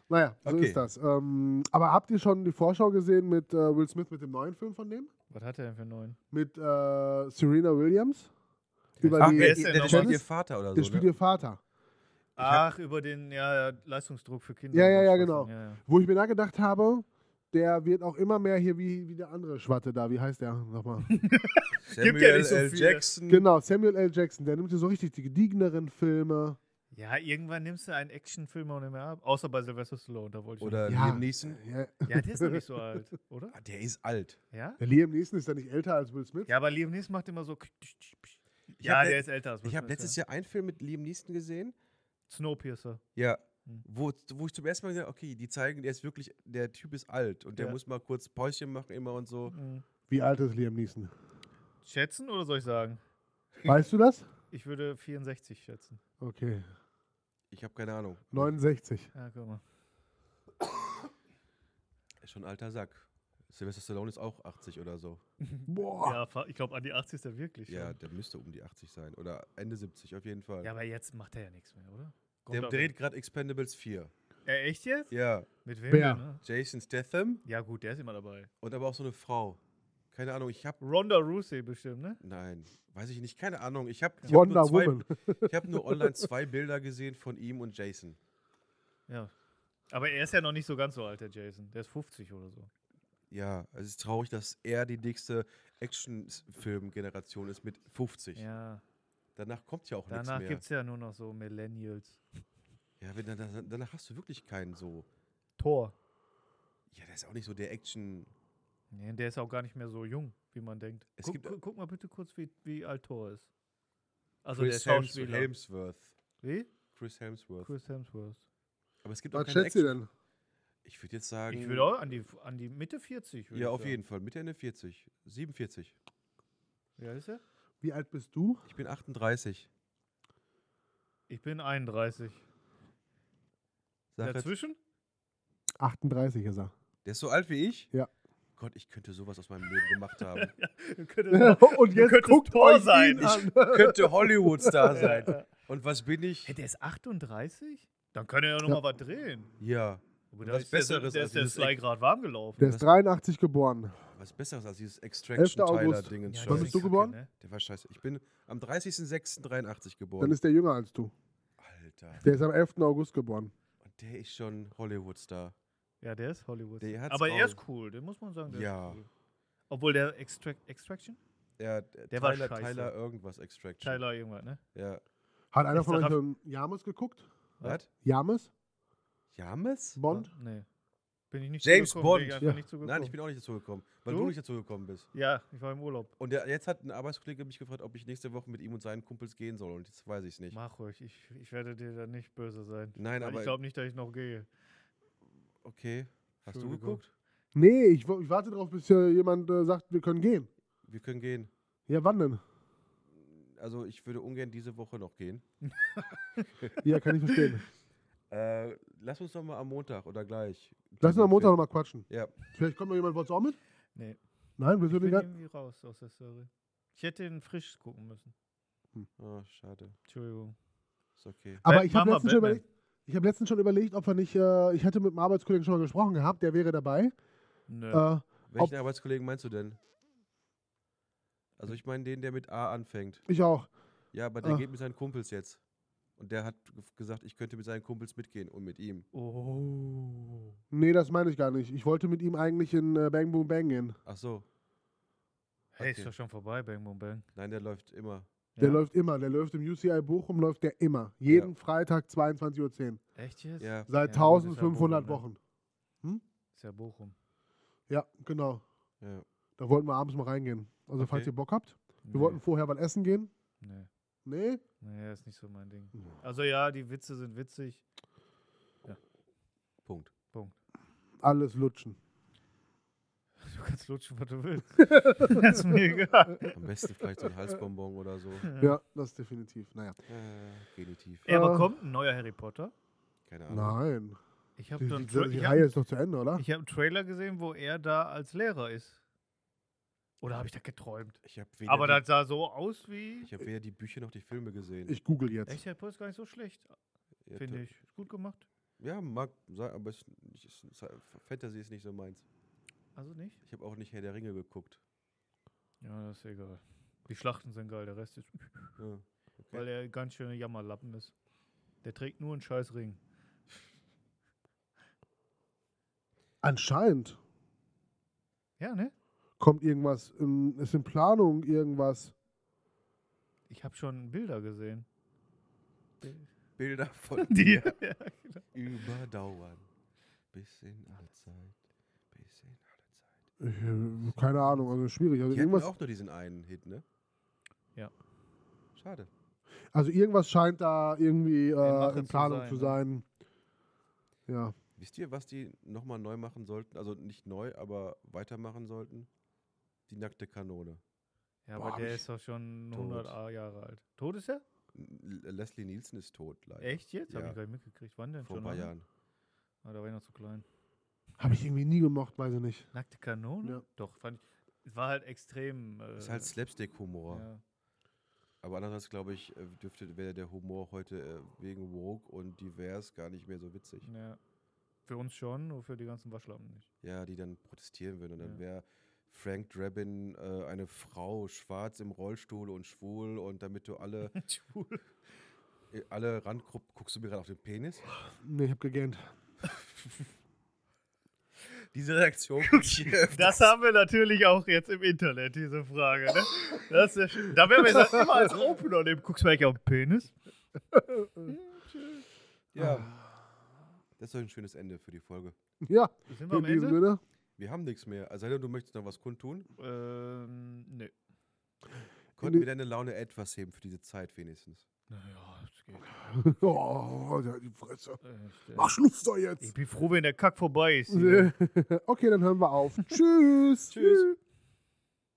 [SPEAKER 2] Naja, so
[SPEAKER 3] Okay.
[SPEAKER 2] ist das. Ähm, aber habt ihr schon die Vorschau gesehen mit äh, Will Smith, mit dem neuen Film von dem?
[SPEAKER 1] Was hat er denn für einen neuen? Mit
[SPEAKER 2] Mit äh, Serena Williams? Über
[SPEAKER 3] Ach,
[SPEAKER 2] die,
[SPEAKER 3] der,
[SPEAKER 1] wer
[SPEAKER 3] ist
[SPEAKER 1] denn
[SPEAKER 3] der, der
[SPEAKER 1] nochmal?
[SPEAKER 3] spielt ihr Vater oder
[SPEAKER 2] der
[SPEAKER 3] so.
[SPEAKER 2] spielt
[SPEAKER 3] Ne?
[SPEAKER 2] ihr Vater.
[SPEAKER 1] Ach, über den ja, ja, Leistungsdruck für Kinder.
[SPEAKER 2] Ja,
[SPEAKER 1] und
[SPEAKER 2] ja,
[SPEAKER 1] so
[SPEAKER 2] ja,
[SPEAKER 1] Schwachsinn.
[SPEAKER 2] genau.
[SPEAKER 1] Ja, ja.
[SPEAKER 2] Wo ich mir da gedacht habe, der wird auch immer mehr hier wie, wie der andere Schwatte da. Wie heißt der nochmal?
[SPEAKER 3] Samuel
[SPEAKER 1] Gibt ja nicht so
[SPEAKER 3] L.
[SPEAKER 1] viele.
[SPEAKER 3] Jackson.
[SPEAKER 2] Genau, Samuel L. Jackson, der nimmt hier so richtig die gedigeneren Filme.
[SPEAKER 1] Ja, irgendwann nimmst du einen Actionfilm auch nicht mehr ab. Außer bei Sylvester Stallone, da wollte ich.
[SPEAKER 3] Oder
[SPEAKER 2] (laughs) Ja.
[SPEAKER 3] Liam Neeson.
[SPEAKER 2] Ja.
[SPEAKER 1] noch- Ja, der ist noch nicht so alt, oder?
[SPEAKER 3] Ah, der ist alt.
[SPEAKER 1] Ja?
[SPEAKER 2] Der Liam Neeson ist ja nicht älter als Will Smith.
[SPEAKER 1] Ja, aber Liam Neeson macht immer so.
[SPEAKER 3] hab
[SPEAKER 1] Ja,
[SPEAKER 3] le-
[SPEAKER 1] der ist älter als Will
[SPEAKER 3] Ich habe
[SPEAKER 1] Smith,
[SPEAKER 3] letztes
[SPEAKER 1] ja.
[SPEAKER 3] Jahr einen Film mit Liam Neeson gesehen.
[SPEAKER 1] Snowpiercer.
[SPEAKER 3] Ja,
[SPEAKER 1] Hm.
[SPEAKER 3] Wo, wo ich zum ersten Mal gesagt habe, okay, die zeigen, der ist wirklich, der Typ ist alt und der
[SPEAKER 1] Ja.
[SPEAKER 3] muss mal kurz Päuschen machen immer und so.
[SPEAKER 1] Mhm.
[SPEAKER 2] Wie alt ist Liam Neeson?
[SPEAKER 1] Schätzen oder soll ich sagen?
[SPEAKER 2] Weißt du das?
[SPEAKER 1] Ich würde 64 schätzen.
[SPEAKER 2] Okay.
[SPEAKER 3] Ich habe keine Ahnung.
[SPEAKER 2] 69.
[SPEAKER 1] Ja, guck mal.
[SPEAKER 3] Ist schon ein alter Sack. Sylvester Stallone ist auch 80 oder so.
[SPEAKER 2] Boah.
[SPEAKER 1] Ja, fa- ich glaube, an die 80 ist er wirklich.
[SPEAKER 3] Ja,
[SPEAKER 1] schon.
[SPEAKER 3] der müsste um die 80 sein. Oder Ende 70 auf jeden Fall.
[SPEAKER 1] ja aber jetzt macht er ja nichts mehr, oder?
[SPEAKER 3] der
[SPEAKER 1] Kommt auf-
[SPEAKER 3] dreht gerade Expendables 4.
[SPEAKER 1] Äh, echt jetzt?
[SPEAKER 3] Ja,
[SPEAKER 1] Mit wem
[SPEAKER 2] Wer?
[SPEAKER 1] denn? ne?
[SPEAKER 3] Jason Statham
[SPEAKER 1] Ja, gut, der ist immer dabei.
[SPEAKER 3] und aber auch so eine Frau. Keine Ahnung, ich habe
[SPEAKER 1] Ronda Rousey bestimmt, ne?
[SPEAKER 3] Nein, weiß ich nicht, keine Ahnung. Ich habe
[SPEAKER 2] Wonder
[SPEAKER 3] nur zwei,
[SPEAKER 2] Woman.
[SPEAKER 3] Ich habe nur online zwei Bilder gesehen von ihm und Jason.
[SPEAKER 1] Ja. Aber er ist ja noch nicht so ganz so alt, der Jason. Der ist 50 oder so.
[SPEAKER 3] Ja, es ist traurig, dass er die nächste Actionfilm-Generation ist mit 50.
[SPEAKER 1] Ja.
[SPEAKER 3] Danach kommt ja auch nichts
[SPEAKER 1] Danach
[SPEAKER 3] mehr.
[SPEAKER 1] gibt es ja nur noch so Millennials.
[SPEAKER 3] ja, wenn, dann, danach hast du wirklich keinen so.
[SPEAKER 1] Thor.
[SPEAKER 3] Ja, der ist auch nicht so der Action.
[SPEAKER 1] Nee, der ist auch gar nicht mehr so jung, wie man denkt.
[SPEAKER 3] Es
[SPEAKER 1] guck,
[SPEAKER 3] gibt-
[SPEAKER 1] guck, guck mal bitte kurz, wie, wie alt Thor ist. Also
[SPEAKER 3] Chris
[SPEAKER 1] der
[SPEAKER 3] Hems
[SPEAKER 1] Schauspieler.
[SPEAKER 3] Hemsworth.
[SPEAKER 1] Wie?
[SPEAKER 3] Chris Hemsworth.
[SPEAKER 1] Chris Hemsworth.
[SPEAKER 3] Aber es gibt auch
[SPEAKER 2] Was
[SPEAKER 3] keine
[SPEAKER 2] schätzt ihr
[SPEAKER 3] Action.
[SPEAKER 2] denn?
[SPEAKER 3] Ich würde jetzt sagen.
[SPEAKER 1] Ich würde auch an die, an die Mitte 40. würd
[SPEAKER 3] Ja,
[SPEAKER 1] ich
[SPEAKER 3] auf
[SPEAKER 1] sagen.
[SPEAKER 3] jeden Fall. Mitte Ende 40. 47.
[SPEAKER 1] Wie alt ist er?
[SPEAKER 2] Wie alt bist du?
[SPEAKER 3] Ich bin 38.
[SPEAKER 1] Ich bin 31.
[SPEAKER 3] Sag jetzt,
[SPEAKER 1] Dazwischen? (laughs)
[SPEAKER 2] 38 ist er.
[SPEAKER 3] der ist so alt wie ich?
[SPEAKER 2] Ja.
[SPEAKER 3] Gott, ich könnte sowas aus meinem Leben
[SPEAKER 1] (laughs)
[SPEAKER 3] gemacht haben. (laughs)
[SPEAKER 1] Könnte
[SPEAKER 2] Und
[SPEAKER 1] Du
[SPEAKER 2] jetzt
[SPEAKER 1] könntest
[SPEAKER 2] guckt
[SPEAKER 1] Thor
[SPEAKER 2] euch
[SPEAKER 1] sein.
[SPEAKER 2] ihn an.
[SPEAKER 3] könnte Hollywood-Star sein. Und was bin ich?
[SPEAKER 1] Hä, der ist 38? Dann kann er ja noch
[SPEAKER 2] Ja.
[SPEAKER 1] mal was drehen.
[SPEAKER 3] Ja,
[SPEAKER 1] Aber
[SPEAKER 3] Und
[SPEAKER 1] da
[SPEAKER 3] was
[SPEAKER 1] ist der-
[SPEAKER 3] Besseres also
[SPEAKER 1] der
[SPEAKER 3] als
[SPEAKER 1] ist der
[SPEAKER 3] dieses
[SPEAKER 1] Sly
[SPEAKER 3] Eck.
[SPEAKER 1] gerade warm gelaufen.
[SPEAKER 2] Der ist 83 geboren.
[SPEAKER 3] was Besseres als dieses
[SPEAKER 2] 11. August.
[SPEAKER 3] Extraction-Tyler-Dingens.
[SPEAKER 1] das
[SPEAKER 2] Wann bist
[SPEAKER 1] ist
[SPEAKER 2] du
[SPEAKER 1] Kacke,
[SPEAKER 2] geboren?
[SPEAKER 1] ne?
[SPEAKER 3] Der war scheiße. Ich bin am 30.06.83
[SPEAKER 2] Dann
[SPEAKER 3] geboren.
[SPEAKER 2] ist der jünger als du.
[SPEAKER 3] Alter.
[SPEAKER 2] Der ist am 11. August geboren.
[SPEAKER 3] Und der ist schon Hollywood-Star.
[SPEAKER 1] Ja, der ist Hollywood.
[SPEAKER 3] Der hat's
[SPEAKER 1] Aber er
[SPEAKER 3] auch.
[SPEAKER 1] ist cool, den muss man sagen. Der
[SPEAKER 3] Ja.
[SPEAKER 1] Ist cool. Obwohl der Extract Extraction?
[SPEAKER 3] Ja, der
[SPEAKER 1] Der war
[SPEAKER 3] Tyler,
[SPEAKER 1] scheiße.
[SPEAKER 3] Tyler irgendwas Extraction.
[SPEAKER 1] Tyler irgendwas, ne?
[SPEAKER 3] Ja.
[SPEAKER 2] Hat einer
[SPEAKER 1] Ist
[SPEAKER 2] von
[SPEAKER 1] der
[SPEAKER 2] euch schon James geguckt?
[SPEAKER 3] Was?
[SPEAKER 2] James?
[SPEAKER 3] James?
[SPEAKER 2] Bond?
[SPEAKER 1] Ah, Nee. Bin ich nicht
[SPEAKER 3] James
[SPEAKER 1] zugekommen, bin
[SPEAKER 3] Bond.
[SPEAKER 1] Ich einfach
[SPEAKER 2] Ja.
[SPEAKER 1] nicht zugekommen.
[SPEAKER 3] Nein, ich bin auch nicht dazu gekommen, weil
[SPEAKER 1] Du?
[SPEAKER 3] du, nicht dazu gekommen bist.
[SPEAKER 1] ja, ich war im Urlaub.
[SPEAKER 3] Und der, jetzt hat ein Arbeitskollege mich gefragt, ob ich nächste Woche mit ihm und seinen Kumpels gehen soll. Und jetzt weiß ich es nicht.
[SPEAKER 1] Mach ruhig, ich, ich werde dir da nicht böse sein.
[SPEAKER 3] Nein,
[SPEAKER 1] Weil
[SPEAKER 3] aber
[SPEAKER 1] ich glaube nicht, dass ich noch gehe.
[SPEAKER 3] okay. Hast du
[SPEAKER 1] Entschuldigung.
[SPEAKER 3] geguckt?
[SPEAKER 2] Nee, ich, wo- ich warte drauf, bis hier jemand äh, sagt, wir können gehen.
[SPEAKER 3] Wir können gehen.
[SPEAKER 2] Ja, wann denn?
[SPEAKER 3] Also ich würde ungern diese Woche noch gehen.
[SPEAKER 2] Ja, kann ich verstehen.
[SPEAKER 3] Äh, lass uns doch mal am Montag oder gleich.
[SPEAKER 2] Lass uns am Montag
[SPEAKER 3] noch mal.
[SPEAKER 2] nochmal quatschen.
[SPEAKER 3] Ja,
[SPEAKER 2] Vielleicht kommt noch jemand, wollt's auch mit?
[SPEAKER 1] Nee.
[SPEAKER 2] Nein,
[SPEAKER 1] Ich
[SPEAKER 2] willst
[SPEAKER 3] Also
[SPEAKER 2] du
[SPEAKER 1] bin
[SPEAKER 2] den gar...
[SPEAKER 1] irgendwie raus aus der Story. Ich hätte ihn frisch gucken müssen.
[SPEAKER 3] oh, schade.
[SPEAKER 1] Entschuldigung.
[SPEAKER 3] Ist okay.
[SPEAKER 2] Aber
[SPEAKER 1] Bat-
[SPEAKER 2] ich habe
[SPEAKER 1] Mama,
[SPEAKER 2] letztens, schon
[SPEAKER 1] Äh, Batman.
[SPEAKER 2] überlegt- ich hab letztens schon überlegt, ob wir nicht... Äh, ich hatte mit einem Arbeitskollegen schon mal gesprochen gehabt, der wäre dabei.
[SPEAKER 1] Nö.
[SPEAKER 2] Äh, Ob-
[SPEAKER 3] Welchen Arbeitskollegen meinst du denn? Also ich meine den, der mit A anfängt.
[SPEAKER 2] ich auch.
[SPEAKER 3] Ja, aber der
[SPEAKER 2] Ah.
[SPEAKER 3] geht mit seinen Kumpels jetzt. Und der hat ge- gesagt, ich könnte mit seinen Kumpels mitgehen und mit ihm.
[SPEAKER 1] Oh.
[SPEAKER 2] Nee, das meine ich gar nicht. Ich wollte mit ihm eigentlich in äh, Bang Boom Bang gehen.
[SPEAKER 3] Ach so,
[SPEAKER 1] Hey,
[SPEAKER 3] Okay.
[SPEAKER 1] ist doch schon vorbei, Bang Boom Bang.
[SPEAKER 3] nein, der läuft immer.
[SPEAKER 2] Der
[SPEAKER 1] Ja?
[SPEAKER 2] läuft immer. Der läuft im UCI Bochum, läuft der immer. Jeden Freitag 22.10 Uhr.
[SPEAKER 1] Echt jetzt?
[SPEAKER 3] Ja,
[SPEAKER 2] Seit
[SPEAKER 1] Ja, gut, ist ja
[SPEAKER 2] 1500
[SPEAKER 1] Bochum, ne?
[SPEAKER 2] Wochen.
[SPEAKER 1] Ist ja Bochum.
[SPEAKER 2] Ja, genau.
[SPEAKER 3] ja.
[SPEAKER 2] Da wollten wir abends mal reingehen. Also, falls
[SPEAKER 3] Okay.
[SPEAKER 2] ihr Bock habt. Wir
[SPEAKER 1] Nee.
[SPEAKER 2] wollten vorher was essen gehen.
[SPEAKER 1] Nee.
[SPEAKER 2] Nee?
[SPEAKER 1] Nee, ist nicht so mein Ding.
[SPEAKER 2] Ja.
[SPEAKER 1] Also ja, die Witze sind witzig. (laughs)
[SPEAKER 3] Punkt.
[SPEAKER 2] Alles lutschen.
[SPEAKER 1] Du kannst lutschen, was du
[SPEAKER 2] (laughs)
[SPEAKER 1] willst. das ist mir egal.
[SPEAKER 3] Am besten vielleicht so ein Halsbonbon oder
[SPEAKER 1] (laughs)
[SPEAKER 3] so.
[SPEAKER 2] Ja, das definitiv. Naja.
[SPEAKER 3] Äh, Genitiv.
[SPEAKER 1] Ey, aber
[SPEAKER 2] Äh.
[SPEAKER 1] kommt ein neuer Harry Potter?
[SPEAKER 3] Keine Ahnung.
[SPEAKER 2] Nein.
[SPEAKER 1] Ich habe
[SPEAKER 2] Die,
[SPEAKER 1] da
[SPEAKER 2] die,
[SPEAKER 1] einen,
[SPEAKER 2] die,
[SPEAKER 1] Tra
[SPEAKER 2] die
[SPEAKER 1] ich
[SPEAKER 2] Reihe
[SPEAKER 1] hab,
[SPEAKER 2] ist doch zu Ende, oder?
[SPEAKER 1] ich hab einen Trailer gesehen, wo er da als Lehrer ist. Oder habe ich das geträumt?
[SPEAKER 3] Ich habe weder,
[SPEAKER 1] Aber
[SPEAKER 3] die-
[SPEAKER 1] das sah so aus wie.
[SPEAKER 3] ich hab weder die Bücher noch die Filme gesehen.
[SPEAKER 2] Ich google jetzt.
[SPEAKER 1] Echt, Harry Potter ist gar nicht so schlecht,
[SPEAKER 3] Ja,
[SPEAKER 1] finde
[SPEAKER 3] t-
[SPEAKER 1] ich. Ist gut gemacht.
[SPEAKER 3] Ja, mag sein, aber es, ich, es, Fantasy ist nicht so meins.
[SPEAKER 1] Also nicht?
[SPEAKER 3] Ich habe auch nicht Herr der Ringe geguckt.
[SPEAKER 1] Ja, das ist egal. Die Schlachten sind geil, der Rest ist.
[SPEAKER 3] Ja.
[SPEAKER 1] Weil er ganz schöne Jammerlappen ist. Der trägt nur einen scheiß Ring.
[SPEAKER 2] Anscheinend
[SPEAKER 1] Ja, ne?
[SPEAKER 2] kommt irgendwas. In, ist in Planung irgendwas.
[SPEAKER 1] Ich habe schon Bilder
[SPEAKER 3] (laughs)
[SPEAKER 1] gesehen.
[SPEAKER 3] Bilder von
[SPEAKER 1] (laughs) Die.
[SPEAKER 3] überdauern. Bis in alle Zeit. Bis in alle Zeit.
[SPEAKER 2] Ich, äh, keine Ahnung, also schwierig. Also
[SPEAKER 3] Die hatten
[SPEAKER 2] irgendwas,
[SPEAKER 3] auch nur diesen einen Hit, ne?
[SPEAKER 1] Ja.
[SPEAKER 3] Schade.
[SPEAKER 2] also irgendwas scheint da irgendwie
[SPEAKER 1] Mache
[SPEAKER 2] äh, in
[SPEAKER 1] zu
[SPEAKER 2] Planung
[SPEAKER 1] sein,
[SPEAKER 2] zu
[SPEAKER 1] ne?
[SPEAKER 2] sein. Ja.
[SPEAKER 3] Wisst ihr, was die nochmal neu machen sollten? Also nicht neu, aber weitermachen sollten? Die nackte Kanone.
[SPEAKER 1] Ja,
[SPEAKER 2] Boah,
[SPEAKER 1] aber
[SPEAKER 2] hab
[SPEAKER 1] der
[SPEAKER 2] ich
[SPEAKER 1] ist doch schon
[SPEAKER 3] tot.
[SPEAKER 1] 100 A- Jahre alt. Tot ist er?
[SPEAKER 3] N- L- Leslie Nielsen ist tot, leider.
[SPEAKER 1] Echt jetzt? Hab
[SPEAKER 3] Ja.
[SPEAKER 1] ich gar nicht mitgekriegt. Wann denn
[SPEAKER 3] Vor ein
[SPEAKER 1] schon?
[SPEAKER 3] paar
[SPEAKER 1] lange?
[SPEAKER 3] Jahren.
[SPEAKER 1] Ah, da war ich noch zu klein.
[SPEAKER 2] Habe ich irgendwie nie gemocht, weiß ich nicht.
[SPEAKER 1] Nackte Kanone?
[SPEAKER 2] Ja.
[SPEAKER 1] Doch, fand ich. Es war halt extrem. Äh,
[SPEAKER 3] Ist halt Slapstick-Humor.
[SPEAKER 1] ja.
[SPEAKER 3] Aber andererseits, glaube ich, äh, dürfte, wäre der Humor heute äh, wegen woke und divers gar nicht mehr so witzig.
[SPEAKER 1] ja. Für uns schon, nur für die ganzen Waschlappen
[SPEAKER 3] (laughs)
[SPEAKER 1] nicht. (laughs)
[SPEAKER 3] Ja, die dann protestieren würden. Und dann
[SPEAKER 1] Ja.
[SPEAKER 3] wäre Frank Drabin äh, eine Frau, schwarz im Rollstuhl und schwul. Und damit du alle,
[SPEAKER 1] Schwul.
[SPEAKER 3] äh, alle rangruppst, guckst du mir gerade auf den Penis?
[SPEAKER 2] Nee, ich habe gegähnt. (laughs)
[SPEAKER 3] Diese
[SPEAKER 1] (laughs)
[SPEAKER 3] Reaktion. krieg ich öfter.
[SPEAKER 1] Das haben wir natürlich auch jetzt im Internet, diese Frage. Ne? Das ist, da werden wir
[SPEAKER 3] (laughs)
[SPEAKER 1] jetzt immer als Opener nehmen. Guckst du mir eigentlich auf den Penis?
[SPEAKER 3] ja. Das ist doch ein schönes Ende für die Folge.
[SPEAKER 2] Ja,
[SPEAKER 1] Sind wir
[SPEAKER 2] in
[SPEAKER 1] am
[SPEAKER 2] diesem
[SPEAKER 1] Ende?
[SPEAKER 2] Sinne.
[SPEAKER 3] Wir haben nichts mehr. Also, du möchtest noch was kundtun?
[SPEAKER 1] Ähm, nö.
[SPEAKER 3] Konnten wir deine Laune etwas heben für diese Zeit wenigstens?
[SPEAKER 1] Naja, es geht.
[SPEAKER 2] (laughs) Oh, der hat die Fresse.
[SPEAKER 1] Echt,
[SPEAKER 2] Mach
[SPEAKER 1] äh,
[SPEAKER 2] Schluss da
[SPEAKER 1] ich
[SPEAKER 2] jetzt. (laughs)
[SPEAKER 1] bin froh, wenn der Kack vorbei ist. hier.
[SPEAKER 2] okay, dann hören wir auf. Tschüss.
[SPEAKER 3] Tschüss.